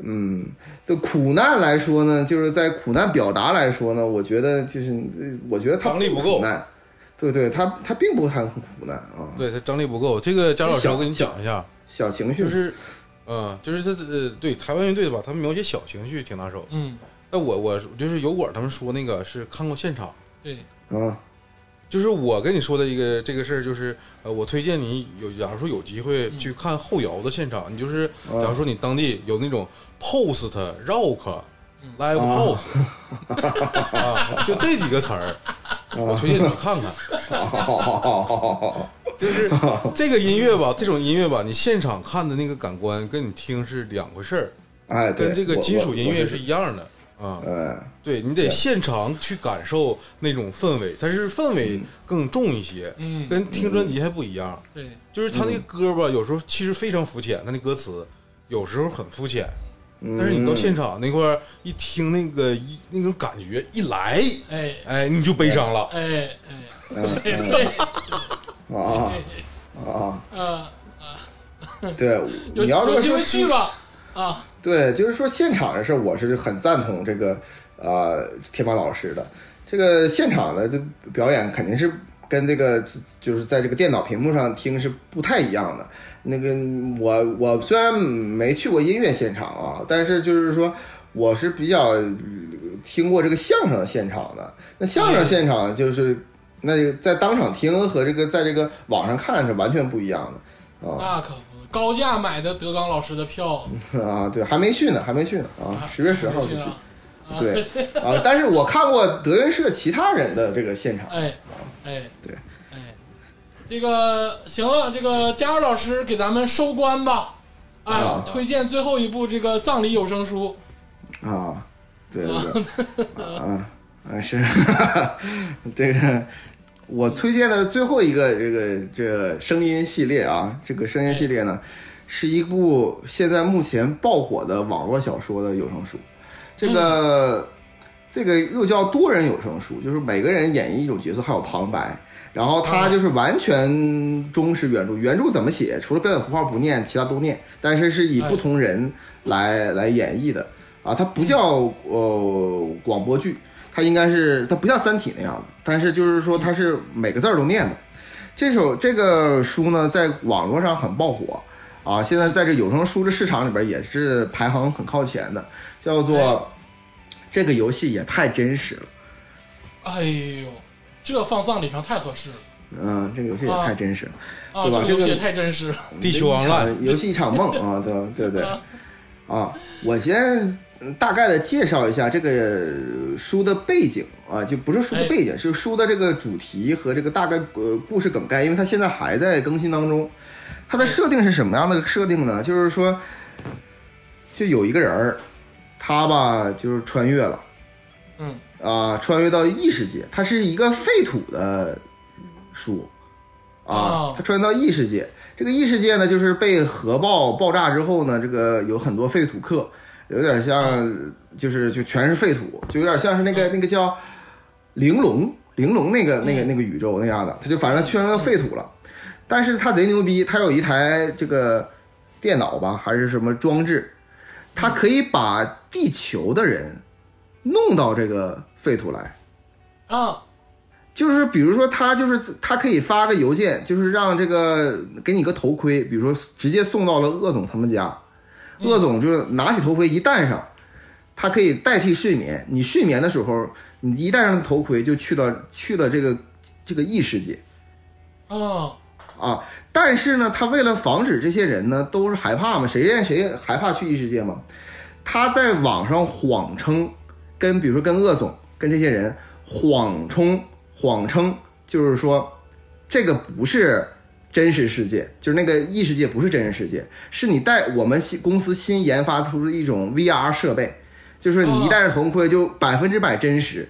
[SPEAKER 3] 嗯，对苦难来说呢，就是在苦难表达来说呢，我觉得就是，呃我觉得他
[SPEAKER 2] 能力不够
[SPEAKER 3] 苦难，对对，他他并不很苦难啊，
[SPEAKER 2] 对他张力不够。这个贾老师，
[SPEAKER 3] 小
[SPEAKER 2] 我跟你讲一下，
[SPEAKER 3] 小情绪
[SPEAKER 2] 就是，嗯，就是他呃，对台湾乐队吧，他们描写小情绪挺拿手。
[SPEAKER 1] 嗯，
[SPEAKER 2] 但我我就是油管他们说那个是看过现场，
[SPEAKER 1] 对，
[SPEAKER 3] 啊，
[SPEAKER 2] 就是我跟你说的一个这个事儿，就是呃，我推荐你有，假如说有机会去看后摇的现场，你就是
[SPEAKER 3] 啊
[SPEAKER 2] 假如说你当地有那种 post rock live
[SPEAKER 3] 啊
[SPEAKER 2] house，啊，就这几个词儿，我推荐你去看看。
[SPEAKER 3] 哦
[SPEAKER 2] 就是这个音乐吧，这种音乐吧，你现场看的那个感官跟你听是两回事儿，
[SPEAKER 3] 哎，对
[SPEAKER 2] 跟这个
[SPEAKER 3] 我
[SPEAKER 2] 金属音
[SPEAKER 3] 我
[SPEAKER 2] 乐
[SPEAKER 3] 我
[SPEAKER 2] 是一样的啊。
[SPEAKER 3] 呃，
[SPEAKER 2] 对你得现场去感受那种氛围，它是氛围更重一些，
[SPEAKER 1] 嗯
[SPEAKER 2] 跟听专辑还不一样。
[SPEAKER 1] 对，
[SPEAKER 2] 就是他那个歌吧，有时候其实非常肤浅，他那歌词有时候很肤浅，
[SPEAKER 1] 嗯
[SPEAKER 2] 但是
[SPEAKER 3] 嗯
[SPEAKER 2] 你到现场那块儿一听那个一那种感觉一来，
[SPEAKER 1] 哎
[SPEAKER 2] 哎，你就悲伤了。
[SPEAKER 1] 哎哎，
[SPEAKER 3] 嗯
[SPEAKER 1] 对对
[SPEAKER 3] 啊啊，
[SPEAKER 1] 啊，
[SPEAKER 2] 嗯
[SPEAKER 3] 对，
[SPEAKER 1] 有
[SPEAKER 3] 你要
[SPEAKER 1] 有
[SPEAKER 3] 是
[SPEAKER 1] 机
[SPEAKER 3] 说
[SPEAKER 1] 会去吧，啊，
[SPEAKER 3] 对，就是说现场的事儿，我是很赞同这个呃天马老师的。这个现场的这表演肯定是跟这个就是在这个电脑屏幕上听是不太一样的。那个我我虽然没去过音乐现场啊，但是就是说我是比较呃听过这个相声现场的。那相声现场就是那在当场听和这个在这个网上看是完全不一样的 啊。
[SPEAKER 1] 那可不，高价买的德刚老师的票，
[SPEAKER 3] 啊，对，还没去呢，还没去呢啊，十月十号就
[SPEAKER 1] 去
[SPEAKER 3] 去。
[SPEAKER 1] 啊，啊
[SPEAKER 3] 对，啊，但是我看过德云社其他人的这个现场，
[SPEAKER 1] 哎哎，
[SPEAKER 3] 对，
[SPEAKER 1] 哎，这个行了，这个佳儿老师给咱们收官吧。哎
[SPEAKER 3] 啊，
[SPEAKER 1] 推荐最后一部这个葬礼有声书，
[SPEAKER 3] 啊，对对对，啊啊是， 这个我推荐的最后一个这个这个声音系列啊，这个声音系列呢，是一部现在目前爆火的网络小说的有声书，这个这个又叫多人有声书，就是每个人演绎一种角色，还有旁白。然后它就是完全忠实原著，原著怎么写，除了标点符号不念，其他都念，但是是以
[SPEAKER 1] 哎
[SPEAKER 3] 不同人来来演绎的。啊，它不叫呃广播剧，它应该是它不像《三体》那样的，但是就是说它是每个字儿都念的。这首这个书呢，在网络上很爆火啊，现在在这有声书的市场里边也是排行很靠前的，叫做、这个游戏也太真实了，
[SPEAKER 1] 哎呦，这放葬礼上太合适了
[SPEAKER 3] 嗯，这个游戏也太真实了，
[SPEAKER 1] 啊！
[SPEAKER 3] 对
[SPEAKER 1] 这
[SPEAKER 3] 吧
[SPEAKER 1] 个游戏
[SPEAKER 3] 这
[SPEAKER 1] 也
[SPEAKER 3] 个
[SPEAKER 1] 太真实了，
[SPEAKER 2] 地球王
[SPEAKER 1] 嗯
[SPEAKER 2] 烂，
[SPEAKER 3] 游戏一场梦啊，对吧对不对？
[SPEAKER 1] 啊
[SPEAKER 3] 啊，我先嗯大概的介绍一下这个书的背景啊，就不是书的背景，是书的这个主题和这个大概呃故事梗概，因为它现在还在更新当中。它的设定是什么样的设定呢？就是说，就有一个人儿，他吧就是穿越了
[SPEAKER 1] 嗯
[SPEAKER 3] 啊，穿越到异世界，他是一个废土的书啊
[SPEAKER 1] 哦，
[SPEAKER 3] 他穿越到异世界。这个异世界呢，就是被核爆爆炸之后呢，这个有很多废土客，有点像，就是就全是废土，就有点像是那
[SPEAKER 1] 嗯
[SPEAKER 3] 个那个叫玲珑玲珑那个那个那个宇宙那样的，他就反正圈到废土了。但是他贼牛逼，他有一台这个电脑吧，还是什么装置，他可以把地球的人弄到这个废土来。
[SPEAKER 1] 啊！
[SPEAKER 3] 就是比如说，他就是他可以发个邮件，就是让这个给你个头盔，比如说直接送到了鄂总他们家，鄂总就是拿起头盔一戴上，它可以代替睡眠。你睡眠的时候，你一戴上头盔就去了去了这个这个异世界
[SPEAKER 1] 啊，
[SPEAKER 3] 啊。但是呢，他为了防止这些人呢都是害怕嘛，谁愿谁害怕去异世界嘛？他在网上谎称跟比如说跟鄂总跟这些人谎称谎称，就是说这个不是真实世界，就是那个异世界不是真实世界，是你带我们新公司新研发出的一种 VR 设备，就是你一戴上头盔就百分之百真实。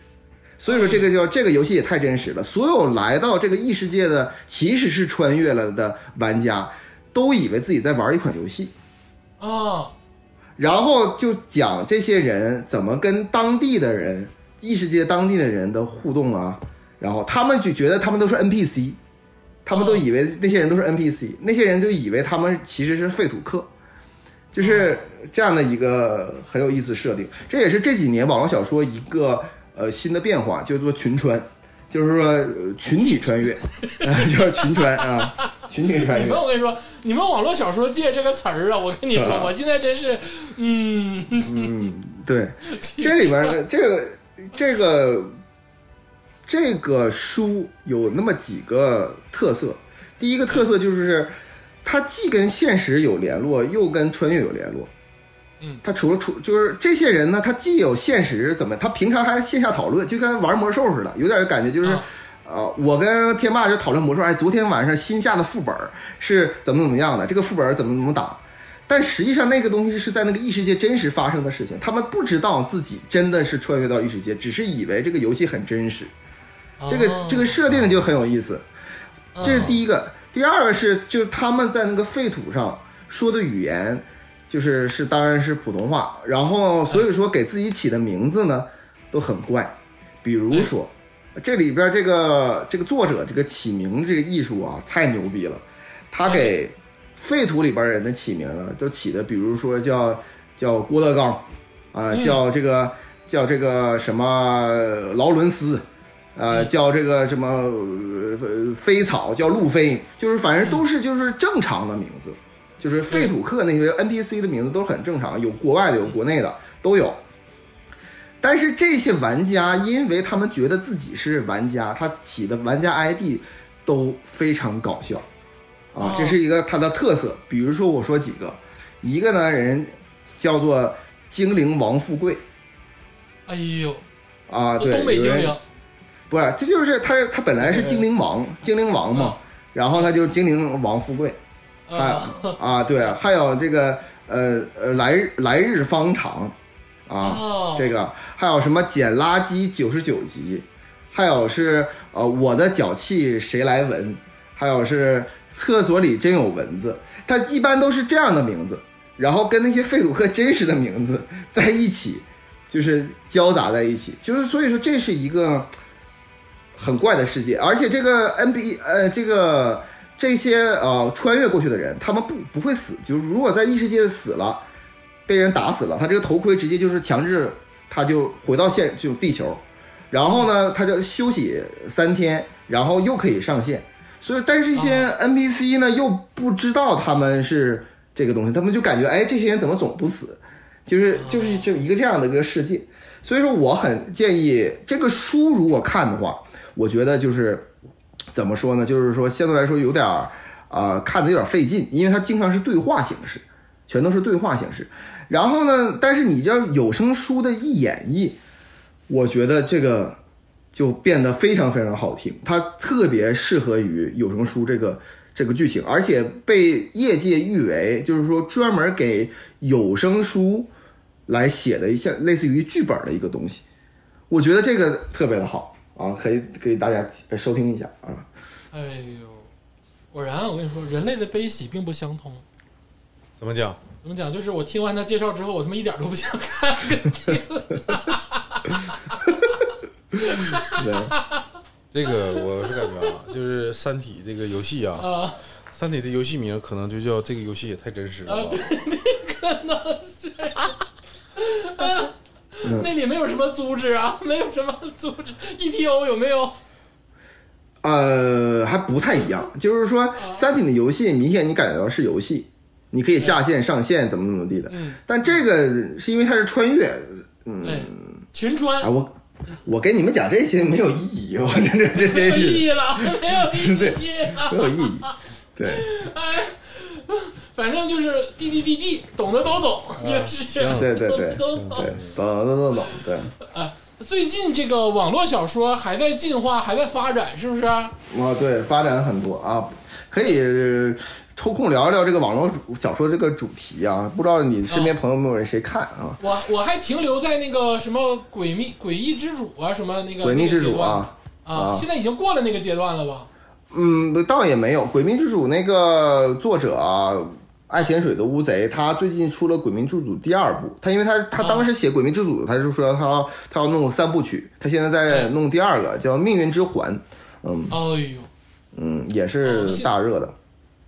[SPEAKER 3] 所以说这个叫这个游戏也太真实了，所有来到这个异世界的其实是穿越了的玩家，都以为自己在玩一款游戏。
[SPEAKER 1] 啊，
[SPEAKER 3] 然后就讲这些人怎么跟当地的人、异世界当地的人的互动啊，然后他们就觉得他们都是 NPC，他们都以为那些人都是 NPC，那些人就以为他们其实是废土客，就是这样的一个很有意思设定。这也是这几年网络小说一个呃新的变化，叫做群穿，就是说呃群体穿越， 叫群穿啊，群体穿
[SPEAKER 1] 你
[SPEAKER 3] 越
[SPEAKER 1] 们。我跟你说，你们网络小说界这个词儿啊，我跟你说
[SPEAKER 3] 啊，
[SPEAKER 1] 我现在真是，嗯，
[SPEAKER 3] 对， 这里边儿的这个这个这个书有那么几个特色，第一个特色就是它既跟现实有联络，又跟穿越有联络。
[SPEAKER 1] 嗯，
[SPEAKER 3] 他除了出就是这些人呢，他既有现实怎么，他平常还线下讨论，就跟玩魔兽似的，有点感觉就是
[SPEAKER 1] 啊
[SPEAKER 3] 啊，我跟天霸就讨论魔兽，哎，昨天晚上新下的副本儿是怎么怎么样的，这个副本儿怎么怎么打。但实际上，那个东西是在那个异世界真实发生的事情，他们不知道自己真的是穿越到异世界，只是以为这个游戏很真实。这个
[SPEAKER 1] 哦
[SPEAKER 3] 这个设定就很有意思，这是第一个。第二个是，就是他们在那个废土上说的语言，就是是当然是普通话，然后所以说给自己起的名字呢都很怪，比如说这里边这个这个作者这个起名这个艺术啊太牛逼了，他给废土里边人的起名啊都起的，比如说叫叫郭德纲啊、叫这个叫这个什么劳伦斯。呃，叫这个什么呃飞草，叫路飞，就是反正都是就是正常的名字，就是废土客那些 NPC 的名字都很正常，有国外的，有国内的都有。但是这些玩家，因为他们觉得自己是玩家，他起的玩家 ID 都非常搞笑啊
[SPEAKER 1] 哦，
[SPEAKER 3] 这是一个它的特色。比如说，我说几个，一个呢人叫做精灵王富贵
[SPEAKER 1] 哎呦，
[SPEAKER 3] 啊，对，
[SPEAKER 1] 东北
[SPEAKER 3] 有
[SPEAKER 1] 精
[SPEAKER 3] 人
[SPEAKER 1] 灵，
[SPEAKER 3] 不是，这就是他，他本来是精灵王，精灵王嘛，然后他就是精灵王富贵
[SPEAKER 1] 嗯
[SPEAKER 3] 啊啊，对啊，还有这个呃呃来日来日方长啊，
[SPEAKER 1] 哦，
[SPEAKER 3] 这个还有什么捡垃圾九十九集，还有是呃我的脚气谁来闻，还有是厕所里真有蚊子，他一般都是这样的名字，然后跟那些废土客真实的名字 在一起，就是交杂在一起，就是所以说这是一个很怪的世界，而且这个 NB 呃这个这些呃穿越过去的人，他们不不会死，就是如果在异世界死了，被人打死了，他这个头盔直接就是强制他就回到现就地球，然后呢他就休息三天，然后又可以上线。所以，但是这些 NPC 呢又不知道他们是这个东西，他们就感觉哎这些人怎么总不死，就是就是就一个这样的一个世界。所以说，我很建议这个书如果看的话，我觉得就是怎么说呢？就是说相对来说有点儿呃看的有点儿费劲，因为它经常是对话形式，全都是对话形式。然后呢，但是你这有声书的一演绎，我觉得这个就变得非常非常好听，它特别适合于有声书这个这个剧情，而且被业界誉为就是说专门给有声书来写的一项类似于剧本的一个东西，我觉得这个特别的好啊，可以给大家呃收听一下啊。
[SPEAKER 1] 哎呦，果然啊我跟你说，人类的悲喜并不相通。
[SPEAKER 2] 怎么讲？
[SPEAKER 1] 怎么讲？就是我听完他介绍之后，我他妈一点都不想看。
[SPEAKER 3] 对，
[SPEAKER 2] 这个我是感觉啊， 就是《三体》这个游戏啊，
[SPEAKER 1] 啊
[SPEAKER 2] 三体》的游戏名可能就叫这个游戏也太真实了
[SPEAKER 1] 啊，
[SPEAKER 2] 吧
[SPEAKER 1] 对，，可能是。
[SPEAKER 3] 嗯
[SPEAKER 1] 那里没有什么组织啊， 没有什么组织。ETO 有没有？
[SPEAKER 3] 呃，还不太一样，就是说
[SPEAKER 1] 哦
[SPEAKER 3] 《三体》的游戏明显你感觉到是游戏，你可以下线上线怎么怎么地的，
[SPEAKER 1] 嗯
[SPEAKER 3] 但这个是因为它是穿越，嗯
[SPEAKER 1] 哎，群
[SPEAKER 3] 啊，
[SPEAKER 1] 穿
[SPEAKER 3] 我我跟你们讲这些没有意义，我这这
[SPEAKER 1] 没
[SPEAKER 3] 这真
[SPEAKER 1] 有意
[SPEAKER 3] 是
[SPEAKER 1] 义 啊了，没有意义了。
[SPEAKER 3] 没有意义。对，
[SPEAKER 1] 哎，反正就是滴滴滴滴，懂的都懂，就是
[SPEAKER 2] 行
[SPEAKER 3] 啊对对对
[SPEAKER 1] 都懂。
[SPEAKER 3] 对，懂懂懂懂，对，
[SPEAKER 1] 最近这个网络小说还在进化，还在发展，是不是？
[SPEAKER 3] 啊，对，发展很多啊，可以呃抽空聊一聊这个网络主小说这个主题啊，不知道你
[SPEAKER 1] 哦
[SPEAKER 3] 身边朋友们有人谁看啊？
[SPEAKER 1] 我我还停留在那个什么诡秘诡异之主啊，什么那个
[SPEAKER 3] 《诡秘之
[SPEAKER 1] 那个
[SPEAKER 3] 主
[SPEAKER 1] 阶》段
[SPEAKER 3] 啊，
[SPEAKER 1] 啊，
[SPEAKER 3] 啊
[SPEAKER 1] 现在已经过了那个阶段了吧？
[SPEAKER 3] 嗯，不倒也没有，《诡秘之主》那个作者啊，爱潜水的乌贼，他最近出了《诡秘之主》第二部。他因为他他当时写《诡秘之主》，他就说他要他要弄三部曲，他现在在弄第二个叫《命运之环》，嗯
[SPEAKER 1] 哎呦，
[SPEAKER 3] 嗯，也是大热的。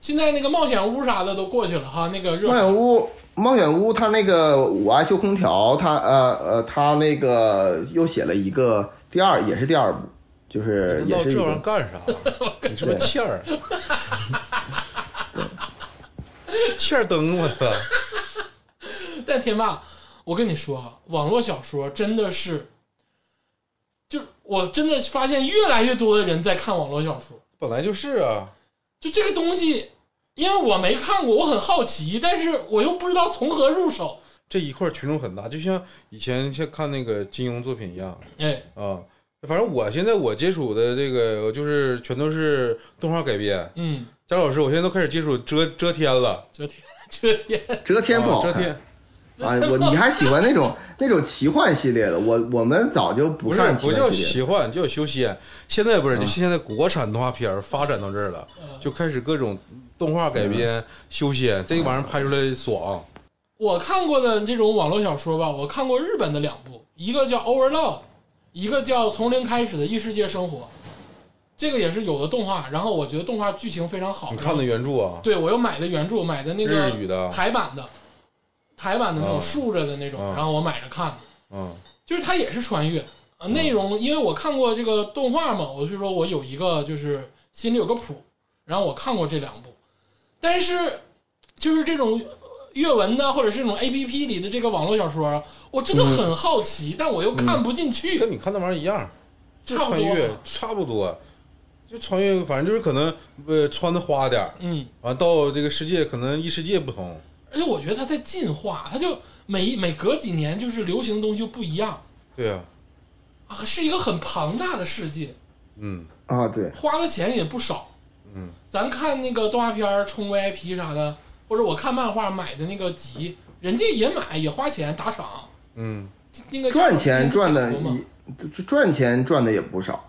[SPEAKER 1] 现在那个冒险屋啥的都过去了哈，那个热
[SPEAKER 3] 冒险屋，冒险屋，他那个我爱修空调，他呃呃，他那个又写了一个第二，也是第二部，就是也
[SPEAKER 2] 闹
[SPEAKER 3] 是一
[SPEAKER 2] 这玩意儿
[SPEAKER 3] 个
[SPEAKER 2] 干 啥？啊你是不是欠儿？啊 欠儿灯，我操！
[SPEAKER 1] 但天霸，我跟你说啊，网络小说真的是，就我真的发现越来越多的人在看网络小说，
[SPEAKER 2] 本来就是啊，
[SPEAKER 1] 就这个东西，因为我没看过，我很好奇，但是我又不知道从何入手。
[SPEAKER 2] 这一块儿群众很大，就像以前像看那个金庸作品一样
[SPEAKER 1] 哎，
[SPEAKER 2] 啊，反正我现在我接触的这个就是全都是动画改编。
[SPEAKER 1] 嗯，
[SPEAKER 2] 贾老师，我现在都开始接触遮遮天了，
[SPEAKER 1] 遮天遮天，
[SPEAKER 3] 遮天不
[SPEAKER 2] 啊
[SPEAKER 3] 好
[SPEAKER 2] 遮
[SPEAKER 3] 看。
[SPEAKER 2] 天
[SPEAKER 3] 啊，我你还喜欢那种那种奇幻系列的？我我们早就不
[SPEAKER 2] 不是
[SPEAKER 3] 看
[SPEAKER 2] 不
[SPEAKER 3] 奇
[SPEAKER 2] 叫
[SPEAKER 3] 幻系列嗯
[SPEAKER 2] 奇幻，叫修仙。现在不是，就现在国产动画片儿发展到这儿了，
[SPEAKER 1] 嗯
[SPEAKER 2] 就开始各种动画改
[SPEAKER 3] 嗯
[SPEAKER 2] 编修仙，这个玩意儿拍出来爽。
[SPEAKER 1] 嗯我看过的这种网络小说吧，我看过日本的两部，一个叫《Overlord》，一个叫《从零开始的异世界生活》，这个也是有的动画，然后我觉得动画剧情非常好。
[SPEAKER 2] 你看的原著啊？
[SPEAKER 1] 对，我又买的原著，买的那个
[SPEAKER 2] 日语的
[SPEAKER 1] 台版的，台版的那种
[SPEAKER 2] 啊
[SPEAKER 1] 竖着的那种，
[SPEAKER 2] 啊
[SPEAKER 1] 然后我买着看的，
[SPEAKER 2] 嗯
[SPEAKER 1] 就是它也是穿越啊。内容因为我看过这个动画嘛，我就说我有一个就是心里有个谱，然后我看过这两部，但是就是这种阅文呐，或者是这种 A P P 里的这个网络小说啊，我真的
[SPEAKER 2] 嗯
[SPEAKER 1] 很好奇，但我又看不进去，
[SPEAKER 2] 跟你看那玩意儿一样，嗯就
[SPEAKER 1] 差不
[SPEAKER 2] 穿
[SPEAKER 1] 多
[SPEAKER 2] 越
[SPEAKER 1] 吧。
[SPEAKER 2] 差不多，就穿越，反正就是可能呃穿的花点儿，
[SPEAKER 1] 嗯，
[SPEAKER 2] 完到这个世界可能异世界不同。
[SPEAKER 1] 而且我觉得它在进化，它就每每隔几年就是流行的东西就不一样。
[SPEAKER 2] 对啊，
[SPEAKER 1] 啊，是一个很庞大的世界，
[SPEAKER 2] 嗯，
[SPEAKER 3] 啊，对，
[SPEAKER 1] 花的钱也不少。
[SPEAKER 2] 嗯，
[SPEAKER 1] 咱看那个动画片儿充 VIP 啥的，或者我看漫画买的那个集，人家也买也花钱打赏，
[SPEAKER 2] 嗯，
[SPEAKER 1] 那个
[SPEAKER 3] 赚钱赚的
[SPEAKER 1] 嘛，
[SPEAKER 3] 也赚钱赚的也不少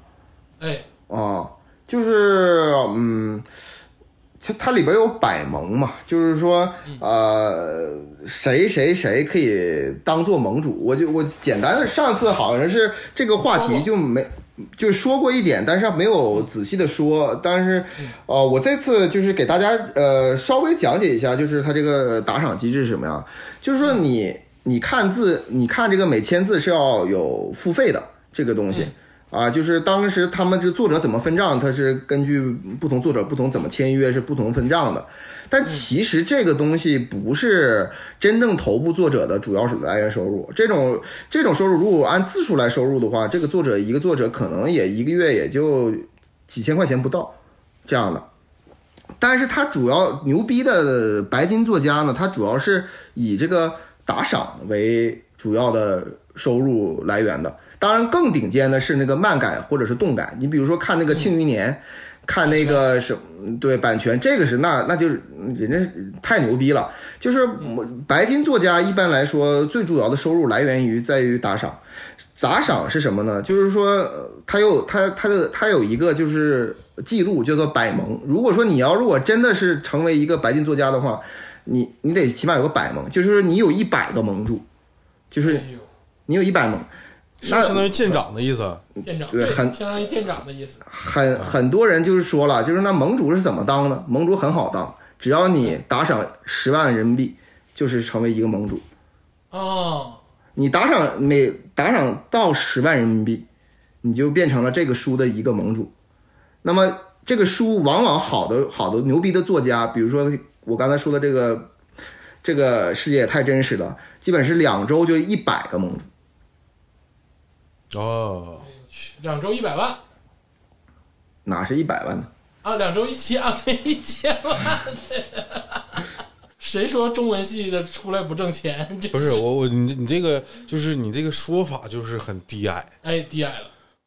[SPEAKER 1] 哎，
[SPEAKER 3] 啊，就是嗯。它它里边有百盟嘛，就是说，
[SPEAKER 1] 嗯
[SPEAKER 3] 呃，谁谁谁可以当做盟主，我就我简单的上次好像是这个话
[SPEAKER 1] 说
[SPEAKER 3] 题
[SPEAKER 1] 过
[SPEAKER 3] 就没就说过一点，但是没有仔细的说。但是，
[SPEAKER 1] 嗯
[SPEAKER 3] 呃，我这次就是给大家呃稍微讲解一下，就是它这个打赏机制是什么样，就
[SPEAKER 1] 嗯
[SPEAKER 3] 是说你你看字，你看这个每签字是要有付费的这个东西。
[SPEAKER 1] 嗯
[SPEAKER 3] 啊，就是当时他们这作者怎么分账，他是根据不同作者不同怎么签约是不同分账的。但其实这个东西不是真正头部作者的主要来源收入。这种这种收入，如果按字数来收入的话，这个作者一个作者可能也一个月也就几千块钱不到这样的。但是他主要牛逼的白金作家呢，他主要是以这个打赏为主要的收入来源的。当然，更顶尖的是那个漫改或者是动改。你比如说看那个《庆余年》，看那个什么对版权，这个是那那就是人家太牛逼了。就是我白金作家一般来说最主要的收入来源于在于打赏。打赏是什么呢？就是说，呃它有它它的它有一个就是记录叫做百盟。如果说你要如果真的是成为一个白金作家的话，你你得起码有个百盟，就是你有一百个盟主，就
[SPEAKER 1] 哎
[SPEAKER 3] 是你有一百盟。
[SPEAKER 2] 是
[SPEAKER 3] 那嗯
[SPEAKER 2] 相当于舰长的意思。
[SPEAKER 1] 呦，舰长，
[SPEAKER 3] 对很
[SPEAKER 1] 相当于舰长的意思。
[SPEAKER 3] 很很多人就是说了，就是那盟主是怎么当的？盟主很好当，只要你打赏十万人民币，就是成为一个盟主。
[SPEAKER 1] 哦，
[SPEAKER 3] 你打赏每打赏到十万人民币，你就变成了这个书的一个盟主。那么这个书往往好的好的牛逼的作家，比如说我刚才说的这个这个世界也太真实了，基本是两周就一百个盟主。
[SPEAKER 2] 哦，
[SPEAKER 1] 去两周一百万
[SPEAKER 3] 哪是一百万呢？
[SPEAKER 1] 啊，两周一千啊，对，一千万。 谁说中文系的出来不挣钱？这
[SPEAKER 2] 不是我我你你这个就是你这个说法就是很低矮，
[SPEAKER 1] 哎，低矮了，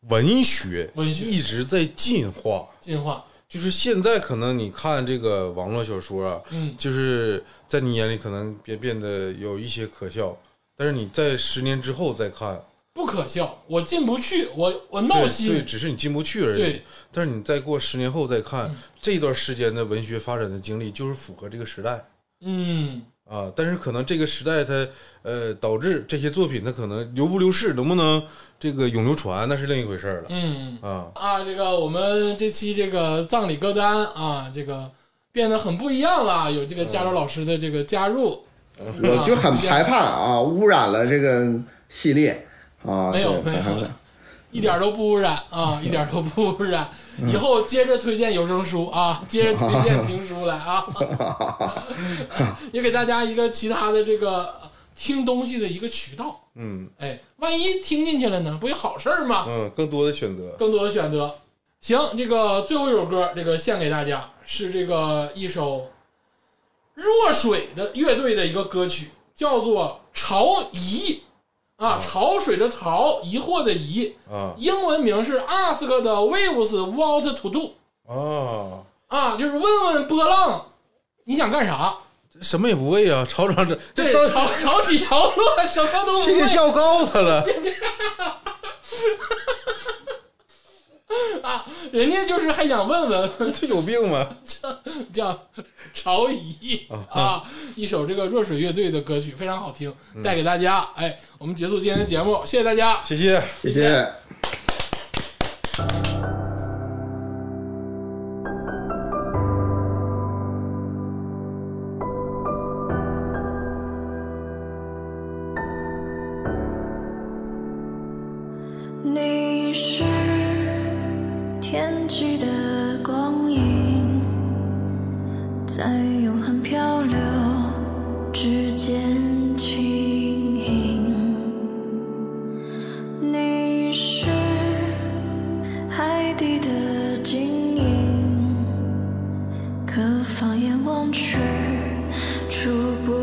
[SPEAKER 2] 文学
[SPEAKER 1] 文学
[SPEAKER 2] 一直在进化，
[SPEAKER 1] 进化，
[SPEAKER 2] 就是现在可能你看这个网络小说啊，
[SPEAKER 1] 嗯
[SPEAKER 2] 就是在你眼里可能变变得有一些可笑，但是你在十年之后再看，
[SPEAKER 1] 不可笑，我进不去，我我闹
[SPEAKER 2] 对对，
[SPEAKER 1] 心，
[SPEAKER 2] 只是你进不去而已
[SPEAKER 1] 对。嗯
[SPEAKER 2] 但是你再过十年后再看、这段时间的文学发展的经历，就是符合这个时代
[SPEAKER 1] 嗯。
[SPEAKER 2] 啊。但是可能这个时代它呃导致这些作品它可能流不流逝，能不能这个永流传，那是另一回事儿了、
[SPEAKER 1] 嗯
[SPEAKER 2] 啊。
[SPEAKER 1] 啊，这个我们这期这个葬礼歌单啊，这个变得很不一样了，有这个加州老师的这个加入，
[SPEAKER 3] 我就很害怕啊，污染了这个系列啊，
[SPEAKER 1] 没有没
[SPEAKER 3] 对嗯
[SPEAKER 1] 有
[SPEAKER 3] 很害怕
[SPEAKER 1] 一点都不污染啊，一点都不污染。
[SPEAKER 3] 嗯
[SPEAKER 1] 以后接着推荐有声书啊，接着推荐评书来 啊，也给大家一个其他的这个呃听东西的一个渠道。
[SPEAKER 2] 嗯
[SPEAKER 1] 哎，万一听进去了呢，不也好事儿吗？
[SPEAKER 2] 嗯，更多的选择，
[SPEAKER 1] 更多的选择。行，这个最后一首歌，这个献给大家是这个一首若水的乐队的一个歌曲，叫做《潮疑》，啊，潮水的潮，疑惑的疑，
[SPEAKER 2] 啊
[SPEAKER 1] 英文名是 Ask 的 Waves What to Do
[SPEAKER 2] 啊，
[SPEAKER 1] 啊，就是问问波浪你想干啥？
[SPEAKER 2] 什么也不为啊，潮涨这
[SPEAKER 1] 对，
[SPEAKER 2] 这
[SPEAKER 1] 潮潮起潮落，什么都不
[SPEAKER 2] 天天
[SPEAKER 1] 会
[SPEAKER 2] 跳高他了，
[SPEAKER 1] 啊，人家就是还想问问，
[SPEAKER 2] 这有病吗？
[SPEAKER 1] 叫潮姨啊，一首这个若水乐队的歌曲非常好听，带给大家。哎，我们结束今天的节目，谢谢大家。
[SPEAKER 2] 谢谢。
[SPEAKER 3] 谢谢。
[SPEAKER 9] 你是天际的光影，在永恒漂流之间轻盈。你是海底的晶莹，可放眼望去，触不